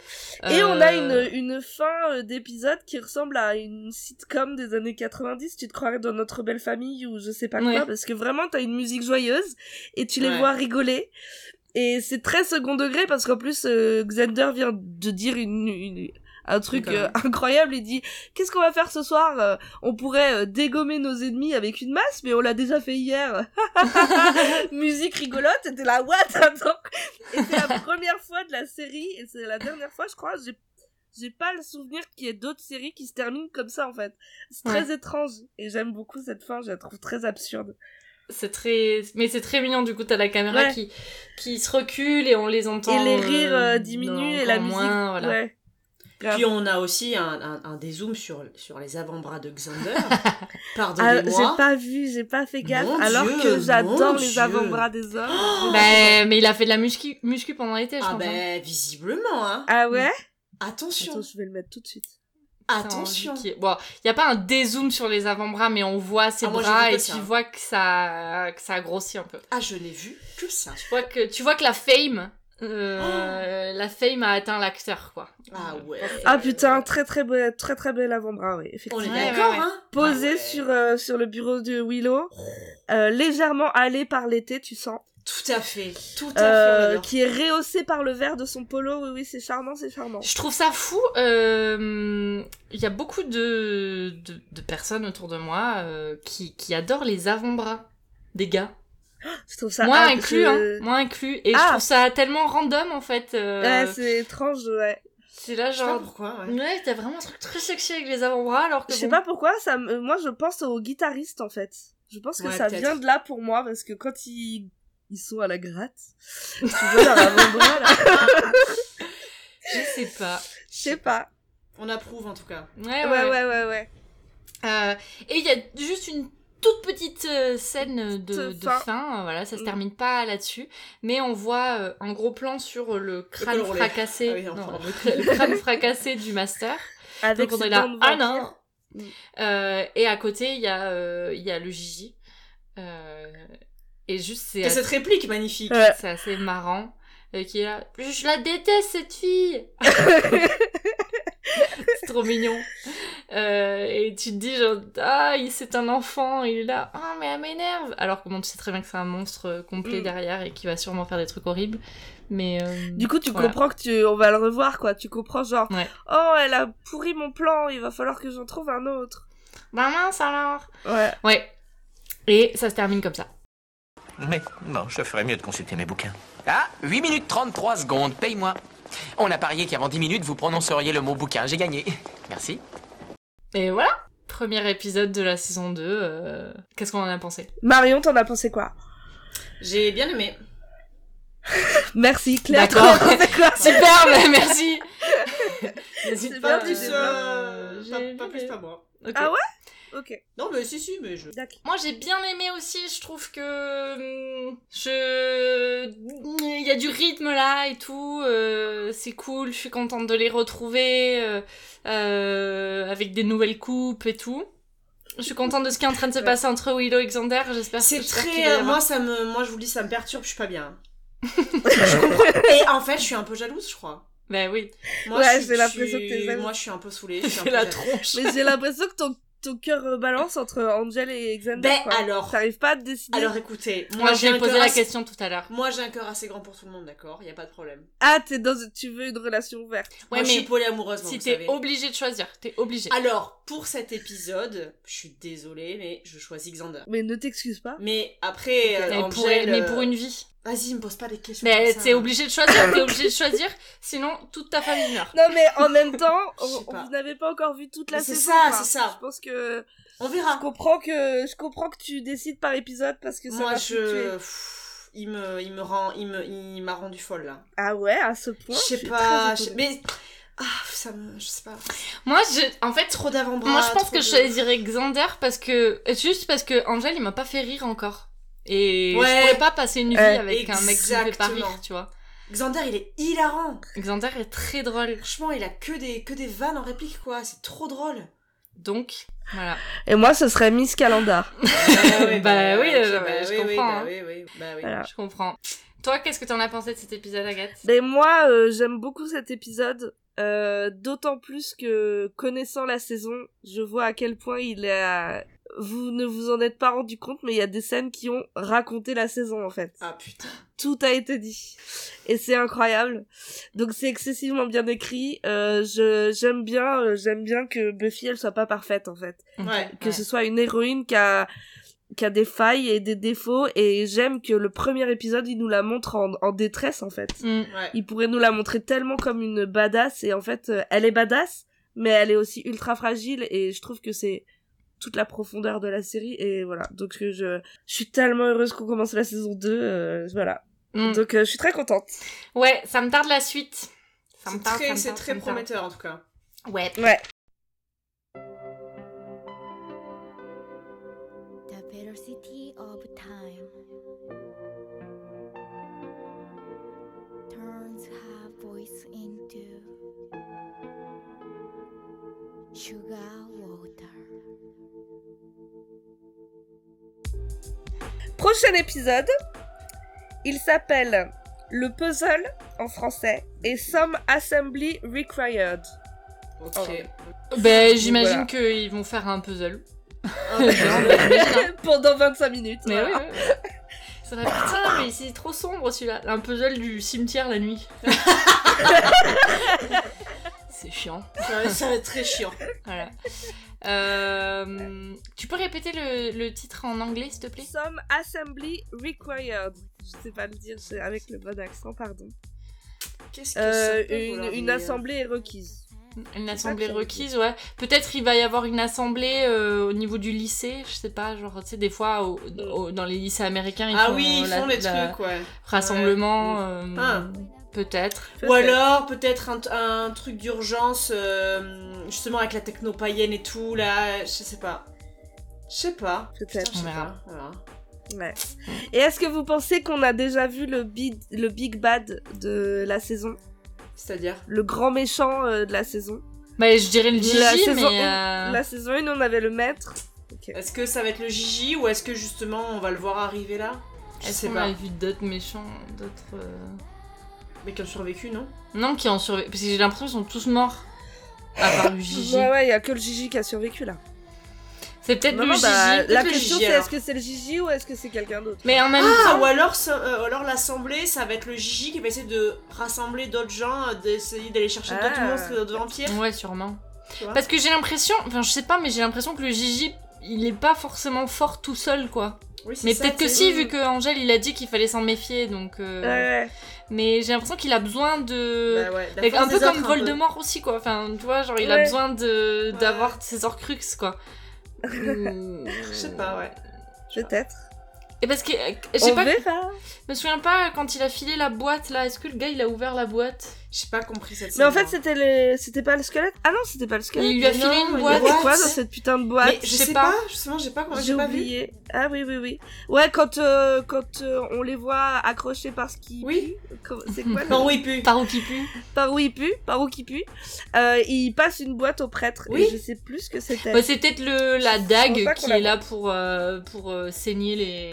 S3: Et
S4: euh,
S3: on a une, une fin euh, d'épisode qui ressemble à une sitcom des années 90. Tu te croirais dans Notre Belle Famille ou je sais pas quoi,
S4: Ouais.
S3: parce que vraiment, t'as une musique joyeuse et tu les
S2: Ouais.
S3: vois rigoler. Et c'est très second degré parce qu'en plus, euh, Xander vient de dire une, une- un truc
S2: Quand même.
S3: euh, incroyable. Il dit Qu'est-ce qu'on va faire ce soir Euh, On pourrait euh, dégommer nos ennemis avec une masse, mais on l'a déjà fait hier. Musique rigolote. Et t'es là, what Attends. Et c'est la première fois de la série, et c'est la dernière fois, je crois. J'ai j'ai pas le souvenir qu'il y ait d'autres séries qui se terminent comme ça en fait. C'est très étrange et j'aime beaucoup cette fin, je la trouve très absurde.
S4: C'est très. Mais c'est très mignon, du coup, t'as la caméra
S3: Ouais.
S4: qui, qui se recule et on les entend.
S3: et les rires euh,
S4: euh,
S3: diminuent
S4: dans-
S3: et la
S4: encore
S3: musique
S4: moins, voilà.
S3: ouais. Grave.
S2: Puis on a aussi un, un, un dézoom sur, sur les avant-bras de Xander.
S3: Ah,
S2: Pardonnez-moi.
S3: j'ai pas vu, j'ai pas fait gaffe
S2: Mon
S3: alors
S2: Dieu,
S3: que j'adore
S2: mon
S3: les
S2: Dieu.
S3: avant-bras des hommes.
S2: Oh
S4: Bah, mais il a fait de la muscu, muscu pendant l'été, je
S2: Ah
S4: pense. hein.
S2: ben, visiblement, hein.
S3: Ah ouais
S2: Attention,
S3: Attends, je vais le mettre tout de suite.
S2: attention.
S4: il Bon, y a pas un dézoom sur les avant-bras, mais on voit ses
S2: Ah, moi, j'ai
S4: bras
S2: vu que
S4: et
S2: ça.
S4: tu vois que ça, que ça a grossi un peu.
S2: Ah, je n'ai vu que ça.
S4: Tu vois que, tu vois que la fame, euh,
S2: Oh.
S4: la fame a atteint l'acteur, quoi.
S2: Ah ouais.
S3: Ah putain, très très bel très très bel avant-bras,
S2: On
S3: oui,
S2: est
S3: effectivement.
S4: Ouais,
S2: d'accord,
S4: ouais, ouais.
S2: hein
S3: Posé
S2: Ah ouais.
S3: sur euh, sur le bureau de Willow, euh, légèrement allé par l'été, tu sens.
S2: Tout à fait, tout à fait. on
S3: Euh,
S2: adore.
S3: qui est rehaussé par le vert de son polo. Oui, oui, c'est charmant, c'est charmant.
S4: Je trouve ça fou. euh, Il y a beaucoup de, de, de personnes autour de moi euh, qui, qui adorent les avant-bras des gars.
S3: Je trouve ça.
S4: moi
S3: ah,
S4: inclus,
S3: je-
S4: hein. Moi inclus. Et je
S3: Ah.
S4: trouve ça tellement random, en fait. euh,
S3: Ouais, c'est étrange, ouais.
S4: c'est là,
S2: Je sais pas
S4: genre...
S2: pourquoi. ouais.
S4: Ouais, t'as vraiment un truc très sexy avec les avant-bras, alors que...
S3: Je sais
S4: bon,
S3: pas pourquoi, ça me- euh, moi je pense aux guitaristes en fait. Je pense que
S2: Ouais,
S3: ça
S2: peut-être.
S3: vient de là pour moi, parce que quand ils, ils sont à la gratte, tu vois leur avant-bras là.
S4: Je sais pas.
S3: Je sais pas.
S2: On approuve en tout cas.
S4: Ouais,
S3: Ouais,
S4: ouais, ouais.
S3: ouais, ouais, ouais.
S4: Euh, et il y a juste une toute petite euh, scène de,
S3: Petite
S4: de
S3: fin.
S4: fin, euh, voilà, ça se
S3: Mm.
S4: termine pas là-dessus, mais on voit euh, un gros plan sur le crâne
S2: col roulé.
S4: fracassé,
S2: Ah oui, non,
S4: non,
S2: pardon.
S4: le crâne fracassé du master.
S3: Avec
S4: Donc on
S3: ses
S4: est là,
S3: dents de
S4: ah
S3: vampire.
S4: non
S3: Mm.
S4: Euh, Et à côté, il y, a, euh, il y a le Gigi. Euh, et juste, c'est
S2: Et Euh.
S4: assez,
S2: cette réplique magnifique.
S3: Ouais.
S4: c'est assez marrant. euh, qui est là, je la déteste cette fille C'est trop mignon. Euh, et tu te dis, genre, ah, il- c'est un enfant, il est là, ah, mais elle m'énerve. Alors que bon, tu sais très bien que c'est un monstre euh, complet
S3: Mm.
S4: derrière et qui va sûrement faire des trucs horribles. Mais. euh,
S3: Du coup, tu
S4: voilà.
S3: comprends que tu, on va le revoir, quoi. Tu comprends genre,
S4: Ouais.
S3: oh, elle a pourri mon plan, il va falloir que j'en trouve un autre.
S4: Bah mince alors
S3: Ouais.
S4: Ouais. Et ça se termine comme ça.
S7: Mais non, je ferais mieux de consulter mes bouquins. Ah, 8 minutes 33 secondes, paye-moi. On a parié qu'avant 10 minutes, vous prononceriez le mot bouquin. J'ai gagné. Merci.
S4: Et voilà Premier épisode de la saison 2. euh, Qu'est-ce qu'on en a pensé
S3: Marion, t'en as pensé quoi
S2: J'ai bien aimé.
S3: Merci Claire.
S4: D'accord.
S3: T'en as pensé quoi
S4: Super, bah, merci
S3: C'est
S4: N'hésite
S3: bien
S4: pas.
S2: Pas
S3: Ah,
S2: plus,
S3: j'ai-
S2: euh,
S4: j'ai
S2: pas, pas
S4: aimé.
S2: plus, pas moi.
S4: Ok.
S3: Ah ouais Ok.
S2: Non, mais si, si, mais je.
S3: D'accord.
S4: Moi j'ai bien aimé aussi, je trouve que hum, je il y a du rythme là et tout, euh, c'est cool, je suis contente de les retrouver euh, euh, avec des nouvelles coupes et tout. Je suis contente de ce qui est en train de se
S3: Ouais.
S4: passer entre Willow et Xander, j'espère
S2: Bah, C'est
S4: j'espère qu'il va y
S2: très. euh,
S4: avoir-
S2: Moi, ça me, moi, je vous le dis, ça me perturbe, je suis pas bien. je comprends. Et en fait, je suis un peu jalouse, je crois.
S4: Bah oui,
S2: Moi,
S3: Ouais,
S2: je suis-
S3: j'ai l'impression
S2: je
S3: que t'es
S2: suis-
S3: jalouse.
S2: Moi, je suis un peu saoulée. Je suis un
S4: c'est
S2: peu
S4: la
S2: jalouse.
S4: tronche.
S3: Mais j'ai l'impression que ton, ton cœur euh, balance entre Angel et Xander.
S2: Ben,
S3: quoi.
S2: alors-
S3: T'arrives pas à te décider.
S2: Alors écoutez, moi
S4: Moi,
S2: j'ai
S4: j'ai
S2: un
S4: posé
S2: cœur
S4: la
S2: assez-
S4: question tout à l'heure.
S2: Moi j'ai un cœur assez grand pour tout le monde, d'accord Il y a pas de problème.
S3: Ah, t'es dans, tu veux une relation ouverte.
S2: Moi,
S4: Ouais,
S2: je suis
S4: mais
S2: polyamoureuse, donc,
S4: si
S2: vous
S4: t'es
S2: savez.
S4: obligé de choisir, t'es obligé.
S2: Alors, pour cet épisode, je suis désolée, mais je choisis Xander.
S3: Mais ne t'excuse pas.
S2: Mais après, euh,
S4: mais,
S2: Angel,
S4: pour, mais
S2: euh,
S4: pour une vie.
S2: Vas-y, me pose pas des questions.
S4: Mais
S2: comme ça.
S4: t'es obligé de choisir, t'es obligé de choisir, sinon toute ta famille meurt.
S3: Non, mais en même temps,
S2: Je sais
S3: on-
S2: pas.
S3: vous n'avez pas encore vu toute la
S2: Mais c'est
S3: saison.
S2: ça,
S3: quoi.
S2: c'est ça.
S3: Je pense que
S2: On
S3: je
S2: verra.
S3: comprends que je comprends que tu décides par épisode parce que ça
S2: Moi,
S3: va fluctuer.
S2: je. Pff, Il me, il me rend, il me, il m'a rendu folle là.
S3: Ah ouais, à ce
S2: Je
S3: point.
S2: sais
S3: suis
S2: pas,
S3: très
S2: je-
S3: étonnée.
S2: mais ah, ça me, je sais pas.
S4: Moi, je, en fait,
S2: Trop d'avant-bras.
S4: moi, je pense
S2: Ah, trop
S4: que
S2: de-
S4: je choisirais Xander parce que, juste parce que Angèle, il m'a pas fait rire encore. Et
S2: Ouais.
S4: je pourrais pas passer une vie
S3: Euh,
S4: avec un mec qui me fait pas rire,
S2: exactement.
S4: tu vois.
S2: Xander, il est hilarant.
S4: Xander est très drôle.
S2: Franchement, il a que des, que des vannes en réplique quoi. C'est trop drôle.
S4: Donc, voilà.
S3: Et moi, ce serait Miss Calendar.
S4: ouais, bah, oui,
S2: ok,
S4: euh,
S2: oui,
S4: je
S2: oui,
S4: comprends,
S2: bah
S4: hein.
S2: oui, oui, bah oui.
S3: Voilà.
S4: Je comprends. Toi, qu'est-ce que t'en as pensé de cet épisode, Agathe
S3: Mais moi, euh, j'aime beaucoup cet épisode, euh, d'autant plus que connaissant la saison, je vois à quel point il est. à- Vous ne vous en êtes pas rendu compte, mais il y a des scènes qui ont raconté la saison en fait.
S2: Ah putain.
S3: Tout a été dit et c'est incroyable. Donc c'est excessivement bien écrit. Euh, je j'aime bien, euh, j'aime bien que Buffy elle soit pas parfaite en fait,
S2: Ouais.
S3: que ce soit une héroïne qui a qui a des failles et des défauts et j'aime que le premier épisode il nous la montre en, en détresse en fait.
S4: Mm.
S2: Ouais.
S3: Il pourrait nous la montrer tellement comme une badass et en fait euh, elle est badass mais elle est aussi ultra fragile et je trouve que c'est toute la profondeur de la série et voilà donc euh, je, je suis tellement heureuse qu'on commence la saison 2 euh, voilà
S4: Mm.
S3: donc euh, je suis très contente
S4: Ouais, ça me tarde la suite. Ça me
S2: C'est
S4: tarde, ça
S2: très,
S4: me
S2: c'est
S4: tarde,
S2: très
S4: ça me tarde.
S2: prometteur en tout cas.
S4: Ouais.
S3: ouais
S5: The velocity of time turns her voice into sugar water.
S3: prochain épisode il s'appelle le puzzle en français et some assembly required
S2: Ok.
S4: Ben,
S3: Voilà.
S4: j'imagine qu'ils vont faire un puzzle.
S2: Ah,
S4: Genre, ben, j'imagine, hein.
S3: pendant 25 minutes
S4: Mais oui,
S3: voilà.
S4: oui. oui. Ça serait putain, mais c'est trop sombre celui-là. Un puzzle du cimetière la nuit. c'est chiant.
S2: ça, va- ça va être très chiant.
S4: Voilà. Euh, tu peux répéter le, le titre en anglais, s'il te plaît
S3: Some assembly required. Je sais pas le dire c'est avec le bon accent, pardon.
S2: Qu'est-ce que
S3: Euh,
S2: ça peut
S3: une,
S2: vouloir
S3: une
S2: dire
S3: assemblée est requise.
S4: Une assemblée
S3: ça, j'ai
S4: requise, ouais. Peut-être il va y avoir une assemblée euh, au niveau du lycée, je sais pas, genre, tu sais, des fois, au- au- dans les lycées américains, ils
S2: Ah
S4: font
S2: oui, ils
S4: la-
S2: font euh, les
S4: la-
S2: trucs, ouais.
S4: Rassemblement, euh,
S2: Ah.
S4: peut-être.
S2: Ou alors peut-être un, un truc d'urgence, euh, justement avec la techno païenne et tout, là, je sais pas. Je sais pas.
S3: Peut-être.
S2: Je sais
S4: On verra.
S2: pas, voilà.
S3: Ouais. Et est-ce que vous pensez qu'on a déjà vu le big, le big bad de la saison,
S2: C'est-à-dire
S3: le grand méchant euh, de la saison
S4: Bah, je dirais le Gigi,
S3: La
S4: mais...
S3: saison
S4: euh,
S3: La saison 1, on avait le maître. Ok.
S2: Est-ce que ça va être le Gigi ou est-ce que justement on va le voir arriver là Je
S4: Est-ce
S2: sais
S4: qu'on
S2: pas.
S4: a vu d'autres méchants, d'autres... euh,
S2: Mais qui ont survécu, non
S4: Non, qui ont survécu. Parce que j'ai l'impression qu'ils sont tous morts. À part le Gigi.
S3: Ouais, ouais, il y a que le Gigi qui a survécu là.
S4: C'est peut-être le
S3: Non, non,
S4: Gigi.
S3: bah,
S4: peut-être
S3: la
S4: le
S3: question
S4: Gigi,
S3: c'est
S4: alors.
S3: est-ce que c'est le Gigi ou est-ce que c'est quelqu'un d'autre
S4: Mais en même
S2: Ah,
S4: temps...
S2: ou alors, ce- euh, alors l'assemblée, ça va être le Gigi qui va essayer de rassembler d'autres gens, euh, d'essayer d'aller chercher
S3: Ah.
S2: d'autres monstres, d'autres vampires.
S4: Ouais, sûrement.
S2: Tu vois
S4: Parce que j'ai l'impression... Enfin, je sais pas, mais j'ai l'impression que le Gigi... Il est pas forcément fort tout seul, quoi.
S2: Oui, c'est
S4: Mais
S2: ça,
S4: peut-être que
S2: c'est-
S4: si, vu que Angèle, il a dit qu'il fallait s'en méfier, donc. euh,
S3: Ouais, ouais. Mais
S4: Mais j'ai l'impression qu'il a besoin de.
S2: Bah ouais, la
S4: Avec-
S2: force
S4: un peu
S2: des
S4: comme
S2: autres,
S4: Voldemort aussi, quoi. Enfin, tu vois, genre, il a
S3: Ouais.
S4: besoin de
S2: Ouais.
S4: d'avoir ses orcruxes, quoi.
S2: Je
S4: Je
S2: sais pas, ouais.
S3: peut-être.
S4: Et parce que. euh, Je sais
S3: On
S4: pas,
S3: verra.
S4: je me souviens pas euh, quand il a filé la boîte là, est-ce que le gars il a ouvert la boîte
S2: J'ai pas compris cette
S3: Mais en
S2: scène,
S3: fait, c'était les... c'était pas le squelette. Ah non, c'était pas le squelette.
S4: Il lui a
S3: Mais
S4: filé
S3: non,
S4: une
S3: il y
S4: boîte.
S3: avait quoi
S2: What
S3: dans cette putain de
S2: moi.
S3: boîte
S2: Mais je sais pas, justement, j'ai pas, compris,
S3: J'ai
S2: pas vu.
S3: oublié. Ah oui, oui, oui. Ouais, quand, euh, quand euh, on les voit accrochés par ce qui.
S2: Oui.
S3: Comment- C'est quoi le-
S2: Non, oui, plus.
S4: Par où qui pue
S3: Par où il pue, par où qui pue. Euh, il passe une boîte au prêtre.
S2: Oui.
S3: Et je sais plus ce que c'était.
S4: Bah, C'est peut-être le la
S3: Je pense
S4: dague
S3: pas qu'on
S4: qui
S3: la
S4: est là pour, euh, pour euh, saigner les.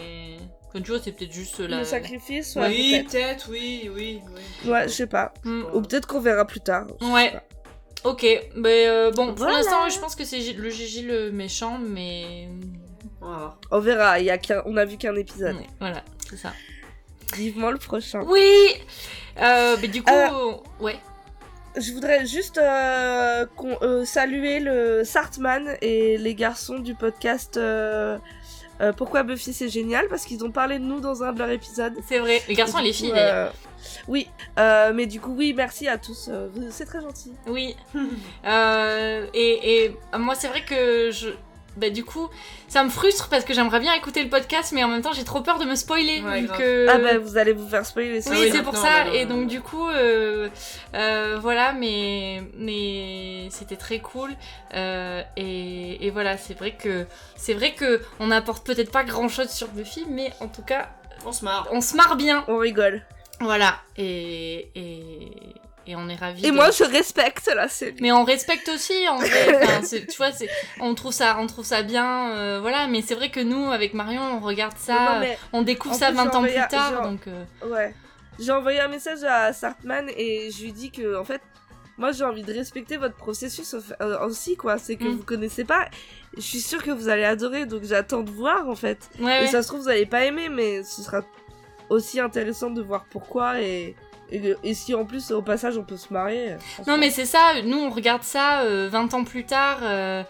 S4: Comme tu vois, c'est peut-être juste euh, la.
S3: Le sacrifice, ouais.
S2: Oui,
S3: peut-être.
S2: peut-être, oui, oui, oui.
S3: Ouais, je sais pas.
S4: Mm.
S3: Ou peut-être qu'on verra plus tard. je sais
S4: Ouais.
S3: pas.
S4: Ok, mais euh, bon, pour
S3: Voilà.
S4: l'instant, je pense que c'est Gi- le Gigi le méchant, mais.
S2: On va voir.
S3: On verra, il y a qu'un- on a vu qu'un épisode.
S4: Ouais, hmm, Voilà, c'est ça.
S3: Vivement le prochain.
S4: Oui Euh, Mais du coup, on- ouais.
S3: Je voudrais juste euh, qu'on- euh, saluer le Sartman et les garçons du podcast euh, euh, Pourquoi Buffy c'est génial parce qu'ils ont parlé de nous dans un de leurs épisodes.
S4: C'est vrai, les garçons et les
S3: Du coup,
S4: filles
S3: euh,
S4: d'ailleurs.
S3: Oui, euh, mais du coup oui, merci à tous, euh, vous- c'est très gentil.
S4: Oui. Euh, et, et moi, c'est vrai que je. Bah, du coup, ça me frustre parce que j'aimerais bien écouter le podcast, mais en même temps, j'ai trop peur de me spoiler.
S2: Ouais,
S4: vu
S2: grave.
S4: que...
S3: Ah bah vous allez vous faire spoiler.
S4: Euh, Oui,
S2: oui,
S4: c'est
S2: non,
S4: pour
S2: non,
S4: ça.
S2: non, non,
S4: et
S2: non,
S4: donc,
S2: non.
S4: du coup, euh, euh, voilà, mais, mais c'était très cool. Euh, et, et voilà, c'est vrai que c'est vrai que on n'apporte peut-être pas grand-chose sur Buffy, mais en tout cas,
S2: On se marre.
S4: on se marre bien.
S3: On rigole.
S4: Voilà. Et, et, et on est ravis.
S3: Et
S4: de-
S3: moi je respecte la série.
S4: mais on respecte aussi en vrai Enfin, c'est- tu vois c'est on trouve ça on trouve ça bien euh, voilà mais c'est vrai que nous avec Marion on regarde ça
S3: Non, mais-
S4: on découvre
S3: en
S4: ça
S3: plus,
S4: 20
S3: genre,
S4: ans plus
S3: regarde-
S4: tard
S3: genre-
S4: donc euh,
S3: Ouais. J'ai envoyé un message à Sartman et je lui dis que, en fait, moi j'ai envie de respecter votre processus au- euh, aussi, quoi. C'est que
S4: Mm.
S3: vous connaissez pas. Je suis sûre que vous allez adorer, donc j'attends de voir, en fait.
S4: Ah ouais,
S3: Et
S4: ouais.
S3: ça se trouve, vous allez pas aimer, mais ce sera aussi intéressant de voir pourquoi et. Et, et si en plus au passage on peut se marier. euh,
S4: non mais c'est ça nous on regarde ça euh, 20 ans plus tard euh,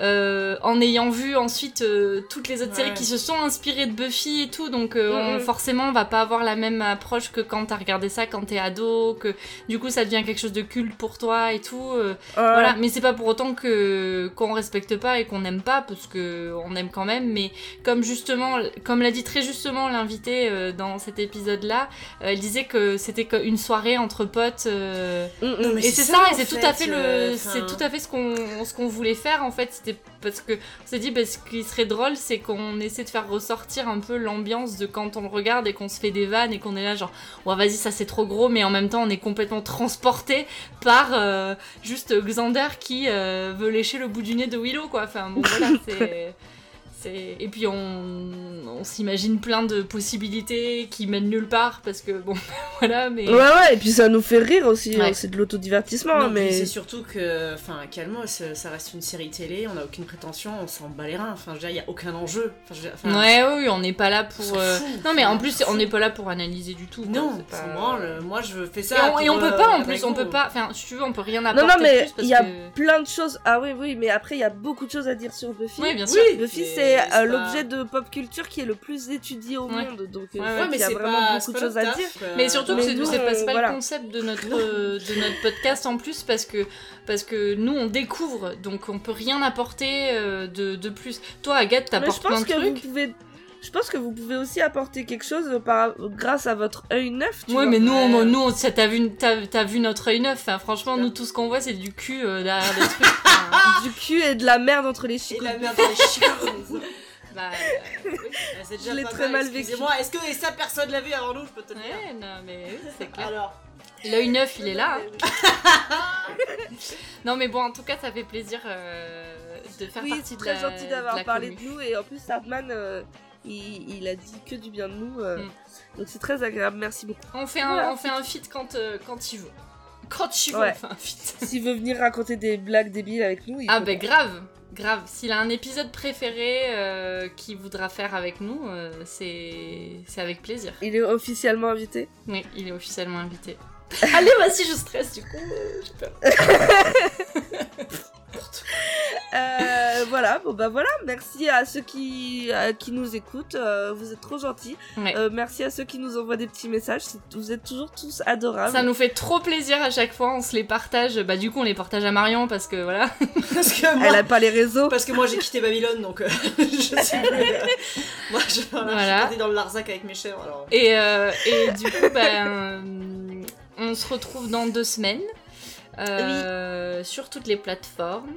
S4: euh, en ayant vu ensuite euh, toutes les autres
S2: Ouais.
S4: séries qui se sont inspirées de Buffy et tout donc euh, on-
S3: Mhm.
S4: forcément on va pas avoir la même approche que quand t'as regardé ça quand t'es ado que du coup ça devient quelque chose de culte pour toi et tout euh, Voilà, mais c'est pas pour autant que qu'on respecte pas et qu'on n'aime pas parce que on aime quand même. Mais comme justement, comme l'a dit très justement l'invité euh, dans cet épisode-là, euh, elle disait que c'était que une soirée entre potes. euh,
S3: mm,
S2: Non, mais
S4: et c'est ça, et
S2: en
S4: c'est tout à fait
S2: euh,
S4: le,
S2: enfin,
S4: c'est tout à fait ce qu'on ce qu'on voulait faire en fait. C'était parce que on s'est dit, bah, ce qui serait drôle, c'est qu'on essaie de faire ressortir un peu l'ambiance de quand on le regarde et qu'on se fait des vannes et qu'on est là genre, ouais vas-y ça c'est trop gros, mais en même temps on est complètement transporté par euh, juste Xander qui euh, veut lécher le bout du nez de Willow quoi. Enfin bon voilà c'est. c'est- Et puis on, on s'imagine plein de possibilités qui mènent nulle part parce que bon voilà mais
S3: Ouais, ouais, et puis ça nous fait rire aussi,
S4: Ouais.
S3: hein, c'est de l'autodivertissement,
S2: Non, mais
S3: mais.
S2: c'est surtout que, enfin, calme ça ça reste une série télé, on n'a aucune prétention, on s'en bat les reins. Enfin, je veux dire, il n'y a aucun enjeu. Enfin, je veux dire, enfin,
S4: Ouais, oui, on n'est pas là
S2: on
S4: pour.
S2: s'en
S4: euh,
S2: fout.
S4: Non, mais en
S2: Enfin,
S4: plus, on n'est pas là pour analyser du tout. quoi.
S2: Non,
S4: C'est
S2: on
S4: pas-
S2: s'en branle. Moi, je fais
S4: Et
S2: ça.
S4: on, et on
S2: pour,
S4: peut
S2: euh,
S4: pas en plus, on
S2: Rodrigo.
S4: peut pas. Enfin, si tu veux, on peut rien apporter.
S3: non, mais
S4: plus parce
S3: il y a
S4: que-
S3: plein de choses. Ah oui, oui, mais après il y a beaucoup de choses à dire sur Buffy.
S4: Oui, bien sûr.
S2: Oui,
S3: Buffy,
S2: mais
S3: c'est euh,
S2: pas-
S3: l'objet de pop culture qui est le plus étudié au
S4: Ouais.
S3: monde, donc
S4: Ouais,
S3: euh,
S4: ouais,
S2: Ouais, mais
S3: il y a
S2: c'est
S3: vraiment
S2: pas
S3: beaucoup
S2: c'est
S3: de
S2: pas
S3: choses
S2: notre
S3: à dire.
S2: taf, quoi.
S4: Mais surtout que
S3: mais
S4: c'est
S3: nous,
S4: c'est pas, c'est pas
S3: voilà.
S4: le concept de notre, euh, de notre podcast en plus parce que, parce que nous on découvre donc on peut rien apporter euh, de, de plus. Toi Agathe
S3: Mais je
S4: t'apportes plein
S3: pense
S4: de
S3: que
S4: trucs.
S3: vous pouvez. Je pense que vous pouvez aussi apporter quelque chose par... grâce à votre œil neuf. tu
S4: Ouais,
S3: vois.
S4: mais nous, on,
S2: Ouais.
S4: nous on- ça, t'as vu, t'as- t'as vu notre œil neuf. hein. Franchement, nous tout ce qu'on voit c'est du cul euh, derrière des trucs. Enfin,
S3: Du cul et de la merde entre les
S2: Et
S3: chicots.
S2: la merde des chiens.
S4: bah, euh, oui.
S2: Ah, c'est déjà
S3: Je l'ai
S2: pas
S3: très mal vécu.
S2: Excusez-moi, est-ce que et ça personne l'a vu avant nous Je peux te le dire.
S4: Ouais, non, mais oui, c'est clair.
S2: Alors,
S4: L'œil neuf, il est là. hein. non, mais bon, en tout cas, ça fait plaisir euh, de faire
S3: Oui,
S4: partie
S3: c'est
S4: de
S3: très
S4: la-
S3: gentil
S4: de
S3: d'avoir
S4: la
S3: parlé
S4: commu.
S3: de nous et en plus Sartman, euh, il, il a dit que du bien de nous, euh,
S4: Mm.
S3: donc c'est très agréable. Merci beaucoup.
S4: On fait un,
S3: Ouais.
S4: on fait un feat quand, euh, quand il veut. Quand il veut,
S3: Ouais.
S4: on fait un feat.
S3: S'il veut venir raconter des blagues débiles avec nous, il
S4: Ah,
S3: peut.
S4: ben grave, grave. S'il a un épisode préféré euh, qu'il voudra faire avec nous, euh, c'est c'est avec plaisir.
S3: il est officiellement invité.
S4: Oui, il est officiellement invité. Allez, bah si je stresse, du coup, euh, j'ai peur.
S3: Euh, voilà, bon bah voilà, merci à ceux qui, à- qui nous écoutent, euh, vous êtes trop gentils.
S4: Ouais.
S3: Euh, merci à ceux qui nous envoient des petits messages, c'est- vous êtes toujours tous adorables.
S4: Ça nous fait trop plaisir à chaque fois, on se les partage. Bah, du coup, on les partage à Marion parce que voilà.
S2: parce que
S3: Elle
S2: moi,
S3: a pas les réseaux.
S2: parce que moi j'ai quitté Babylone, donc euh, je suis plus. euh, moi, je, voilà, je
S4: Voilà.
S2: suis partie dans le Larzac avec mes chèvres. Alors.
S4: Et, euh, et du coup, ben, on se retrouve dans deux semaines euh, sur toutes les plateformes.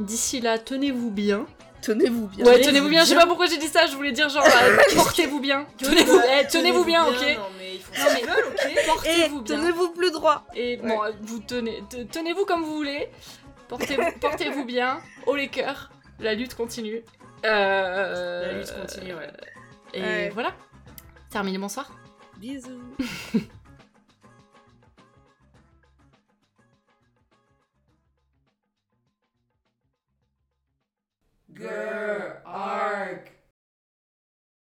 S4: D'ici là, tenez-vous bien.
S3: Tenez-vous bien.
S4: Ouais, tenez-vous bien. Je sais pas pourquoi j'ai dit ça. Je voulais dire genre, euh, portez-vous bien. Tenez-vous,
S2: Ouais,
S4: eh, tenez-vous bien, ok.
S2: Non mais ils font ce qu'ils veulent, ok.
S3: Et
S4: Portez-vous bien.
S3: tenez-vous plus droit.
S4: Et bon, euh, vous tenez, te- tenez-vous comme vous voulez. Portez-vous, portez-vous bien. Haut les cœurs. La lutte continue. Euh,
S2: La lutte continue, ouais.
S4: Et
S3: Ouais.
S4: voilà. Terminé. Bonsoir.
S3: Bisous.